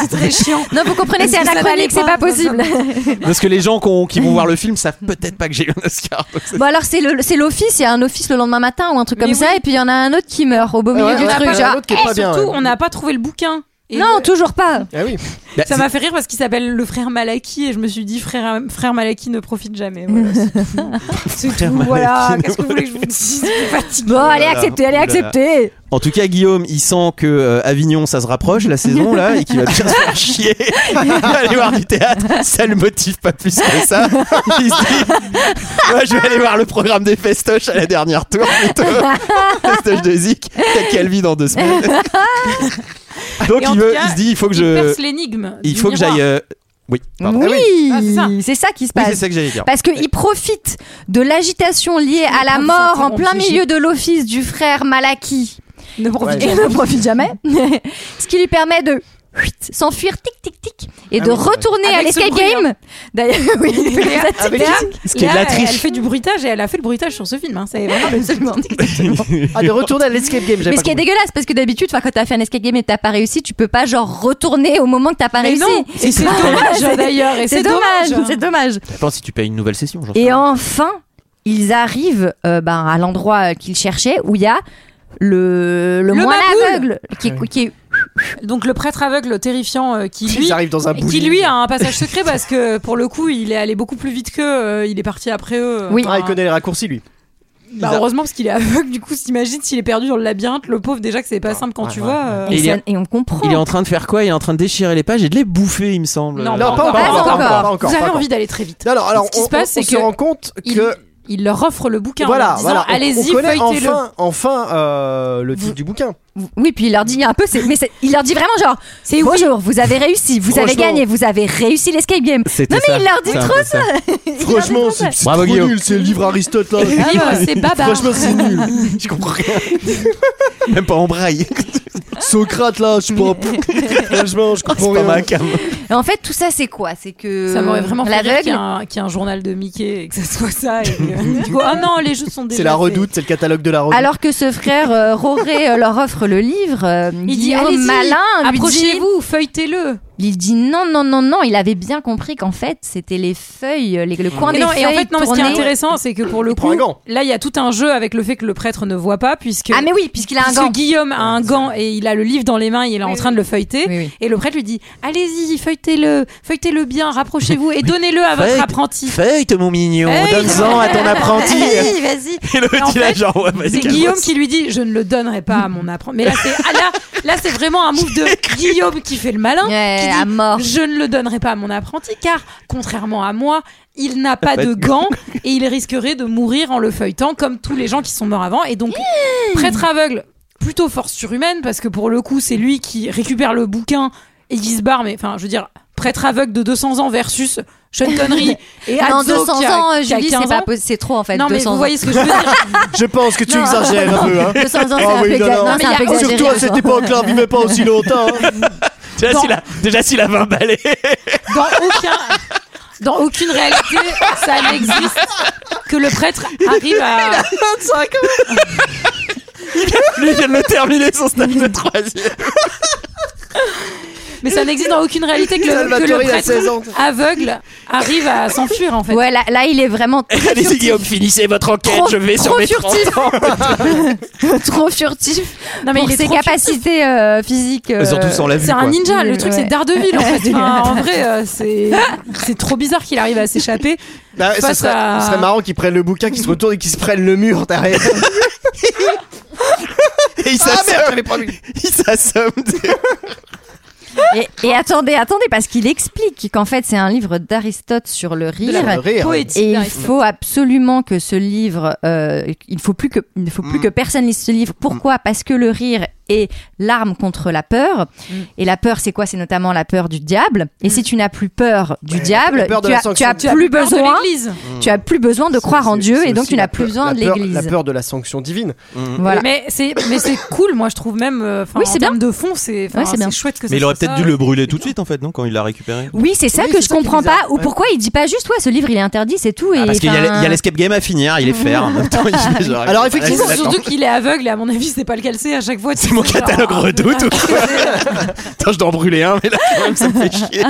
C'est très chiant. Non, vous comprenez, c'est Parce que ça valait anachronique, c'est hein. pas, pas ça, ça. possible. Parce que les gens qu'on- qui vont voir le film savent peut-être pas que j'ai eu un Oscar. donc c'est- Bon alors c'est le c'est l'office, il y a un office le lendemain matin ou un truc Mais comme ça oui. et puis il y en a un autre qui meurt au beau milieu ouais, du ouais, truc ouais, genre un autre qui est eh, pas bien. Surtout, ouais. on n'a pas trouvé le bouquin. Et Non, le- toujours pas. Ah oui. Bah, Ça m'a fait rire parce qu'il s'appelle le frère Malaki et je me suis dit frère, frère Malaki ne profite jamais. Voilà, c'est tout. C'est tout, Malaki voilà. ne Qu'est-ce que vous voulez que je vous dise Je suis fatiguée. Bon, allez là, accepter, allez oh là là. accepter. En tout cas, Guillaume, il sent que euh, Avignon, ça se rapproche la saison là, et qu'il va bien se faire chier. Il va aller voir du théâtre, ça le motive pas plus que ça. Il se dit, moi, je vais aller voir le programme des festoches à la dernière tour plutôt. Festoche de Zik, t'as qu'elle vit dans deux semaines. Donc Et en il, tout veut, cas, il se dit, il faut que Il je, perce l'énigme. il du faut que miroir. bah, j'aille. euh, Oui, pardon. Oui, Ah, c'est ça. c'est ça qui se Oui, passe. c'est ça que j'allais dire. Parce qu'il profite de l'agitation liée à la profite mort en en plein Gigi. milieu de l'office du frère Malaki euh, Ne profite et jamais. ne profite jamais, ce qui lui permet de huit, s'enfuir tic tic tic et Ah de oui, c'est vrai. retourner à Avec ce l'escape bruit, hein. game. D'ailleurs, oui, il fait comme ça, tic, Avec tic. Ce qui est de la Là, Elle triche. fait du bruitage et elle a fait le bruitage sur ce film. Hein. Ça est vraiment Absolument. Ah, de retourner à l'escape game, j'avais Mais pas ce qui est compris. dégueulasse, parce que d'habitude, enfin, quand t'as fait un escape game et t'as pas réussi, tu peux pas genre retourner au moment que t'as pas Mais réussi. Ah, non, et c'est dommage hein. d'ailleurs. Et C'est dommage, c'est dommage. Attends, si tu payes une nouvelle session, j'en sais Et rien. enfin, ils arrivent euh, ben, à l'endroit euh, qu'ils cherchaient où il y a le, le, Le moine maboule. aveugle qui est, qui est- Donc le prêtre aveugle terrifiant euh, qui lui. Ils arrivent dans un bout. Qui lui hein, a un passage secret parce que pour le coup il est allé beaucoup plus vite qu'eux, euh, il est parti après eux. euh, Oui. Ah, il enfin, connaît les raccourcis, lui. bah, heureusement parce qu'il est aveugle, du coup s'imagine s'il est perdu dans le labyrinthe, le pauvre déjà que c'est pas simple quand Ah, ouais, tu ouais, vois. euh, et, il ça- est- et on comprend. Il est en train de faire quoi Il est en train de déchirer les pages et de les bouffer, il me semble. Non, Non, pas Ah, bah, Pas encore. encore. Pas encore. Vous pas avez encore. envie d'aller très vite. Non, non, alors, Ce qui se on- passe, on c'est se que rend compte il- que. Il leur offre le bouquin en Voilà, leur disant voilà. On- allez-y, on connaît feuilletez-le. enfin, enfin euh, le titre du bouquin. Oui, puis il leur dit un peu, c'est- mais c'est- il leur dit vraiment genre, C'est oui. bonjour, vous avez réussi, vous avez Franchement. gagné, vous avez réussi l'escape game. C'était Non, mais ça. il leur dit C'est un trop peu ça. Il leur dit Franchement, trop c'est ça. c'est Bravo, trop Guillaume. nul, c'est le livre Aristote là. Et le livre, Ah c'est Babar. Franchement, c'est nul. Je comprends rien. Même pas en braille. Socrate là, je sais pas. Pff, Franchement, je comprends Oh, C'est pas rien. ma cam. Et En fait, tout ça, c'est quoi C'est que Ça m'aurait vraiment fait rire l'aveugle. qu'il y, a un- qu'il y a un journal de Mickey et que ça soit ça. Et que- tu vois, ah non, les jeux sont déjà. C'est la redoute, c'est le catalogue de la redoute. Alors que ce frère euh, Roré euh, leur offre le livre, euh, Il dit Guillaume allez malin, lui dit, approchez-vous, feuilletez-le. il dit non non non non, il avait bien compris qu'en fait c'était les feuilles, les- le coin Et des non, feuilles et en fait, non, mais ce qui est tournées. intéressant, c'est que pour le prend coup, un gant. là, il y a tout un jeu avec le fait que le prêtre ne voit pas, puisque. Ah mais oui, puisqu'il a un puisque gant. Guillaume a un gant et il a le livre dans les mains, il est en train de le feuilleter. Oui, oui. Et le prêtre lui dit Allez-y, feuilletez-le, feuilletez-le bien, rapprochez-vous et donnez-le à votre Feuille- apprenti. Feuille, mon mignon, Eh, Feuille. donne-en à ton apprenti. Vas-y, vas-y. Et l'autre, Et en il a fait, genre, ouais, vas-y, C'est calme-toi. Guillaume qui lui dit Je ne le donnerai pas à mon apprenti. Mais là, c'est ah, là, là, c'est vraiment un move de Guillaume qui fait le malin. Ouais, hein, qui dit, à mort. Je ne le donnerai pas à mon apprenti car, contrairement à moi, il n'a pas de gants et il risquerait de mourir en le feuilletant comme tous les gens qui sont morts avant. Et donc, prêtre aveugle, plutôt force surhumaine parce que pour le coup, c'est lui qui récupère le bouquin et qui se barre. Mais enfin, je veux dire, prêtre aveugle de 200 ans versus Sean Connery et Non, Azzo 200 qui a- ans, euh, qui a Julie, 15 c'est pas ans. possible, c'est trop en fait. Non, mais 200 vous ans. voyez ce que je veux dire. Je pense que tu Non. exagères un peu. Hein. 200 ans, c'est Ah un oui, peu non, exa- non. non, c'est un peu Surtout exagéré, à cette genre. époque-là, on vivait pas aussi longtemps. hein. Déjà, s'il a, déjà s'il a 20 balais. Dans aucun. Dans aucune réalité, ça n'existe que le prêtre arrive à. Lui, il vient de le terminer son stage de 3 Mais ça n'existe dans aucune réalité que le, que le Salvatore, il a 16 ans. prêtre aveugle arrive à s'enfuir en fait. Ouais, là, là, il est vraiment Allez-y, Guillaume, finissez votre enquête, Trop- je vais sur trop mes 30 furtif. ans. trop furtif Non mais pour il est ses trop capacités euh, physiques. euh, Surtout sans la vue. C'est un quoi. ninja, le Oui, truc ouais. c'est Daredevil en fait. Ouais. Enfin, en vrai, euh, c'est c'est trop bizarre qu'il arrive à s'échapper. Bah, ce, Face serait, à- ce serait marrant qu'ils prennent le bouquin, qu'ils se retournent et qu'ils se prennent le mur derrière. Et il ah merde, s'assomme. j'avais pas lu. il s'assomme. Et, et attendez, attendez, parce qu'il explique qu'en fait c'est un livre d'Aristote sur le De la rire. rire. Poétique. hein, Et il d'Aristote. faut absolument que ce livre, euh, il faut plus que, il ne faut Mm. plus que personne lise ce livre. Pourquoi Parce que le rire est l'arme contre la peur. Mm. Et la peur, c'est quoi C'est notamment la peur du diable. Et si tu n'as plus peur du diable, peur de tu la as, tu sanction. as Tu plus Peur de besoin, l'Église. tu as plus besoin de croire en C'est- Dieu, c'est et donc aussi tu n'as la plus peur- besoin de la peur- La l'Église. peur de la sanction divine. Voilà. Mais c'est mais c'est cool, moi je trouve même. euh, Enfin, Oui, en c'est bien. termes de fond, c'est enfin, Ouais, c'est c'est bien. chouette que. ça Mais il aurait soit peut-être dû ça. le brûler tout de suite en fait, non Quand il l'a récupéré. Oui, c'est ça Oui, que c'est ça je qui est comprends pas. bizarre, Ou ouais. pourquoi il dit pas juste, ouais, ce livre il est interdit, c'est tout. Ah, et parce qu'il y a enfin, le- il y a l'escape game à finir, il est faire. En même temps, il- genre, Alors, il- effectivement, Attends. Surtout qu'il est aveugle et à mon avis, c'est pas le calcé à chaque fois. euh, C'est mon catalogue redoute ou quoi Putain, je dois en brûler un, mais là, quand même, ça me fait chier.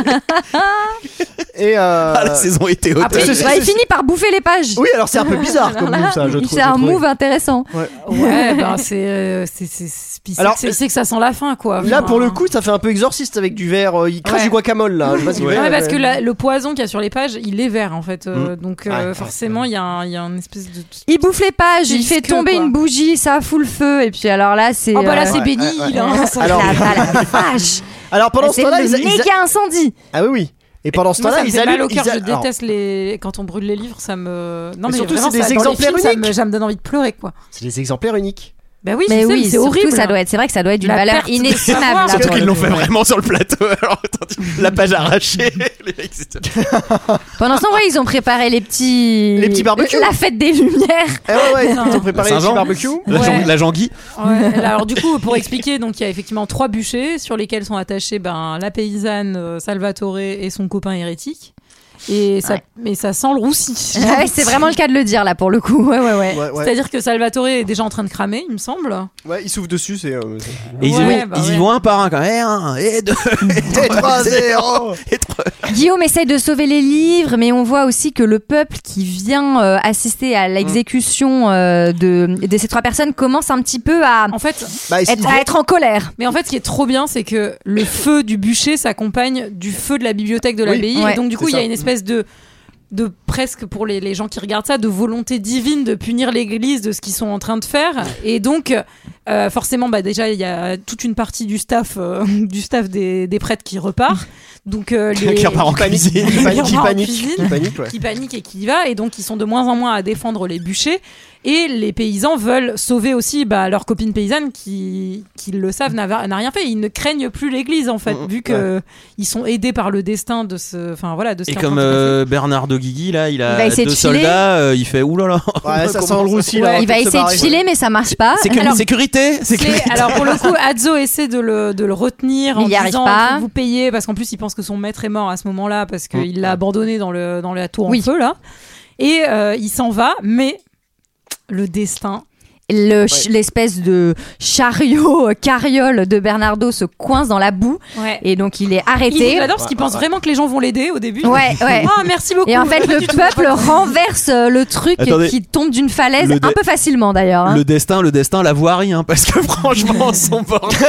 Et euh, Ah, la saison était haute. Après, bah, il finit par bouffer les pages. Oui, alors c'est un peu bizarre comme move, ça, je trouve. C'est un j'ai trouvé. move intéressant. Ouais, ben c'est euh, c'est c'est c'est- Alors, c'est- c'est que ça sent la fin quoi. Là, Enfin, pour le coup, ça fait un peu exorciste avec du verre. euh, il crache Ouais. du guacamole, là. Je sais pas si vous Ouais, voyez, parce euh, que la- le poison qu'il y a sur les pages, il est vert en fait. euh, Donc euh, Mm. ouais. forcément, il y, a un- il y a une espèce de. Il bouffe les pages, il Disque, fait tomber quoi. une bougie, ça fout le feu. Et puis alors là, c'est. Ah bah là, euh, c'est béni. il a un- Ah, Alors- la, la vache. Alors, pendant ce C'est temps-là, le ils, ils- méga incendie. Ah oui, oui. Et pendant ce Moi, temps-là, ça me ils fait mal allument. au cœur. ils a- Je alors, déteste les quand on brûle les livres, ça me. Non Mais mais surtout, vraiment, c'est des ça- dans les exemplaires films, ça uniques. me, ça me donne envie de pleurer quoi. C'est des exemplaires uniques. Ben oui, je Mais sais, oui, c'est surtout, horrible. ça doit être. C'est vrai que ça doit être d'une La valeur perte de inestimable. savoir. là, Surtout pour qu'ils le l'ont coup. fait vraiment sur le plateau. Alors, attendez, la page arrachée. Les mecs, c'était- Pendant ce temps, ouais, ils ont préparé les petits. Les petits barbecues. La fête des lumières. Ah ouais, ouais, ils ont préparé Saint-Jean. les petits barbecues. La, Ouais. Jean- la Jean-Guy Ouais, là, alors du coup, pour expliquer, donc il y a effectivement trois bûchers sur lesquels sont attachés ben, la paysanne euh, Salvatore et son copain hérétique. Et ça, mais ça sent le roussi. Ouais, c'est vraiment le cas de le dire là pour le coup. Ouais, ouais, ouais. Ouais, ouais. C'est-à-dire que Salvatore est déjà en train de cramer, il me semble. Ouais, ils s'ouvrent dessus, c'est. euh, c'est- et ils, y Ouais, vont, bah ils y ouais. vont un par un quand même. Et un, et deux, Et 3-0 et trois. Guillaume essaye de sauver les livres, mais on voit aussi que le peuple qui vient euh, assister à l'exécution euh, de, de ces trois personnes commence un petit peu à En fait, Bah, ils- être, à être en colère. mais en fait, ce qui est trop bien, c'est que le feu du bûcher s'accompagne du feu de la bibliothèque de Oui, l'abbaye. ouais. et donc du coup, C'est il y a ça. une espèce de de presque pour les, les gens qui regardent ça de volonté divine de punir l'Église de ce qu'ils sont en train de faire et donc euh, forcément bah déjà il y a toute une partie du staff euh, du staff des, des prêtres qui repart donc euh, les Qui repart en cuisine. Qui panique, qui Ils vont en panique, cuisine. qui panique, ouais. qui paniquent et qui y va et donc ils sont de moins en moins à défendre les bûchers et les paysans veulent sauver aussi bah, leurs copines paysannes qui, qui le savent n'ava- n'a rien fait ils ne craignent plus l'église en Mmh, fait vu que ils sont aidés par le destin de ce enfin voilà de ce Et qui est en comme train de se passer. euh, Bernard de Guigui, là, il Il va a essayer de deux filer. soldats, euh, il fait oulala. Ouais, ça sent le roussi, Ouais, là. il va essayer de filer, mais ça marche pas. Ah, C'est que Alors, sécurité, C'est- sécurité. alors pour le coup, Adzo essaie de le, de le retenir Mais en il y arrive disant pas. il faut que vous payez parce qu'en plus il pense que son maître est mort à ce moment-là parce Mm. qu'il l'a abandonné dans le dans la tour Oui. en feu là et euh, il s'en va mais le destin le ch- l'espèce de chariot euh, carriole de Bernardo se coince dans la boue et donc il est il arrêté. il adore parce qu'il pense vraiment que les gens vont l'aider au début Ouais, ouais. ah merci beaucoup Et en fait, le peuple renverse euh, le truc Attendez. qui tombe d'une falaise Le dé- un peu facilement d'ailleurs. hein. Le destin, le destin, la voirie, hein, parce que franchement, son bordel.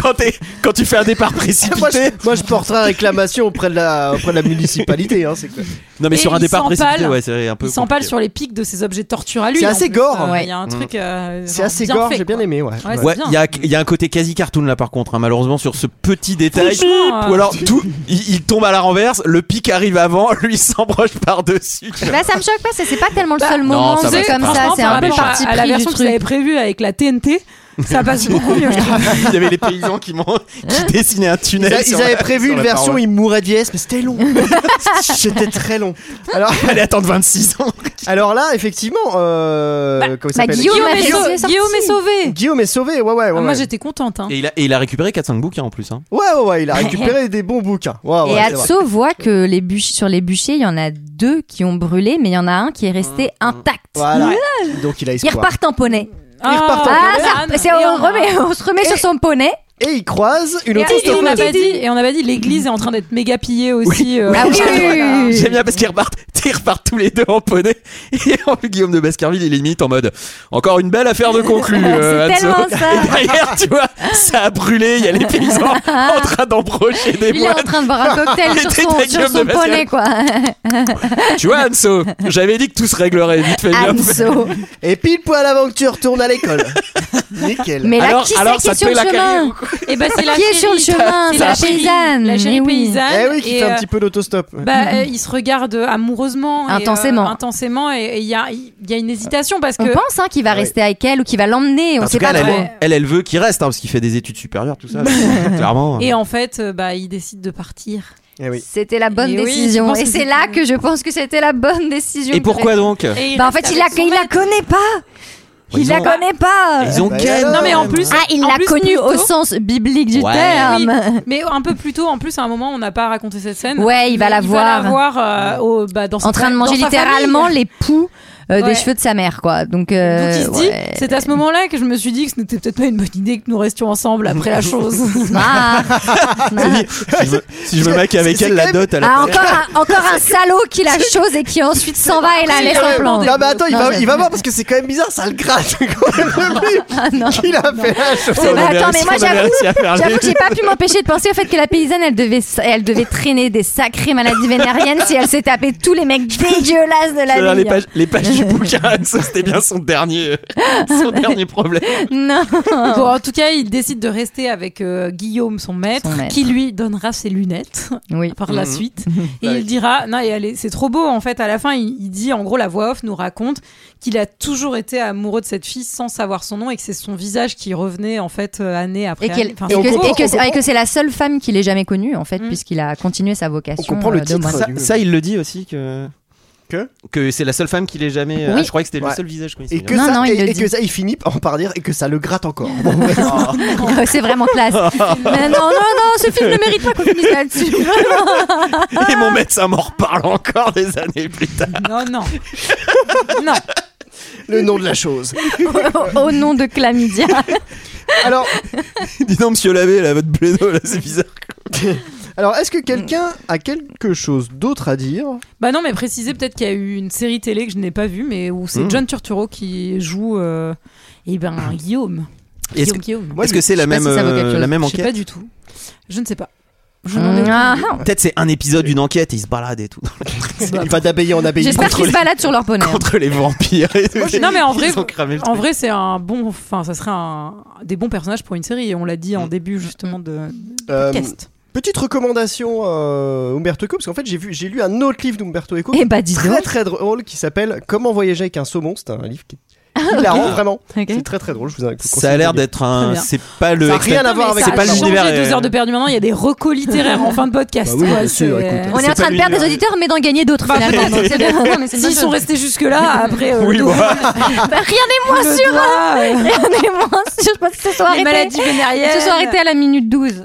quand, t'es- quand tu fais un départ Moi précipité. je, moi, je porterai réclamation auprès de la, auprès de la municipalité. Hein, c'est clair. Non, mais Et sur un il départ précipité, s'empale. ouais, c'est un peu. il s'empale compliqué. sur les pics de ses objets de torture à lui C'est en assez plus. gore, Euh, ouais. il y a un truc euh, C'est genre assez bien gore, fait, j'ai bien quoi. aimé. Ouais. Ouais, c'est Ouais, bien. il y a, il y a un côté quasi cartoon là par contre, hein, malheureusement sur ce petit détail. Franchement, Ah. euh, Ou alors tout, il, il tombe à la renverse, le pic arrive avant, lui il s'embroche par dessus. Bah, ça me choque pas, ça, c'est pas tellement le seul non, moment ça va, c'est c'est comme pas ça, grave. c'est un Franchement, peu par parti à, à la pris du version que vous truc. avez prévue avec la TNT. Ça passe beaucoup mieux, je trouve. Il y avait les paysans qui, m'ont- Hein qui dessinaient un Ils, tunnel. a- ils sur avaient la- prévu sur une la version, paroi. ils mourraient d'IS, mais c'était long. C'était très long. Alors, Fallait attendre 26 ans. alors là, effectivement, euh, comment il bah, s'appelle Guillaume est sauvé- Guillaume est sauvé. Guillaume est sauvé, ouais, ouais, ouais. Ah, moi ouais. j'étais contente. hein. Et il a, et il a récupéré 4-5 bouquins en plus. Hein. Ouais, ouais, ouais, il a récupéré des bons bouquins. Ah Ouais, ouais, Et c'est vrai. Atso voit que les bûches, sur les bûchers, il y en a deux qui ont brûlé, mais il y en a un qui est resté intact. Voilà. Donc il a Il espoir. repart en poney. repartent en Ah, poney. ça- Anne, c'est- et on, Anne. remet- on se remet sur son poney. Et il croise une Et, autiste. et on n'a pas dit, et on n'a pas dit, l'église est en train d'être méga pillée aussi. euh, Ah oui, voilà. J'aime bien parce qu'ils repartent, ils repartent tous les deux en poney. Et en plus, Guillaume de Baskerville, il est limite en mode encore une belle affaire de conclue. euh, C'est Hanso. tellement ça. Et derrière, tu vois, ça a brûlé. Il y a les paysans en train d'embrocher des Il est en moines. train de boire un cocktail Il sur était son, la sur gueule son de poney, quoi. Tu vois, Anso, j'avais dit que tout se réglerait vite fait. bien fait. Anso. Et pile poil avant que tu retournes à l'école. Nickel. Mais là, Alors- qui c'est alors, qui ça est te sur fait le la carrière chemin Et bah, c'est la Qui est sur le chérie. chemin C'est La chérie, paysanne. La Eh chérie oui. paysanne. Eh oui, qui et, fait un euh, petit peu d'autostop. ouais. Bah, euh, ils se regardent amoureusement. et, Mm, Intensément. euh, intensément. Et et il y a, il y a une hésitation parce On que. pense hein, qu'il va rester avec elle ou qu'il va l'emmener. On En sait tout pas cas, elle, trop. elle, elle, elle veut qu'il reste hein, parce qu'il fait des études supérieures, tout ça. Clairement. Et en fait, euh, bah, ils décident de partir. Eh oui. C'était la bonne Et oui, je décision. pense et que c'est c'était- là que je pense que c'était la bonne décision. Et pourquoi donc Et euh, il bah, En reste fait, il la, avec son il la maître. connaît pas. Ils Il la ont- connaît pas. Ils ont Bah, Ken. alors. Euh, Non, mais en plus. Ah, il en l'a plus, connue plus au tôt- sens biblique du Ouais. Oui, terme. mais un peu plus tôt, en plus, à un moment, on n'a pas raconté cette scène. Ouais, il va Mais la voir. voir, euh, au- bah, dans sa- En train de dans manger sa littéralement famille. les poux euh, Ouais. des cheveux de sa mère, quoi. Donc, euh, Donc il se dit, ouais. c'est à ce moment-là que je me suis dit que ce n'était peut-être pas une bonne idée que nous restions ensemble après la chose. Smart. Smart. Si je me, si je me maquille avec C'est- elle, c'est la quand même- dot, elle a Ah, encore, un, encore un salaud qui la chose et qui ensuite s'en va et Ah, la laisse en plan. Non mais bah, attends, il Non, va, j'ai- il va voir parce que c'est quand même bizarre, ça le gratte quand même le mec Ah, non. qui l'a fait la chose. mais attends, mais moi, j'avoue- j'avoue J'avoue que j'ai pas pu m'empêcher de penser au fait que la paysanne, elle devait, elle devait traîner des sacrées maladies vénériennes si elle s'est tapée tous les mecs dégueulasses de la hein. les ville. pages, les pages du bouquin, ça, c'était bien son dernier, son dernier problème. Non. Bon, en tout cas, il décide de rester avec euh, Guillaume, son maître, Son maître. qui lui donnera ses lunettes Oui. par la Mhm. suite. Bah Et oui. il dira, non, et elle est- c'est trop beau en fait. À la fin, il, il dit, en gros, la voix off nous raconte qu'il a toujours été amoureux de cette fille sans savoir son nom et que c'est son visage qui revenait en fait euh, année après Et, qu'elle- année. Enfin, et en que, gros, et que- on et que c'est la seule femme qu'il ait jamais connue, en fait, Mm. puisqu'il a continué sa vocation. On comprend le euh, de titre. moine. Ça, ça, il le dit aussi que. Que Que c'est la seule femme qu'il ait jamais. Oui. Ah, je croyais que c'était Ouais. le seul visage qu'on Et que Non, ça, non, il et, le et dit. que ça, il finit par- par dire et que ça le gratte encore. Bon, ouais. Ah, C'est vraiment classe. Mais non, non, non, ce film ne mérite pas qu'on finisse là-dessus. Vraiment. Et mon médecin m'en reparle encore des années plus tard. Non, non. non. le nom de la chose. Au, au nom de Chlamydia. Alors, Dis donc, monsieur Lavé, là, votre blédo, là, c'est bizarre. alors est-ce que quelqu'un a quelque chose d'autre à dire Bah non, mais préciser peut-être qu'il y a eu une série télé que je n'ai pas vue, mais où c'est Mhm. John Turturro qui joue, euh, eh ben, Guillaume. Et est-ce Guillaume, Guillaume. Moi, Est-ce que c'est la sais pas même, si ça vaut quelque euh, chose. la même Je sais pas enquête du tout. Je ne sais pas. Je n'en ai aucune Ah, Peut-être c'est un épisode d'une enquête et ils se baladent et tout. Il va d'abbaye en abbaye. J'espère qu'ils se baladent sur leur poney. Contre les vampires et tout. Non, mais en vrai- Ils ont cramé le En truc. vrai, c'est un bon, enfin, ça serait un des bons personnages pour une série. Et on l'a dit en début justement de de Euh, podcast. Petite recommandation euh, Umberto Eco parce qu'en fait j'ai vu j'ai lu un autre livre d'Umberto Eco Eh bah, dis très donc. très drôle qui s'appelle Comment voyager avec un saumon. C'est un livre qui il la rend vraiment. Ok. C'est très très drôle. Je vous conseille Ça a l'air de- d'être un. Très bien. C'est pas le. Ça a expert- rien à voir avec c'est ça pas a changé l'univers. euh, deux heures de perdu maintenant. Il y a des recos littéraires en fin de podcast. Bah oui, quoi, bien sûr, c'est- hein. écoute. On est en train de perdre des auditeurs, mais d'en gagner Bah, d'autres finalement. Donc, c'est bien. Non, mais c'est une bonne S'ils sont chose. restés jusque là, après euh, Oui, le- voilà. Bah, rien n'est moins le sûr. doigt, euh, Rien n'est moins sûr. Je pense que ce soit les arrêté. maladies vénériennes. Ce soit arrêté à la minute 12.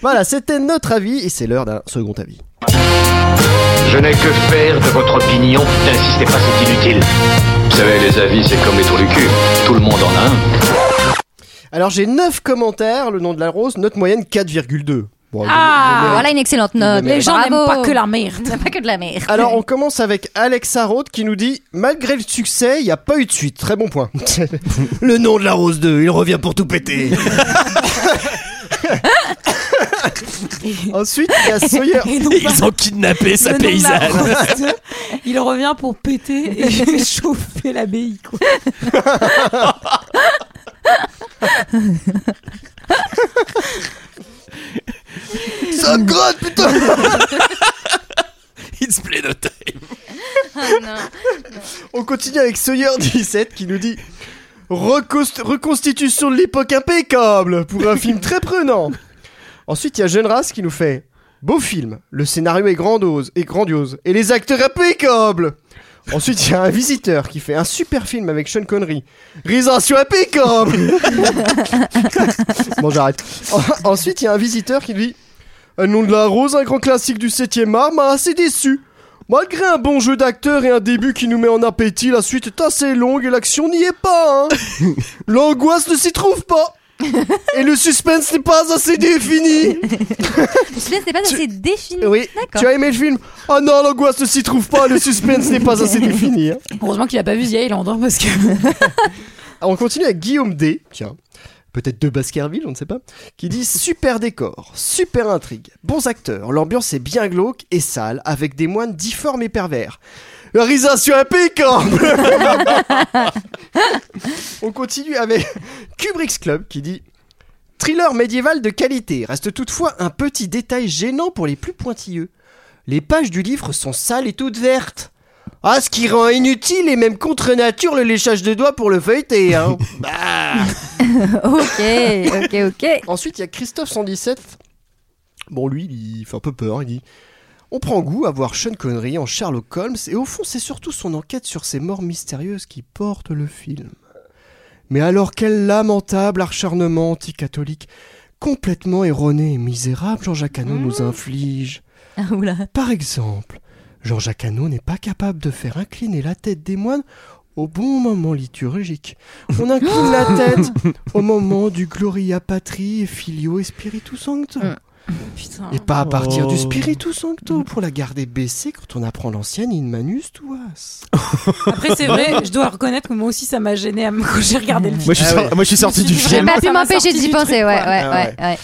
Voilà, c'était notre avis et c'est l'heure d'un second avis. Je n'ai que faire de votre opinion. N'insistez pas, c'est inutile. Vous savez, les avis, c'est comme les trous du cul. Tout le monde en a un. Alors j'ai 9 commentaires, le nom de la rose, note moyenne 4,2. Bon, Ah, je- je- Voilà une excellente Ah, note. Les gens n'aiment Bravo. pas que la merde. N'aiment pas que de la merde. Alors on commence avec Alex Arraud qui nous dit Malgré le succès, il n'y a pas eu de suite. Très bon point. le nom de la rose 2, il revient pour tout péter. Ensuite, il y a Sawyer. Et non pas- Ils ont kidnappé sa le nom de la paysanne. rose, Il revient pour péter et chauffer l'abbaye. quoi. Ça me gratte, putain It's plénotaire. On continue avec Sawyer17 qui nous dit reconst- reconstitution de l'époque impeccable pour un film très prenant. Ensuite, il y a Jeune Race qui nous fait beau film, le scénario est grandiose et grandiose et les acteurs impeccables. Ensuite, il y a un visiteur qui fait un super film avec Sean Connery. Réalisation impeccable. bon, j'arrête. En- ensuite, il y a un visiteur qui dit Un nom de la rose, un grand classique du 7ème art, m'a assez déçu. Malgré un bon jeu d'acteur et un début qui nous met en appétit, la suite est assez longue et l'action n'y est pas. hein. L'angoisse ne s'y trouve pas. Et le suspense n'est pas assez défini. Je sais, c'est pas assez défini. Oui, D'accord. tu as aimé le film Ah non, l'angoisse ne s'y trouve pas, le suspense n'est pas assez défini. hein. Heureusement qu'il a pas vu The Island, hein, parce que. Ah, On continue avec Guillaume D. Tiens. Peut-être de Baskerville, on ne sait pas. Qui dit super décor, super intrigue, bons acteurs, l'ambiance est bien glauque et sale, avec des moines difformes et pervers. La Réalisation impeccable On continue avec Kubrick's Club qui dit Thriller médiéval de qualité, reste toutefois un petit détail gênant pour les plus pointilleux. Les pages du livre sont sales et toutes vertes. Ah, ce qui rend inutile et même contre nature le léchage de doigts pour le feuilleter, hein. ok, ok, ok. Ensuite, il y a Christophe 117. Bon, lui, il fait un peu peur. Il dit On prend goût à voir Sean Connery en Sherlock Holmes, et au fond, c'est surtout son enquête sur ces morts mystérieuses qui porte le film. Mais alors, quel lamentable acharnement anticatholique, complètement erroné et misérable, Jean-Jacques Hano nous inflige. Ah, oula. Par exemple, Jean-Jacques Hano n'est pas capable de faire incliner la tête des moines au bon moment liturgique. On incline la tête au moment du Gloria Patri, Filio et Spiritus Sancto. Putain. Et pas à partir Oh. du Spiritus Sancto pour la garder baissée quand on apprend l'ancienne In Manus Tuas. Après, c'est vrai, je dois reconnaître que moi aussi, ça m'a gêné à me- quand j'ai regardé le film. Moi je suis, Ah sor- ouais. moi, je suis sorti du J'ai film. pas Ça pu m'a m'empêcher sorti d'y du penser, truc, ouais, quoi. ouais, Ah ouais, ouais.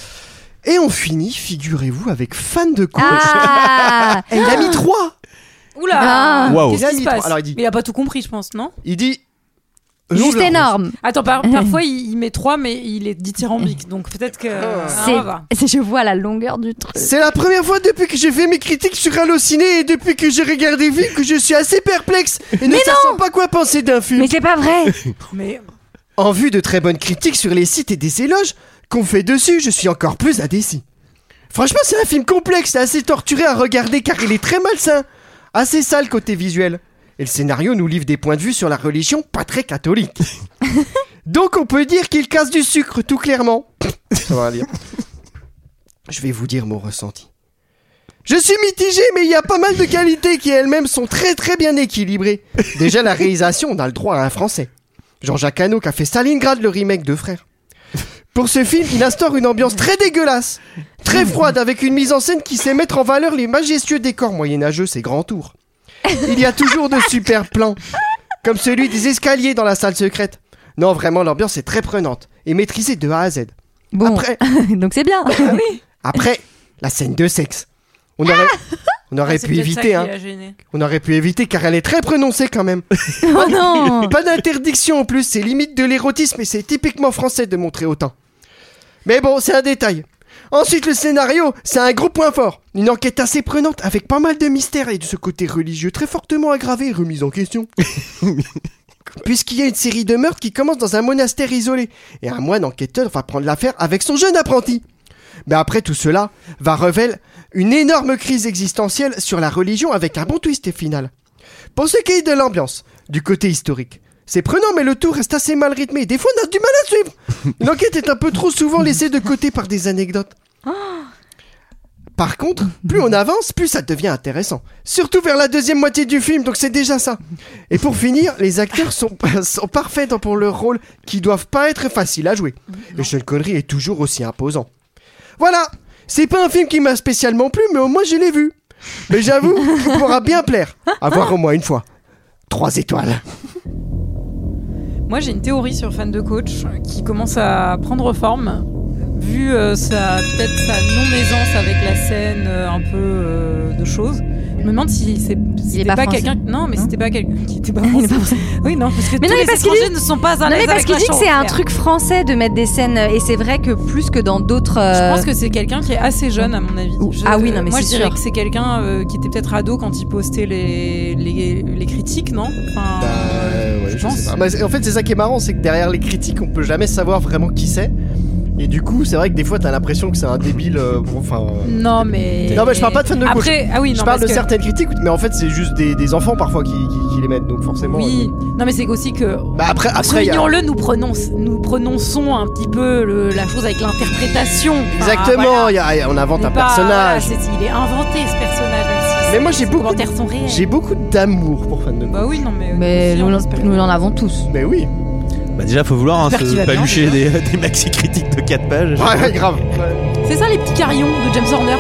Et on finit, figurez-vous, avec Fan de coach. Ah Et il a mis 3 Oula Ah. Waouh. Il a Qu'est-ce qui mis se trois. passe Alors, il dit- Il a pas tout compris, je pense, non Il dit... Non, Juste je le- énorme. Attends, par- Eh. parfois il, il met 3, mais il est dithyrambique, donc peut-être que. Oh. C'est- Ah, on va. c'est- Je vois la longueur du truc. C'est la première fois depuis que j'ai fait mes critiques sur Allociné et depuis que j'ai regardé Ville que je suis assez perplexe et ne sachant pas quoi penser d'un film. Mais c'est pas vrai Mais En vue de très bonnes critiques sur les sites et des éloges qu'on fait dessus, je suis encore plus indécis. Franchement, c'est un film complexe et assez torturé à regarder car il est très malsain, assez sale côté visuel. Et le scénario nous livre des points de vue sur la religion pas très catholique. Donc on peut dire qu'il casse du sucre, tout clairement. Ça va aller. Je vais vous dire mon ressenti. Je suis mitigé, mais il y a pas mal de qualités qui elles-mêmes sont très très bien équilibrées. Déjà la réalisation, on a le droit à un français. Jean-Jacques Hano qui a fait Stalingrad le remake de Frères. Pour ce film, il instaure une ambiance très dégueulasse, très froide, avec une mise en scène qui sait mettre en valeur les majestueux décors moyenâgeux, ses grands tours. Il y a toujours de super plans, comme celui des escaliers dans la salle secrète. Non, vraiment, l'ambiance est très prenante et maîtrisée de A à Z. Bon, Après, donc c'est bien. Ah après, la scène de sexe. On aurait, on aurait Ah c'est pu peut-être ça éviter, qui hein. l'a gêné. On aurait pu éviter car elle est très prononcée quand même. Oh non Pas d'interdiction en plus, c'est limite de l'érotisme et c'est typiquement français de montrer autant. Mais bon, c'est un détail. Ensuite, le scénario, c'est un gros point fort. Une enquête assez prenante avec pas mal de mystères et de ce côté religieux très fortement aggravé et remis en question. Puisqu'il y a une série de meurtres qui commence dans un monastère isolé et un moine enquêteur va prendre l'affaire avec son jeune apprenti. Mais après tout cela, va révéler une énorme crise existentielle sur la religion avec un bon twist final. Pour ce qui est de l'ambiance, du côté historique, c'est prenant mais le tout reste assez mal rythmé. Des fois, on a du mal à suivre. L'enquête est un peu trop souvent laissée de côté par des anecdotes. Par contre, plus on avance, plus ça devient intéressant. Surtout vers la deuxième moitié du film, donc c'est déjà ça. Et pour finir, les acteurs sont, sont parfaits dans- pour leur rôle qui doivent pas être faciles à jouer. Et Sean Connery est toujours aussi imposant. Voilà C'est pas un film qui m'a spécialement plu, mais au moins je l'ai vu. Mais j'avoue, il pourra bien plaire. À voir au moins une fois. Trois étoiles. Moi, j'ai une théorie sur fan de coach qui commence à prendre forme, vu euh, sa peut-être sa non-aisance avec la scène, euh, un peu euh, de choses. Je me demande si c'est c'était est pas français. quelqu'un. Non, mais Non. c'était pas quelqu'un qui était pas Il est pas français. Oui, non, parce que tous Mais non, mais les parce qu'il étrangers ne sont pas à Non l'aise mais parce avec qu'il la dit que c'est un chanvre. truc français de mettre des scènes euh, et c'est vrai que plus que dans d'autres. Je euh, pense que c'est quelqu'un qui est assez jeune, à mon avis. Ou- Je- ah oui, non, mais Moi, c'est je dirais sûr. que c'est quelqu'un euh, qui était peut-être ado quand il postait les, les, les critiques, non Enfin, Bah, ouais, Je je sais pas. Bah, c'est- en fait, c'est ça qui est marrant, c'est que derrière les critiques, on peut jamais savoir vraiment qui c'est. Et du coup, c'est vrai que des fois, t'as l'impression que c'est un débile. euh, bon, enfin. euh, Non, mais. Non, mais je parle pas de fans de gauche. Après, ah oui, je non, parle parce de que- certaines critiques, mais en fait, c'est juste des, des enfants parfois qui, qui- qui les mettent, donc forcément. Oui, non mais c'est aussi que. Bah, après- après, y a- Soulignons-le, nous, prononce- nous prononçons un petit peu le- la chose avec l'interprétation. Enfin, Exactement, voilà. y a- y a- on invente On un n'est Ah, pas- personnage. voilà, c'est- il est inventé ce personnage. Même si mais moi, j'ai ses beaucoup, commentaires sont réels. j'ai beaucoup d'amour pour fans de Bah oui, non mais. Mais nous, nous en avons tous. Mais oui. Bah déjà faut vouloir hein, J'espère qu'il se va bien, palucher des, des maxi critiques de 4 pages. Ouais, grave. C'est ça les petits carillons de James Horner.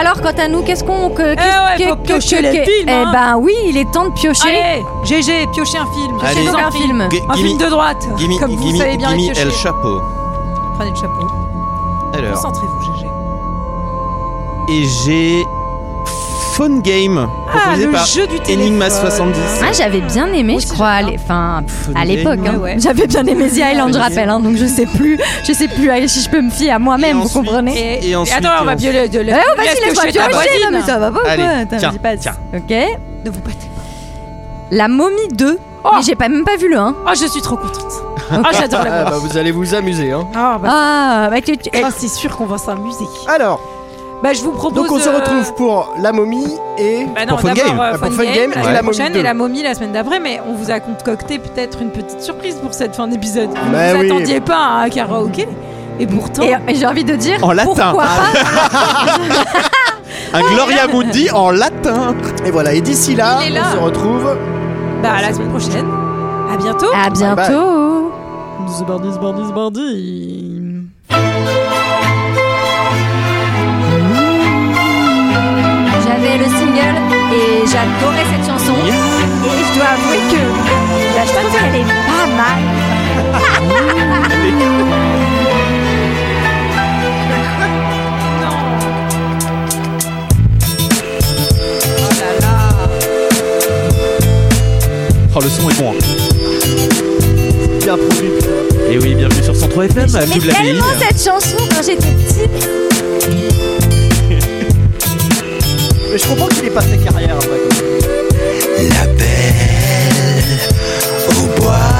Alors, quant à nous, qu'est-ce qu'on. Que, Eh ouais, faut piocher les films, hein. Eh ben oui, il est temps de piocher. Allez, GG, piochez un film. Allez. Piochez-nous un Un film. film. Gi- Un gimme- film de droite. Gimme, Comme vous gimme- savez bien les gimme El piocher. Chapeau. Prenez le chapeau. Alors, Concentrez-vous, GG. et j'ai Phone Game proposé le par jeu du Enigma téléphone. 70. Ah, j'avais bien aimé, je crois, à l'é- enfin, pff, à Game. l'époque. hein. Ouais, ouais. J'avais bien aimé The Island, je rappelle, hein, donc je sais plus, je sais plus euh, si je peux me fier à moi-même, Et vous ensuite- comprenez Et ensuite, Attends, on va et violer euh, de Eh, la. oh, vas-y, laisse laisse-moi piocher ta piocher, voisine. non, mais ça va pas ou Allez, quoi Attends, tiens, j'y passe. tiens. Ok. Ne vous battez pas. La momie 2. Oh. Mais j'ai pas même pas vu le 1. Oh, je suis trop contente. Ah, j'adore la Ah, voir. bah, vous allez vous amuser, hein. Ah, bah, Ah, bah, tu- tu- eh, c'est sûr qu'on va s'amuser. Alors, Bah, je vous Ah. propose. donc on se euh, retrouve pour la momie et. Bah non, Pour Fun d'abord, Game. euh, Ah, pour Fun Fun Game, Game la et la semaine momie prochaine deux. et la momie la semaine d'après, mais on vous a concocté peut-être une petite surprise pour cette fin d'épisode. Vous Bah ne vous oui. attendiez pas à un karaoké, et pourtant. Et, et j'ai envie de dire. En latin. Ah, Pourquoi pas Un Gloria Mundi en latin. Et voilà, et d'ici là, Il est là. on se retrouve. Bah, à la semaine prochaine. À bientôt. euh, À bientôt. Zbardi, zbardi, zbardi. J'avais le single et j'adorais cette chanson. Et je dois avouer que la chanson elle est pas mal. Oh le son est bon. hein. Bien produit. Et oui, bienvenue sur 103 FM, elle joue de Mais la vieille. tellement cette chanson quand j'étais petite. Mais je comprends qu'il ait pas fait carrière après. La belle au bois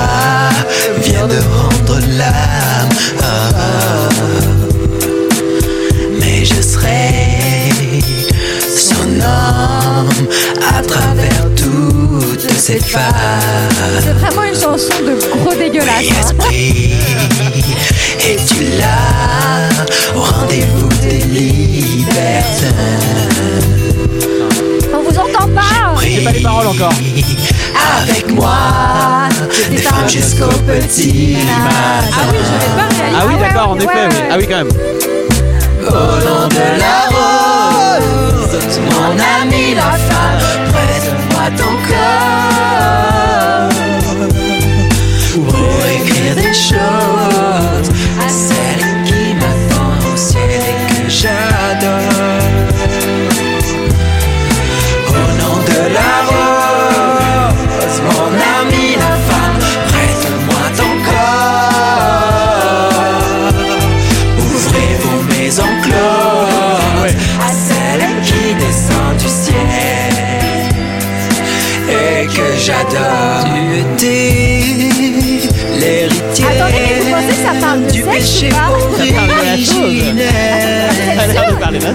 vient de rendre l'âme. Mais je serai son homme à travers toutes ces femmes. C'est vraiment une chanson de gros dégueulasse. hein. Esprit, et tu l'as au rendez-vous des libertins. On vous entend pas. J'ai pas les paroles encore. Avec moi, des femmes jusqu'au petit matin. Ah oui, je vais pas réaliser. Ah oui, d'accord, en effet. mais- Ah oui, quand même. Au nom de la rose, mon ami la femme, prête-moi ton corps. Pour écrire des choses à celle qui m'attend au ciel et que j'adore. Au nom de la rose, mon ami la femme, prête-moi ton corps. Ouvrez vos maisons closes à celle qui descend du ciel et que j'adore. Tu étais l'héritier Attendez, mais vous pensez que ça parle de du sexe péché ou pas originel.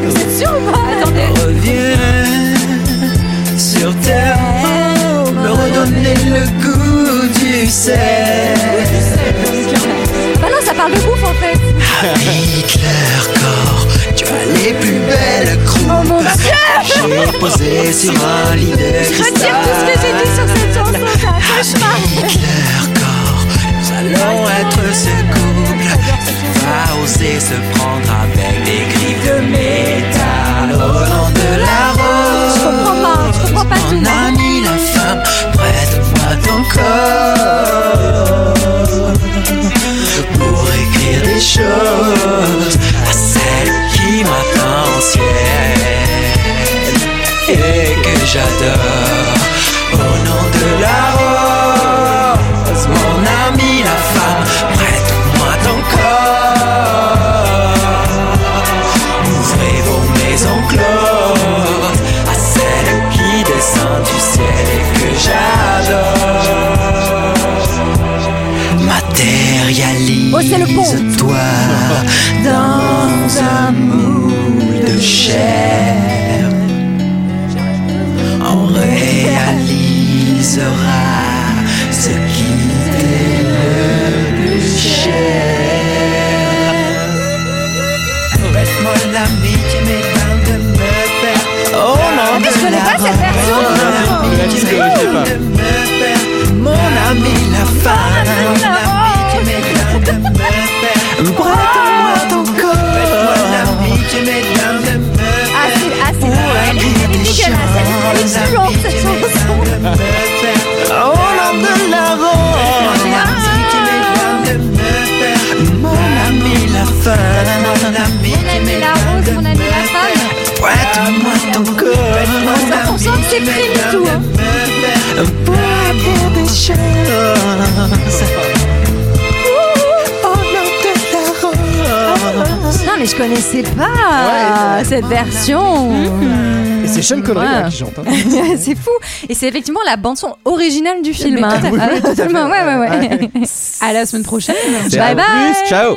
Vous êtes sûr Vous êtes sûr ou pas Attendez. Reviens sur terre, me redonner le goût du sel. Bah non, ça parle de bouffe en fait. Avec leur corps, tu as les plus belles croupes. Oh mon Dieu J'ai posé sur un lit de Je retire tout ce que j'ai dit sur cette chanson, c'est un cauchemar. leur corps, nous allons être ce couple qui va oser se prendre avec des griffes de métal. Au nom de la rose, Je comprends pas, je comprends pas tout. mon ami la femme, prête-moi ton corps pour écrire des choses à celle qui m'attend au ciel et que j'adore. Au nom de la rose, mon ami la femme, prête-moi ton corps réalise Oh, c'est le pont. toi dans un moule de chair. On réalisera ce qui t'est le plus cher. Prête-moi l'ami qui m'éteint de me faire. Oh non, mais je connais pas cette version. de me faire. Mon ami, la femme, mon ami qui m'éteint de me faire. Prête-moi ton corps. Prête-moi l'ami qui m'éteint de me faire. Ah, c'est elle est- elle est dégueulasse, elle est excellente, cette chanson. Oh, l'homme de la rose. Mon ami, la femme, mon ami, Mon ami la rose, mon ami la femme. prête-moi ton corps. Ça consomme, c'est pris du tout. hein. Pour avoir des choses. Oh, l'homme de la rose. Non, mais je connaissais pas cette Ah, version. Et c'est Sean Connery Ouais. là, qui chante. hein. c'est fou. Et c'est effectivement la bande son originale du film. Mais hein. tout à fait. Ah oui, totalement. Ouais, ouais, ouais. À la semaine prochaine. Bye bye. ciao